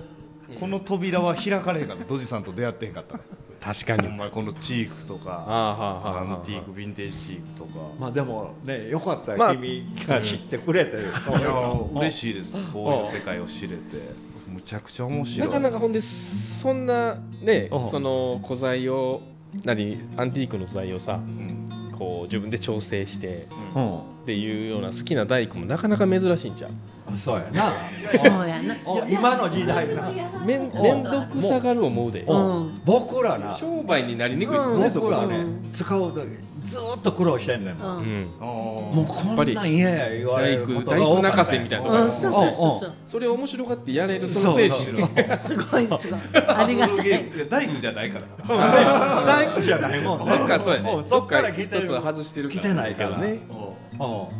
[SPEAKER 1] この扉は開かれへんかったドジさんと出会ってへんかったね
[SPEAKER 2] え確か
[SPEAKER 1] ほん
[SPEAKER 2] に
[SPEAKER 1] まにこのチークと
[SPEAKER 2] あー
[SPEAKER 1] か
[SPEAKER 2] はあはあ
[SPEAKER 1] ア
[SPEAKER 2] は
[SPEAKER 1] ンティークヴィンテージチークとか
[SPEAKER 3] まあでもねよかった
[SPEAKER 2] まあ
[SPEAKER 3] よ君が知ってくれてる、そう
[SPEAKER 1] い
[SPEAKER 3] いう
[SPEAKER 1] や
[SPEAKER 3] の
[SPEAKER 1] ー嬉しいですこういう世界を知れてむちゃくちゃ面白
[SPEAKER 2] ないかなかほんでそんなね
[SPEAKER 3] うん
[SPEAKER 2] その古材を何アンティークの材をさ
[SPEAKER 1] うん
[SPEAKER 2] こう自分で調整して
[SPEAKER 3] う
[SPEAKER 2] っていうような好きな大工もなかなか珍しいんじゃうん
[SPEAKER 3] そうやな
[SPEAKER 4] そうやな
[SPEAKER 3] お今の時代な、
[SPEAKER 2] めん面倒くさがる思うで
[SPEAKER 3] う
[SPEAKER 4] うん
[SPEAKER 3] ん、僕らな
[SPEAKER 2] 商売になりにくいですもんねそこ
[SPEAKER 3] 僕
[SPEAKER 2] は
[SPEAKER 3] ら
[SPEAKER 2] ね
[SPEAKER 3] ね使う時ずーっと苦労してんねん
[SPEAKER 4] う
[SPEAKER 3] もん、
[SPEAKER 2] う
[SPEAKER 4] ん
[SPEAKER 2] ん
[SPEAKER 1] あ
[SPEAKER 3] も
[SPEAKER 1] も
[SPEAKER 3] うこんなん嫌や言われ
[SPEAKER 2] 大
[SPEAKER 3] る
[SPEAKER 2] 工
[SPEAKER 3] こと
[SPEAKER 2] 大
[SPEAKER 3] が
[SPEAKER 2] 工
[SPEAKER 3] 多か
[SPEAKER 2] 泣か
[SPEAKER 3] った
[SPEAKER 2] せ
[SPEAKER 3] やん
[SPEAKER 2] みたいなとこ
[SPEAKER 4] う
[SPEAKER 2] ろ
[SPEAKER 4] んそうそうそうそう
[SPEAKER 2] それ面白がってやれるその精神
[SPEAKER 1] そうそう
[SPEAKER 4] すごいすごいありがたい
[SPEAKER 1] いや大工じゃないから
[SPEAKER 3] うん大工じゃないもんね
[SPEAKER 2] なんかそうや
[SPEAKER 3] う
[SPEAKER 2] ね
[SPEAKER 3] ん
[SPEAKER 2] ど
[SPEAKER 3] そ
[SPEAKER 2] っ
[SPEAKER 3] っ
[SPEAKER 2] か
[SPEAKER 3] から来
[SPEAKER 2] 一
[SPEAKER 3] て
[SPEAKER 2] つ
[SPEAKER 3] る
[SPEAKER 2] 外してるから
[SPEAKER 3] 来てないから
[SPEAKER 2] ね
[SPEAKER 3] うん
[SPEAKER 1] そうだね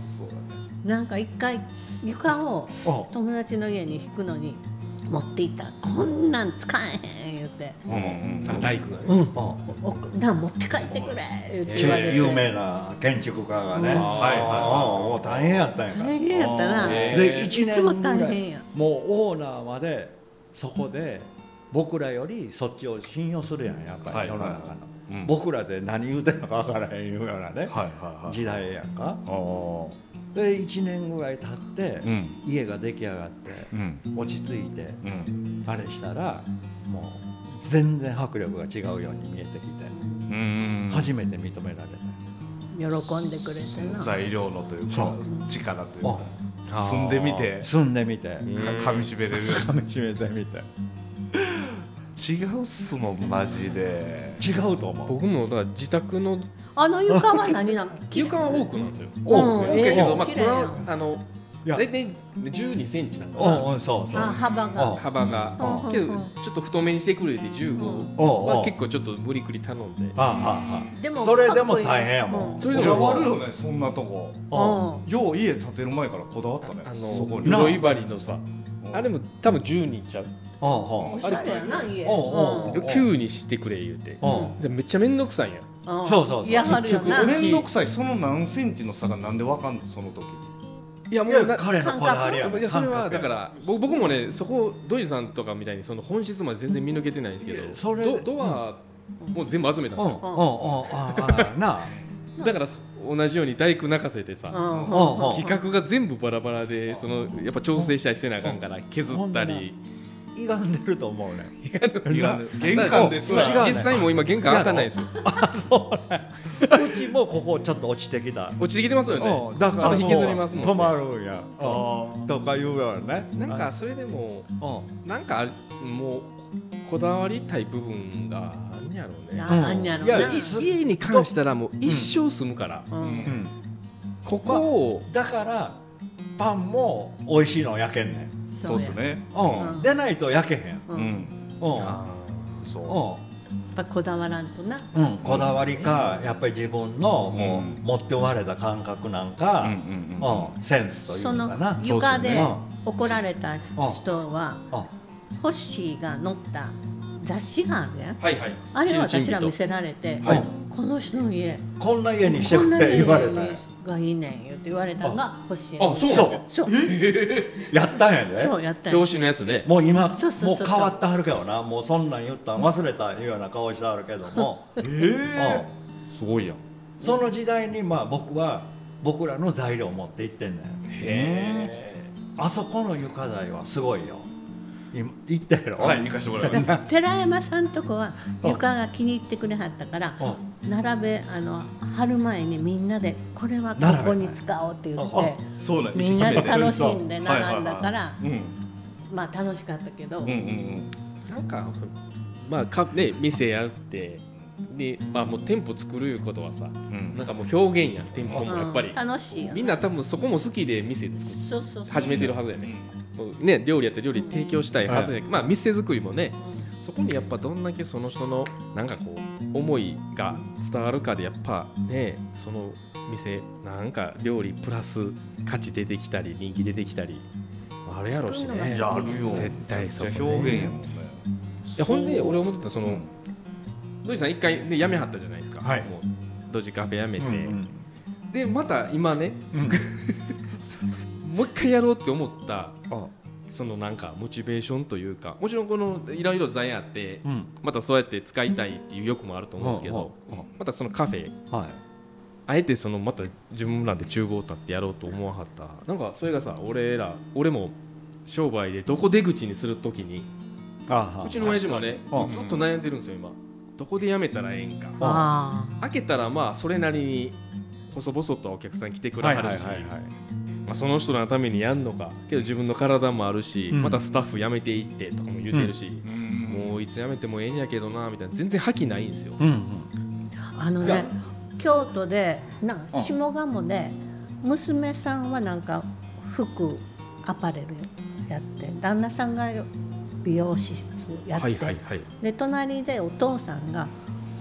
[SPEAKER 4] なんか一回床を友達の家に引くのに持っていったらこんなん使えへん言って
[SPEAKER 1] うんうん
[SPEAKER 2] あ大工がね
[SPEAKER 3] うんうん
[SPEAKER 4] おなん持って帰ってくれ言って
[SPEAKER 2] え
[SPEAKER 4] 言われて
[SPEAKER 3] 有名な建築家がね、
[SPEAKER 4] うん
[SPEAKER 1] はいはい
[SPEAKER 3] うんもう大変やったんやから
[SPEAKER 4] 大変やったな
[SPEAKER 2] へえ
[SPEAKER 3] で
[SPEAKER 4] い
[SPEAKER 3] 1
[SPEAKER 4] つ
[SPEAKER 3] 年
[SPEAKER 4] も
[SPEAKER 3] ぐら
[SPEAKER 4] 大
[SPEAKER 3] い
[SPEAKER 4] 変や
[SPEAKER 3] もうオーナーまでそこで僕らよりそっちを信用するやんやっぱ
[SPEAKER 1] はい
[SPEAKER 3] り世の中の、
[SPEAKER 1] いはいうん
[SPEAKER 3] 僕らで何言うてんのか分からへんいうようなね、
[SPEAKER 1] はいはいはい
[SPEAKER 3] 時代やんか
[SPEAKER 1] あー
[SPEAKER 3] で1年ぐらい経って、
[SPEAKER 1] うん
[SPEAKER 3] 家が出来上がって
[SPEAKER 1] うん
[SPEAKER 3] 落ち着いて
[SPEAKER 1] うん
[SPEAKER 3] あれしたらもう全然迫力が違うように見えてきて、
[SPEAKER 1] うん
[SPEAKER 3] 初めて認められた、
[SPEAKER 4] 喜んでくれてな
[SPEAKER 1] 材料のというか力という
[SPEAKER 3] あ
[SPEAKER 1] か
[SPEAKER 2] あー
[SPEAKER 1] 住んでみて
[SPEAKER 3] 住んでみて
[SPEAKER 2] うん
[SPEAKER 1] か噛みしめれる
[SPEAKER 3] 噛み締めてみて
[SPEAKER 1] 違うっすもんマジで
[SPEAKER 3] 違うと思う
[SPEAKER 2] 僕もだから自宅の
[SPEAKER 4] あの床は何なの
[SPEAKER 2] 床は多くなんですよ。
[SPEAKER 4] お
[SPEAKER 3] お
[SPEAKER 4] う
[SPEAKER 3] う
[SPEAKER 2] 多くやけ
[SPEAKER 4] え
[SPEAKER 2] ど、
[SPEAKER 4] ー
[SPEAKER 2] まあ、
[SPEAKER 4] 綺
[SPEAKER 2] こ
[SPEAKER 4] 麗
[SPEAKER 2] れ
[SPEAKER 4] や
[SPEAKER 2] はあの
[SPEAKER 3] いや
[SPEAKER 2] 大体12センチなのかな
[SPEAKER 3] おうそうそう
[SPEAKER 4] あ幅
[SPEAKER 3] おう
[SPEAKER 4] が
[SPEAKER 2] 幅が
[SPEAKER 4] う。ん
[SPEAKER 2] けど
[SPEAKER 4] うんうん
[SPEAKER 2] ちょっと太めにしてくれて15
[SPEAKER 3] おうお
[SPEAKER 2] は
[SPEAKER 3] う
[SPEAKER 2] 結構ちょっと無理くり頼んで。
[SPEAKER 3] あああ
[SPEAKER 4] でも
[SPEAKER 3] それで
[SPEAKER 4] かっ
[SPEAKER 3] も
[SPEAKER 4] こいい
[SPEAKER 3] 大変やもん
[SPEAKER 1] それでも悪いよねそんなとこ
[SPEAKER 3] あああ
[SPEAKER 4] うん
[SPEAKER 1] よう家建てる前からこだわったね
[SPEAKER 2] あ
[SPEAKER 1] そこ
[SPEAKER 2] の
[SPEAKER 1] に
[SPEAKER 3] な
[SPEAKER 2] 鎧張りのさ
[SPEAKER 1] うん
[SPEAKER 2] あれも多分10にちゃう
[SPEAKER 3] ああ
[SPEAKER 4] おしゃれやな家
[SPEAKER 3] おうおう
[SPEAKER 4] うん
[SPEAKER 3] おう
[SPEAKER 2] 9にしてくれ言うて
[SPEAKER 3] ああ
[SPEAKER 2] でめっちゃめんどくさいんや
[SPEAKER 4] うん
[SPEAKER 3] そうそうそう
[SPEAKER 4] 嫌がるよな
[SPEAKER 2] 結局
[SPEAKER 1] 面倒くさいその何センチの差がなんでわかんのその時
[SPEAKER 2] いや
[SPEAKER 3] い
[SPEAKER 2] もう
[SPEAKER 3] や
[SPEAKER 2] な
[SPEAKER 3] 彼のこだわりやもん
[SPEAKER 2] いやそれは
[SPEAKER 3] 感覚
[SPEAKER 2] だ
[SPEAKER 3] や
[SPEAKER 2] から僕僕もねそこ土井さんとかみたいにその本質まで全然見抜けてないんですけ
[SPEAKER 3] いや
[SPEAKER 2] ど
[SPEAKER 3] それ
[SPEAKER 2] ドドアもう全部集めたんですよ
[SPEAKER 3] うんうんうんああなあ
[SPEAKER 2] だからす同じように大工泣かせてさ
[SPEAKER 4] うん
[SPEAKER 3] うんうん
[SPEAKER 2] 企画が全部バラバラでそのやっぱ調整したりせなあかんから削ったり
[SPEAKER 3] 歪んでると思うね
[SPEAKER 1] いらん玄
[SPEAKER 2] だから
[SPEAKER 1] 関です
[SPEAKER 3] 違う
[SPEAKER 1] ら
[SPEAKER 3] ね
[SPEAKER 2] 実際もう今玄関開かないですよ
[SPEAKER 3] うちもここちょっと落ちてきた
[SPEAKER 2] 落ちてきてますよね
[SPEAKER 3] うんだから
[SPEAKER 2] ちょっと引きずりますもんね
[SPEAKER 3] 止まるんやうんとか言うよね
[SPEAKER 2] なんかそれでも
[SPEAKER 3] うん
[SPEAKER 2] なんかもうこだわりたい部分があんねやろうね
[SPEAKER 4] なあんやろ
[SPEAKER 3] いや
[SPEAKER 4] ない
[SPEAKER 3] いっす
[SPEAKER 2] 家に関したらもう一生住むから
[SPEAKER 4] うん
[SPEAKER 1] うん
[SPEAKER 3] うん
[SPEAKER 2] ここを
[SPEAKER 3] だからパンも美味しいの焼けんねん
[SPEAKER 1] そうっす
[SPEAKER 4] や
[SPEAKER 1] ね
[SPEAKER 3] う
[SPEAKER 4] うん
[SPEAKER 3] んでないと焼けへん
[SPEAKER 4] う
[SPEAKER 1] うん
[SPEAKER 4] やっ
[SPEAKER 1] ん
[SPEAKER 3] うん
[SPEAKER 2] あ
[SPEAKER 1] そう
[SPEAKER 4] ぱこだわらんとな
[SPEAKER 3] うんうんこだわりかやっぱり自分のもう
[SPEAKER 1] うん
[SPEAKER 3] 持っておられた感覚なん
[SPEAKER 1] うん
[SPEAKER 3] か
[SPEAKER 1] うんうん
[SPEAKER 3] うんセンスという
[SPEAKER 4] そ
[SPEAKER 3] のか
[SPEAKER 4] の
[SPEAKER 3] な
[SPEAKER 4] 床で
[SPEAKER 3] そうっ
[SPEAKER 4] 怒られた人は
[SPEAKER 3] うん
[SPEAKER 4] ホッシーが載った雑誌があるやん
[SPEAKER 2] ーはいはい
[SPEAKER 4] あれを私ら見
[SPEAKER 2] る
[SPEAKER 4] せられて
[SPEAKER 3] はい
[SPEAKER 4] 「この人の家
[SPEAKER 3] こんな家にして
[SPEAKER 4] こん
[SPEAKER 3] く
[SPEAKER 4] な
[SPEAKER 3] れ
[SPEAKER 4] 家
[SPEAKER 3] 言われたんや
[SPEAKER 4] がいいねん」よって言われたのがホッシー
[SPEAKER 2] あそう
[SPEAKER 3] そう
[SPEAKER 2] なん
[SPEAKER 4] そう
[SPEAKER 3] やったんやで
[SPEAKER 4] そうやったんや
[SPEAKER 2] 表紙のやつで
[SPEAKER 3] もう今
[SPEAKER 4] そうそうそうそう
[SPEAKER 3] もう変わってはるけどなもうそんなん言ったん忘れたいうような顔してはるけども、
[SPEAKER 1] え
[SPEAKER 3] うん
[SPEAKER 1] えすごいやん
[SPEAKER 3] その時代にまあ僕は僕らの材料を持って行ってんねん
[SPEAKER 2] へ
[SPEAKER 3] あそこの床材はすごいよ今行ったやろ、
[SPEAKER 1] はい行かしてもらいま
[SPEAKER 4] だ
[SPEAKER 1] す
[SPEAKER 4] から寺山さんとこは床が気に入ってくれはったから並べあの貼る前にみんなでこれはここに使おうって言っ
[SPEAKER 3] 並べ
[SPEAKER 4] て
[SPEAKER 3] て
[SPEAKER 1] そうなん
[SPEAKER 4] みんなで楽しんで並んだから
[SPEAKER 1] はいはいはいうん
[SPEAKER 4] まあ楽しかったけど
[SPEAKER 1] うんうん
[SPEAKER 2] えなんかまあかね店やってでまあもう店舗作ることはさ
[SPEAKER 1] うんうん
[SPEAKER 2] なんかもう表現やん店舗もやっぱ
[SPEAKER 4] う
[SPEAKER 2] り
[SPEAKER 4] ん楽しいよ
[SPEAKER 2] みんな多分そこも好きで店作っ
[SPEAKER 4] そうそうそう
[SPEAKER 2] 始めてるはずやねもうね料理やって料理提供したいはずやまあ店作りもね
[SPEAKER 4] う
[SPEAKER 2] そこにやっぱどんだけその人のなんかこう思いが伝わるかでやっぱねその店なんか料理プラス価値出てきたり人気出てきたりあれやろし
[SPEAKER 4] 作るのが
[SPEAKER 2] ね
[SPEAKER 1] いやあるよ
[SPEAKER 2] 絶対そ
[SPEAKER 1] そう
[SPEAKER 2] ね
[SPEAKER 1] う表現やもんね
[SPEAKER 2] いやほんで俺思ってたそ
[SPEAKER 1] うん
[SPEAKER 2] の土井さん一回ね辞めはったじゃないですか
[SPEAKER 3] はい
[SPEAKER 2] もうドジカフェ辞め
[SPEAKER 3] うん
[SPEAKER 2] てでまた今ね
[SPEAKER 3] うん
[SPEAKER 2] もう一回やろうって思った
[SPEAKER 1] あ
[SPEAKER 2] そのなんかモチベーションというかもちろんこのいろいろ材あって
[SPEAKER 3] うん
[SPEAKER 2] またそうやって使いたいっていう欲もあると思うんですけど
[SPEAKER 3] うんうん
[SPEAKER 2] またそのカフェ
[SPEAKER 3] はい
[SPEAKER 2] あえてそのまた自分らで厨房立ってやろうと思わはったなんかそれがさ俺ら俺も商売でどこ出口にするときに
[SPEAKER 3] あ
[SPEAKER 2] うちの親父もね
[SPEAKER 3] かにうん
[SPEAKER 2] ずっと悩んでるんですよ今どこでやめたらええんか
[SPEAKER 4] んあ
[SPEAKER 2] 開けたらまあそれなりに細々とお客さん来てくれは
[SPEAKER 3] は
[SPEAKER 2] い
[SPEAKER 3] はい
[SPEAKER 2] る
[SPEAKER 3] は
[SPEAKER 2] し
[SPEAKER 3] いはい
[SPEAKER 2] まあ、その人のためにやんのかけど自分の体もあるし、
[SPEAKER 3] うん
[SPEAKER 2] またスタッフ辞めていってとかも言ってるし、
[SPEAKER 1] うん
[SPEAKER 2] もういつ辞めてもええんやけどなみたいな全然覇気ないんですよ、
[SPEAKER 3] うんうん
[SPEAKER 4] あのね京都でな下鴨で娘さんはなんか服アパレルやって旦那さんが美容室やって、
[SPEAKER 2] はいはいはい
[SPEAKER 4] で隣でお父さんが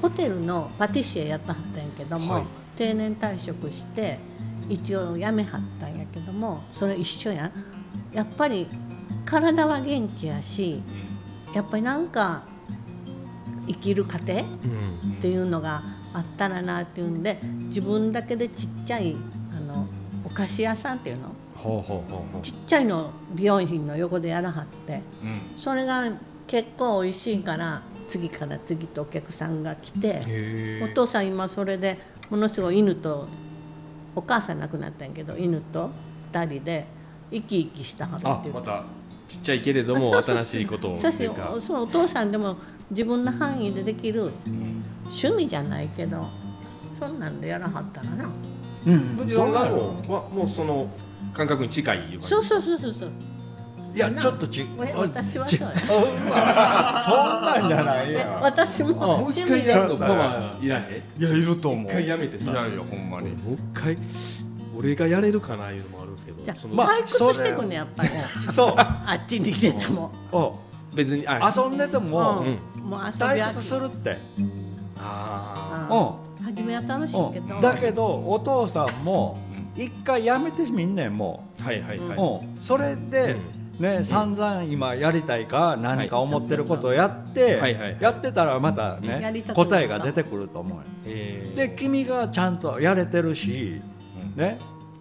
[SPEAKER 4] ホテルのパティシエやったはったんやけども、
[SPEAKER 2] はい
[SPEAKER 4] 定年退職して一応辞めはったんやけどもそれ一緒やんやっぱり体は元気やしやっぱりなんか生きる糧
[SPEAKER 2] うん
[SPEAKER 4] っていうのがあったらなっていうんで自分だけでちっちゃいあのお菓子屋さんっていうの
[SPEAKER 2] ほうほうほうほう
[SPEAKER 4] ちっちゃいの美容院の横でやらはって
[SPEAKER 1] うん
[SPEAKER 4] それが結構美味しいから次から次とお客さんが来て
[SPEAKER 2] へ
[SPEAKER 4] お父さん今それでものすごい犬とお母さん亡くなったんやけど犬と2人で生き生きしたはるっ
[SPEAKER 2] あ
[SPEAKER 4] ていう
[SPEAKER 2] またちっちゃいけれど
[SPEAKER 4] あ
[SPEAKER 2] も
[SPEAKER 4] そうそうそ
[SPEAKER 2] 新
[SPEAKER 4] う
[SPEAKER 2] しいことを
[SPEAKER 4] そう
[SPEAKER 2] っていうか
[SPEAKER 4] そうそうお父さんでも自分の範囲でできる趣味じゃないけどそんなんでやらはったらな
[SPEAKER 3] うんうん
[SPEAKER 2] うちの女の子はもうその感覚に近いいう感じ
[SPEAKER 4] そうそうそうそうそう
[SPEAKER 3] いやちょっとち
[SPEAKER 4] え私は
[SPEAKER 3] ち
[SPEAKER 4] そうよ
[SPEAKER 3] あうわそんなんじゃない
[SPEAKER 4] え
[SPEAKER 3] や
[SPEAKER 4] 私も
[SPEAKER 3] あ
[SPEAKER 4] 趣
[SPEAKER 2] 一
[SPEAKER 4] 味
[SPEAKER 2] 回や
[SPEAKER 4] で
[SPEAKER 2] るのパワーいらへ
[SPEAKER 1] いやいると思う
[SPEAKER 2] 一回やめてさ
[SPEAKER 1] いやいやほんま
[SPEAKER 2] ん
[SPEAKER 1] に
[SPEAKER 2] もう一回俺がやれるかないうのもあるんですけど
[SPEAKER 4] じゃ
[SPEAKER 2] そ
[SPEAKER 4] あ、
[SPEAKER 2] の
[SPEAKER 3] まあ
[SPEAKER 4] 退屈してくねやっぱり
[SPEAKER 3] んそう
[SPEAKER 4] あっちに来てたもん
[SPEAKER 3] お
[SPEAKER 2] 別にあ
[SPEAKER 3] 遊んでても
[SPEAKER 4] うん
[SPEAKER 2] うん
[SPEAKER 4] もう遊び
[SPEAKER 3] 退
[SPEAKER 4] 飽
[SPEAKER 3] 屈
[SPEAKER 4] き
[SPEAKER 3] するって
[SPEAKER 2] あ
[SPEAKER 3] う
[SPEAKER 4] うん初めは楽しい
[SPEAKER 3] ん
[SPEAKER 4] け
[SPEAKER 3] う
[SPEAKER 4] ど
[SPEAKER 3] んだけどお父さんも
[SPEAKER 1] うん
[SPEAKER 3] 一回やめてみんねんも
[SPEAKER 2] ーはいはいはい、
[SPEAKER 3] ううんそれでね散々今やりたいか何か思ってることをやっ
[SPEAKER 2] はいはい
[SPEAKER 3] て
[SPEAKER 2] はい
[SPEAKER 3] やってたらまた
[SPEAKER 4] うんやり
[SPEAKER 3] ね
[SPEAKER 4] たくなる
[SPEAKER 3] 答えが出てくると思うよ
[SPEAKER 2] えー
[SPEAKER 3] で君がちゃんとやれてるしね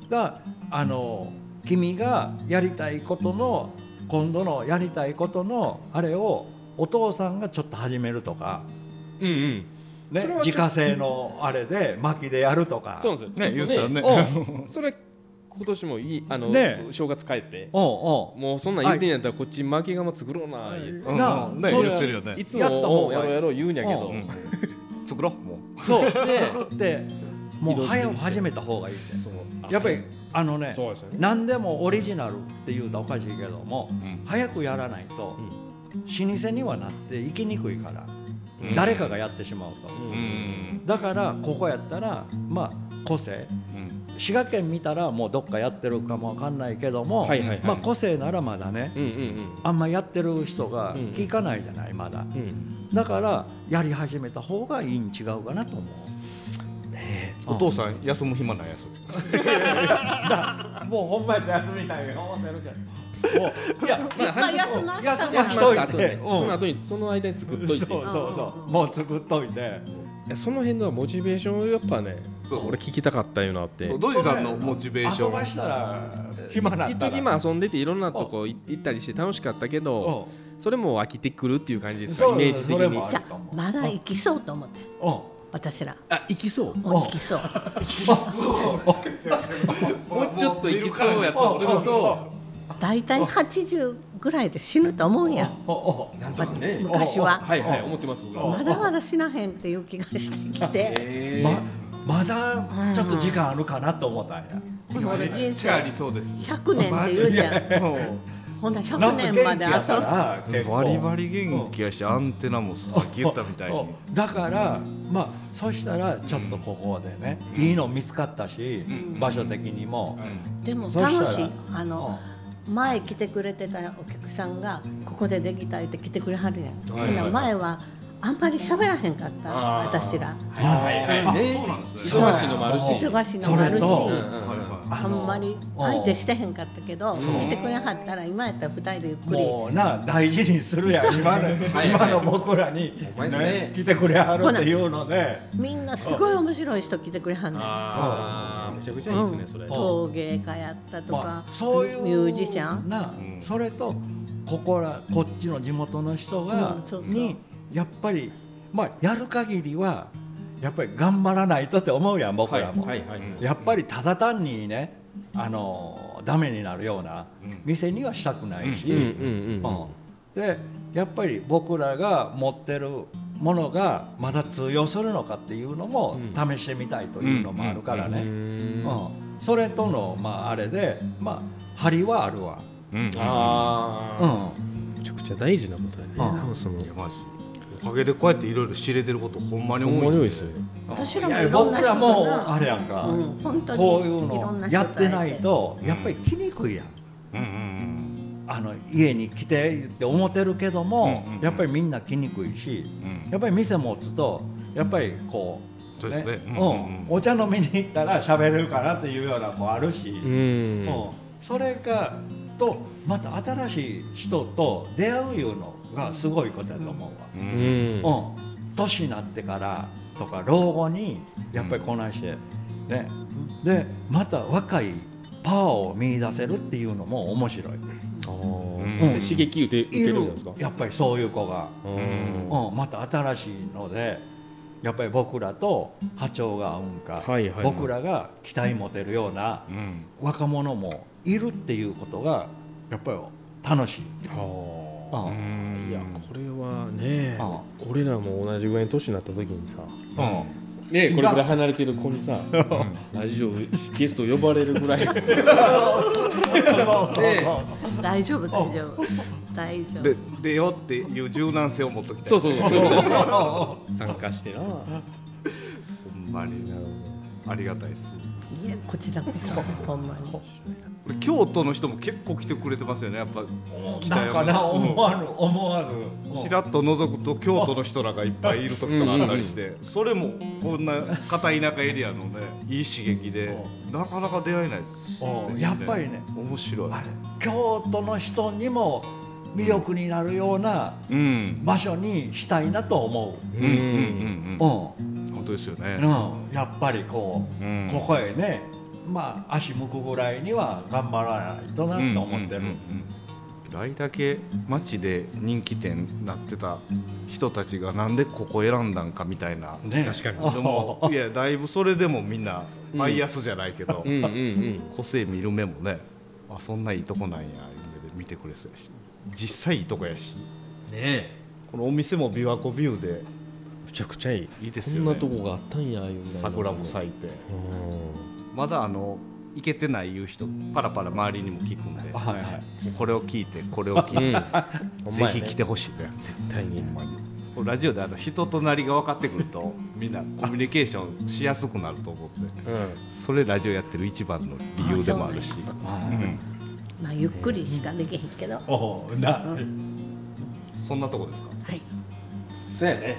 [SPEAKER 3] だあの君がやりたいことの今度のやりたいことのあれをお父さんがちょっと始めるとか、
[SPEAKER 2] うんうん
[SPEAKER 3] ね
[SPEAKER 2] それ、はちょ
[SPEAKER 3] 自家製のあれで薪でやるとか
[SPEAKER 2] そうなんですよ
[SPEAKER 1] ね言ってたね
[SPEAKER 2] うんそれ今年もいいあの、
[SPEAKER 3] ね
[SPEAKER 2] 正月帰って
[SPEAKER 3] おう
[SPEAKER 2] もうそんなん言ってんやったらこっち巻き釜作ろうな言って
[SPEAKER 3] おうな あ
[SPEAKER 1] うんね
[SPEAKER 2] それ
[SPEAKER 1] 言
[SPEAKER 2] は
[SPEAKER 1] ってるよね
[SPEAKER 2] いつ
[SPEAKER 3] やった
[SPEAKER 2] も
[SPEAKER 3] 方
[SPEAKER 2] おう
[SPEAKER 3] が
[SPEAKER 2] や
[SPEAKER 3] いい
[SPEAKER 2] ろうやろう言うんやけど、
[SPEAKER 3] う
[SPEAKER 1] 作ろうもう
[SPEAKER 3] そう
[SPEAKER 2] で
[SPEAKER 3] 作ってもう早く始めた方がいいって
[SPEAKER 2] そのあ
[SPEAKER 3] やっぱりあのね
[SPEAKER 2] そうですよね
[SPEAKER 3] 何でもオリジナルって言うとおかしいけども
[SPEAKER 1] ん
[SPEAKER 3] 早くやらないと
[SPEAKER 2] う
[SPEAKER 3] 老舗にはなって生きにくいから
[SPEAKER 1] うん
[SPEAKER 3] 誰かがやってしまうと。
[SPEAKER 2] うん
[SPEAKER 1] うん
[SPEAKER 3] だからここやったらまあ個性
[SPEAKER 1] うん
[SPEAKER 3] 滋賀県見たらもうどっかやってるかもわかんないけども、
[SPEAKER 2] はいはいはい
[SPEAKER 3] まあ、個性ならまだね、
[SPEAKER 2] うんうん
[SPEAKER 3] あんまやってる人が
[SPEAKER 2] うん
[SPEAKER 3] 聞かないじゃないまだ
[SPEAKER 2] うんうん
[SPEAKER 3] だからやり始めた方がいいに違うかなと思
[SPEAKER 1] お父さん休む暇ないやそれ
[SPEAKER 3] うもうほんまやったら休みたいよ思ってるけどもういや
[SPEAKER 2] まあ
[SPEAKER 4] まあ休ませた
[SPEAKER 3] 休
[SPEAKER 4] ら
[SPEAKER 2] 休
[SPEAKER 3] ませ
[SPEAKER 2] ました
[SPEAKER 3] し
[SPEAKER 2] 後
[SPEAKER 3] とい
[SPEAKER 2] で
[SPEAKER 3] て
[SPEAKER 2] ね
[SPEAKER 3] うん
[SPEAKER 2] その後にその間に作っと
[SPEAKER 3] そう
[SPEAKER 2] いて
[SPEAKER 3] そうそうもう作っといて
[SPEAKER 2] いやその辺のモチベーションをやっぱね
[SPEAKER 1] そうそう
[SPEAKER 2] 俺聞きたかったよなって
[SPEAKER 1] そうドジさんのモチベーシ
[SPEAKER 3] 遊ば
[SPEAKER 1] ョン
[SPEAKER 3] したら暇な
[SPEAKER 2] 一
[SPEAKER 3] ったら
[SPEAKER 2] 時まあ遊んでていろんなとこい行ったりして楽しかったけど
[SPEAKER 3] う
[SPEAKER 2] それも飽きてくるっていう感じですか
[SPEAKER 3] そう
[SPEAKER 2] イメージ的
[SPEAKER 3] それも
[SPEAKER 2] に
[SPEAKER 3] あ
[SPEAKER 4] じゃ
[SPEAKER 3] ると
[SPEAKER 4] あ
[SPEAKER 3] 思う
[SPEAKER 4] まだ生きそうと思って
[SPEAKER 3] んうん
[SPEAKER 4] 私ら
[SPEAKER 2] あ行きそう
[SPEAKER 4] もう生きそう
[SPEAKER 2] もうちょっと行きそうやとする
[SPEAKER 3] そうそう
[SPEAKER 2] と
[SPEAKER 3] そ
[SPEAKER 4] 大体80ぐらいで死ぬと思うんや
[SPEAKER 3] うおう
[SPEAKER 2] なんとかね
[SPEAKER 4] 昔は
[SPEAKER 2] はいはい思ってます僕は
[SPEAKER 4] まだまだ死なへんっていう気がしてきて
[SPEAKER 2] え
[SPEAKER 3] ままだちょっと時間あるかなと思ったんや。
[SPEAKER 4] この俺人生
[SPEAKER 1] ありそうです
[SPEAKER 4] 100年って言うじゃんほんなら
[SPEAKER 3] な
[SPEAKER 4] 100
[SPEAKER 3] んか
[SPEAKER 4] 年まで遊
[SPEAKER 3] 元気やから結構
[SPEAKER 1] バリバリ元気やしアンテナもさっき言ったみたい
[SPEAKER 3] お
[SPEAKER 1] に
[SPEAKER 3] だからまあそしたらちょっとここでね、いいの見つかったし、
[SPEAKER 1] ん
[SPEAKER 3] 場所的にも、
[SPEAKER 4] ぶでも
[SPEAKER 3] そしたら
[SPEAKER 4] 楽しいあ
[SPEAKER 3] うん
[SPEAKER 4] の前来てくれてたお客さんがここでできたいって来てくれはるやん
[SPEAKER 2] はいはいはい
[SPEAKER 4] ほんなら前はあんまり喋らへんかった
[SPEAKER 2] あー
[SPEAKER 4] 私ら
[SPEAKER 2] はいはいはいね
[SPEAKER 1] そうなんですね
[SPEAKER 2] 忙しいのもあるし
[SPEAKER 4] 忙しいのもあるし
[SPEAKER 3] それ
[SPEAKER 2] うんう
[SPEAKER 3] と
[SPEAKER 2] んうん
[SPEAKER 1] はいは
[SPEAKER 4] あんまり相手してへんかったけど来てくれはったら今やったら2人でゆっくり
[SPEAKER 3] もうな大事にするやん今の
[SPEAKER 2] はい
[SPEAKER 3] 今の僕らに、
[SPEAKER 2] ほんまですね
[SPEAKER 3] 来てくれはるっていうので
[SPEAKER 4] みんなすごい面白い人来てくれはんねん
[SPEAKER 2] ああめちゃくちゃいいですねそれ
[SPEAKER 3] うん
[SPEAKER 4] 陶芸家やったとか
[SPEAKER 3] まあ、そういう
[SPEAKER 4] ミュージシャン
[SPEAKER 3] な、
[SPEAKER 1] うん
[SPEAKER 3] それとここらこっちの地元の人が、
[SPEAKER 4] うんそうそう
[SPEAKER 3] にやっぱり、まあ、やる限りはやっぱり頑張らないとって思うやん僕
[SPEAKER 2] はい
[SPEAKER 3] らも、
[SPEAKER 2] はいはい
[SPEAKER 3] やっぱりただ単にねあのダメになるような
[SPEAKER 1] うん
[SPEAKER 3] 店にはしたくないし、
[SPEAKER 2] うんうんうん
[SPEAKER 3] うんでやっぱり僕らが持ってるものがまだ通用するのかっていうのも
[SPEAKER 2] う
[SPEAKER 3] 試してみたいというのもあるから
[SPEAKER 2] う
[SPEAKER 3] ね。
[SPEAKER 2] ん
[SPEAKER 3] うん、それとの、まあ、あれで、まあ、張りはあるわ、
[SPEAKER 1] いうん
[SPEAKER 2] あ
[SPEAKER 3] う
[SPEAKER 2] あ
[SPEAKER 3] ん、
[SPEAKER 2] めちゃくちゃ大事なことやね
[SPEAKER 3] うん
[SPEAKER 2] なんかその
[SPEAKER 1] いやマジおかげでこうやっていろいろ知れてることほんまに
[SPEAKER 2] ほんま
[SPEAKER 1] 多
[SPEAKER 2] に
[SPEAKER 1] い
[SPEAKER 2] 多いですよ
[SPEAKER 4] 私らも
[SPEAKER 3] いや
[SPEAKER 4] いろんな
[SPEAKER 3] 僕
[SPEAKER 4] 人
[SPEAKER 3] ら
[SPEAKER 4] が
[SPEAKER 3] もあれやんか、
[SPEAKER 4] うん本当に
[SPEAKER 3] こういう
[SPEAKER 4] いろん
[SPEAKER 3] の
[SPEAKER 4] な人
[SPEAKER 3] や
[SPEAKER 4] が
[SPEAKER 3] ってないとやっぱり来にくいやん、
[SPEAKER 1] うんうん
[SPEAKER 3] あの家に来てって思ってるけども、
[SPEAKER 1] うんうんうん
[SPEAKER 3] やっぱりみんな来にくいし
[SPEAKER 1] うんうん
[SPEAKER 3] やっぱり店持つとやっぱりこう
[SPEAKER 1] そうですね
[SPEAKER 3] う
[SPEAKER 1] う
[SPEAKER 3] ん
[SPEAKER 1] んうんうん
[SPEAKER 3] お茶飲みに行ったら喋れるかなっていうようなもあるし、
[SPEAKER 2] う
[SPEAKER 3] うん
[SPEAKER 2] ん
[SPEAKER 3] それがとまた新しい人と出会ういうのがすごいことやと思うわ。
[SPEAKER 1] う
[SPEAKER 2] うんん
[SPEAKER 3] うん、年になってからとか老後にやっぱりこないして、ねでまた若いパワーを見出せるっていうのも面白い
[SPEAKER 2] あ
[SPEAKER 1] う
[SPEAKER 2] ー
[SPEAKER 1] ん
[SPEAKER 2] 刺激受け受け
[SPEAKER 3] い
[SPEAKER 2] るんじ
[SPEAKER 3] る
[SPEAKER 2] ゃないですか
[SPEAKER 3] やっぱりそういう子が、
[SPEAKER 2] う
[SPEAKER 1] うん
[SPEAKER 2] ん
[SPEAKER 3] うん、また新しいのでやっぱり僕らと波長が合うんか、
[SPEAKER 2] はいはい
[SPEAKER 3] 僕らが期待持てるような
[SPEAKER 1] うん
[SPEAKER 3] 若者もいるっていうことがやっぱり楽しい。
[SPEAKER 2] は
[SPEAKER 3] うん
[SPEAKER 2] あ
[SPEAKER 1] い
[SPEAKER 2] いやこれはね
[SPEAKER 3] あ
[SPEAKER 2] 俺らも同じぐらいの年になった時にさ
[SPEAKER 3] うん
[SPEAKER 2] ねこれぐらい離れてる子にさラジオゲスト呼ばれるぐらい
[SPEAKER 4] 大丈夫大丈夫大丈
[SPEAKER 1] で
[SPEAKER 4] 夫
[SPEAKER 1] 出ようっていう柔軟性を持っときたい
[SPEAKER 2] そうそうそうそういうこと参加してな
[SPEAKER 1] ほんまにありがたいです
[SPEAKER 4] いやこちらこそほんまに
[SPEAKER 1] 京都の人も結構来てくれてますよねやっぱ北
[SPEAKER 3] だ
[SPEAKER 1] 山
[SPEAKER 3] から
[SPEAKER 1] うん
[SPEAKER 3] 思わぬ思わぬうん
[SPEAKER 1] ちらっと覗くと京都の人らがいっぱいいる時とかあったりしてそれもこんな片田舎エリアのねいい刺激でなかなか出会えないです
[SPEAKER 3] うんやっぱりね
[SPEAKER 1] 面白い
[SPEAKER 3] あれ京都の人にも魅力になるような
[SPEAKER 1] うん
[SPEAKER 3] 場所にしたいなと思
[SPEAKER 1] うんうんうん
[SPEAKER 3] う、うん
[SPEAKER 1] うん本当ですよ
[SPEAKER 3] う
[SPEAKER 1] ね
[SPEAKER 3] ん、やっぱりこう、
[SPEAKER 1] うん
[SPEAKER 3] ここへねまあ足向くぐらいには頑張らないとなと
[SPEAKER 1] うんうんうんう
[SPEAKER 3] 思ってる、
[SPEAKER 1] んあれだけ街で人気店になってた人たちがなんでここ選んだんかみたいな
[SPEAKER 3] ね
[SPEAKER 2] 確かに
[SPEAKER 1] でもいやだいぶそれでもみんなバイアスじゃないけど、
[SPEAKER 2] うんうんうん
[SPEAKER 1] 個性見る目もねあそんないいとこなんやいう目で見てくれそうやし実際いいとこやし
[SPEAKER 2] ねえ
[SPEAKER 1] このお店も琵琶湖ビューで
[SPEAKER 2] むちゃくちゃいい
[SPEAKER 1] いいですよね
[SPEAKER 2] こんなとこがあったんやいうぐらいの
[SPEAKER 1] 桜も咲いて
[SPEAKER 2] うん
[SPEAKER 1] まだあの行けてないいう人パラパラ周りにも聞くんで
[SPEAKER 3] はいはい
[SPEAKER 1] これを聞いてこれを聞
[SPEAKER 2] うん
[SPEAKER 1] いて
[SPEAKER 2] ほん
[SPEAKER 1] ぜ
[SPEAKER 2] まやね
[SPEAKER 1] ひ来てほしいね
[SPEAKER 2] 絶対に
[SPEAKER 1] これラジオであの人となりが分かってくるとみんなコミュニケーションしやすくなると思って
[SPEAKER 2] うん
[SPEAKER 1] それラジオやってる一番の理由でもあるし
[SPEAKER 3] はい
[SPEAKER 4] まあゆっくりしかできへんけどは
[SPEAKER 3] おうな
[SPEAKER 1] そんなとこですか
[SPEAKER 4] い
[SPEAKER 2] そうやね。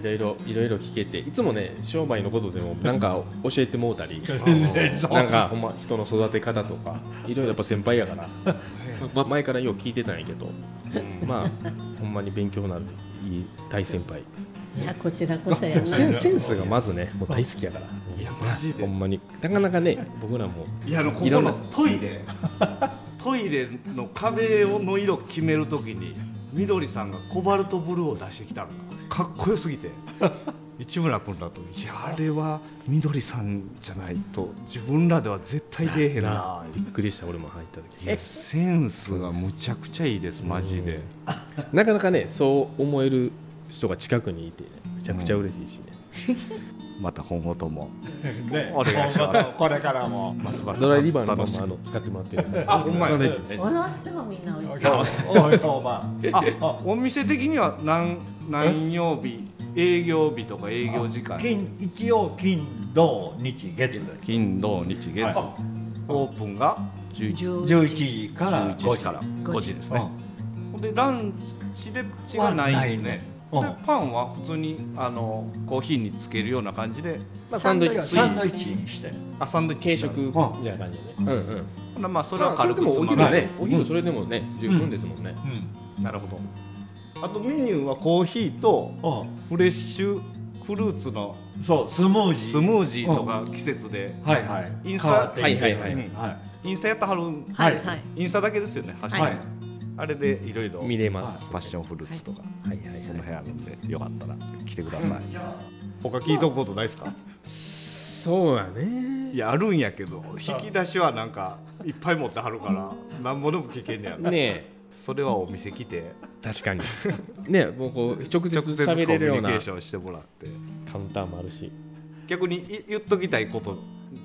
[SPEAKER 2] いろいろいろいろ聞けて、いつもね商売のことでもなんか教えてもう たり、なんかほんま人の育て方とか、いろいろやっぱ先輩や から、ま前からよう聞いてたんやけど、まあほんまに勉強になるいい大先輩。
[SPEAKER 4] いやこちらこそや
[SPEAKER 2] セン
[SPEAKER 4] な
[SPEAKER 2] センスがまずねもう大好きやから。
[SPEAKER 1] いやマジで
[SPEAKER 2] ほんまになかなかね僕らも
[SPEAKER 1] いやあのこ
[SPEAKER 2] い
[SPEAKER 1] こ
[SPEAKER 2] ろんな
[SPEAKER 1] のトイレトイレの壁の色決めるときにみどりさんがコバルトブルーを出してきたのがかっこよすぎて市村君だと「いやあれはみどりさんじゃないと自分らでは絶対出えへんな」
[SPEAKER 2] びっくりした俺も入った時。
[SPEAKER 1] センスがむちゃくちゃいいですマジで
[SPEAKER 2] なかなかねそう思える人が近くにいて、ね、めちゃくちゃ嬉しいしね、
[SPEAKER 1] また今後とも
[SPEAKER 3] ね
[SPEAKER 1] お願いします
[SPEAKER 3] これからも
[SPEAKER 1] ますます
[SPEAKER 2] ドライリバーのま
[SPEAKER 1] 楽しみ
[SPEAKER 2] んまあの使ってもらってるんで
[SPEAKER 1] あほんまや
[SPEAKER 2] サンドイッチね
[SPEAKER 4] ものすごいみんな美味しい
[SPEAKER 3] おいそうま
[SPEAKER 1] あお店的には何何曜日営業日とか営業時間
[SPEAKER 3] 金一応金土日月です
[SPEAKER 1] 金土日月、
[SPEAKER 3] は
[SPEAKER 1] オープンが11時
[SPEAKER 3] 11時か
[SPEAKER 1] 11
[SPEAKER 3] ら5
[SPEAKER 1] 時
[SPEAKER 3] 時
[SPEAKER 1] から5時です
[SPEAKER 3] う
[SPEAKER 1] ね
[SPEAKER 3] ん、
[SPEAKER 1] ほんでランチで違はないですね
[SPEAKER 3] はないね
[SPEAKER 1] でパンは普通にあのコーヒーにつけるような感じで
[SPEAKER 2] まあ、サンドイッチ
[SPEAKER 4] スイー
[SPEAKER 3] サ
[SPEAKER 4] ツ
[SPEAKER 3] ンドイッチにして
[SPEAKER 1] あサンドイッチ
[SPEAKER 2] 軽食みたいな感じでねうんうん
[SPEAKER 1] ほなまあそ
[SPEAKER 2] そ
[SPEAKER 1] れは軽く
[SPEAKER 2] で
[SPEAKER 1] つ
[SPEAKER 2] もお
[SPEAKER 1] ま
[SPEAKER 2] 昼
[SPEAKER 1] み、
[SPEAKER 3] は
[SPEAKER 2] ねお
[SPEAKER 3] う
[SPEAKER 2] 昼
[SPEAKER 3] ん
[SPEAKER 2] それでもね十分ですもんね
[SPEAKER 3] うん
[SPEAKER 1] なるほどあとメニューはコーヒーと
[SPEAKER 3] う
[SPEAKER 1] フレッシュフルーツの
[SPEAKER 3] んそうスムージー
[SPEAKER 1] スムージーとか季節で
[SPEAKER 3] はいはい
[SPEAKER 1] インスタ
[SPEAKER 3] 変わっていく
[SPEAKER 2] はいはいはい
[SPEAKER 3] は
[SPEAKER 1] インスタやったはるん
[SPEAKER 4] はい
[SPEAKER 3] は
[SPEAKER 4] はいい
[SPEAKER 1] インスタだけですよね
[SPEAKER 3] い
[SPEAKER 1] 走る、
[SPEAKER 3] はい
[SPEAKER 1] あれでいろいろ
[SPEAKER 2] 見れます
[SPEAKER 1] パッションフルーツとか、
[SPEAKER 2] はいはいはい
[SPEAKER 1] その辺あるんでよかったら来てください、他聞いとくことないですか
[SPEAKER 2] そうやね
[SPEAKER 1] いやあるんやけど引き出しはなんかいっぱい持ってはるから何ぼでも聞けんねやろ
[SPEAKER 2] ねえ
[SPEAKER 1] それはお店来て
[SPEAKER 2] 確かにねえもうこう直接
[SPEAKER 1] 直接コミ
[SPEAKER 2] 喋れるよ
[SPEAKER 1] ュ
[SPEAKER 2] う
[SPEAKER 1] ニケ
[SPEAKER 2] な
[SPEAKER 1] ーションしてもらって
[SPEAKER 2] カウンターもあるし
[SPEAKER 1] 逆にい言っときたいこと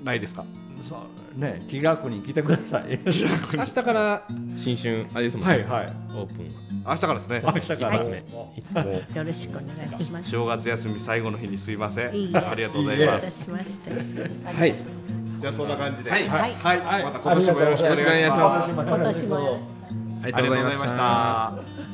[SPEAKER 1] ないですか
[SPEAKER 3] そうね気楽に来てくださ い
[SPEAKER 2] 明日から新春あれですもんね、
[SPEAKER 3] はいはい
[SPEAKER 2] オープン
[SPEAKER 1] 明日からですね
[SPEAKER 3] 明日から
[SPEAKER 2] 一発目
[SPEAKER 1] もう
[SPEAKER 4] よろしくお願いします
[SPEAKER 1] 正月休み最後の日にすいません
[SPEAKER 4] いいえ
[SPEAKER 1] ありがとうござい
[SPEAKER 4] ど
[SPEAKER 1] ま
[SPEAKER 4] ういた
[SPEAKER 1] す
[SPEAKER 4] しまして
[SPEAKER 2] はい
[SPEAKER 1] じゃあそんな感じでは
[SPEAKER 2] はい
[SPEAKER 1] い、はい
[SPEAKER 3] はい
[SPEAKER 1] また今年もよろしくお願いします
[SPEAKER 2] ありがとうございました
[SPEAKER 4] 今年もよろし
[SPEAKER 1] あ
[SPEAKER 2] あり
[SPEAKER 4] く
[SPEAKER 1] りがとうございました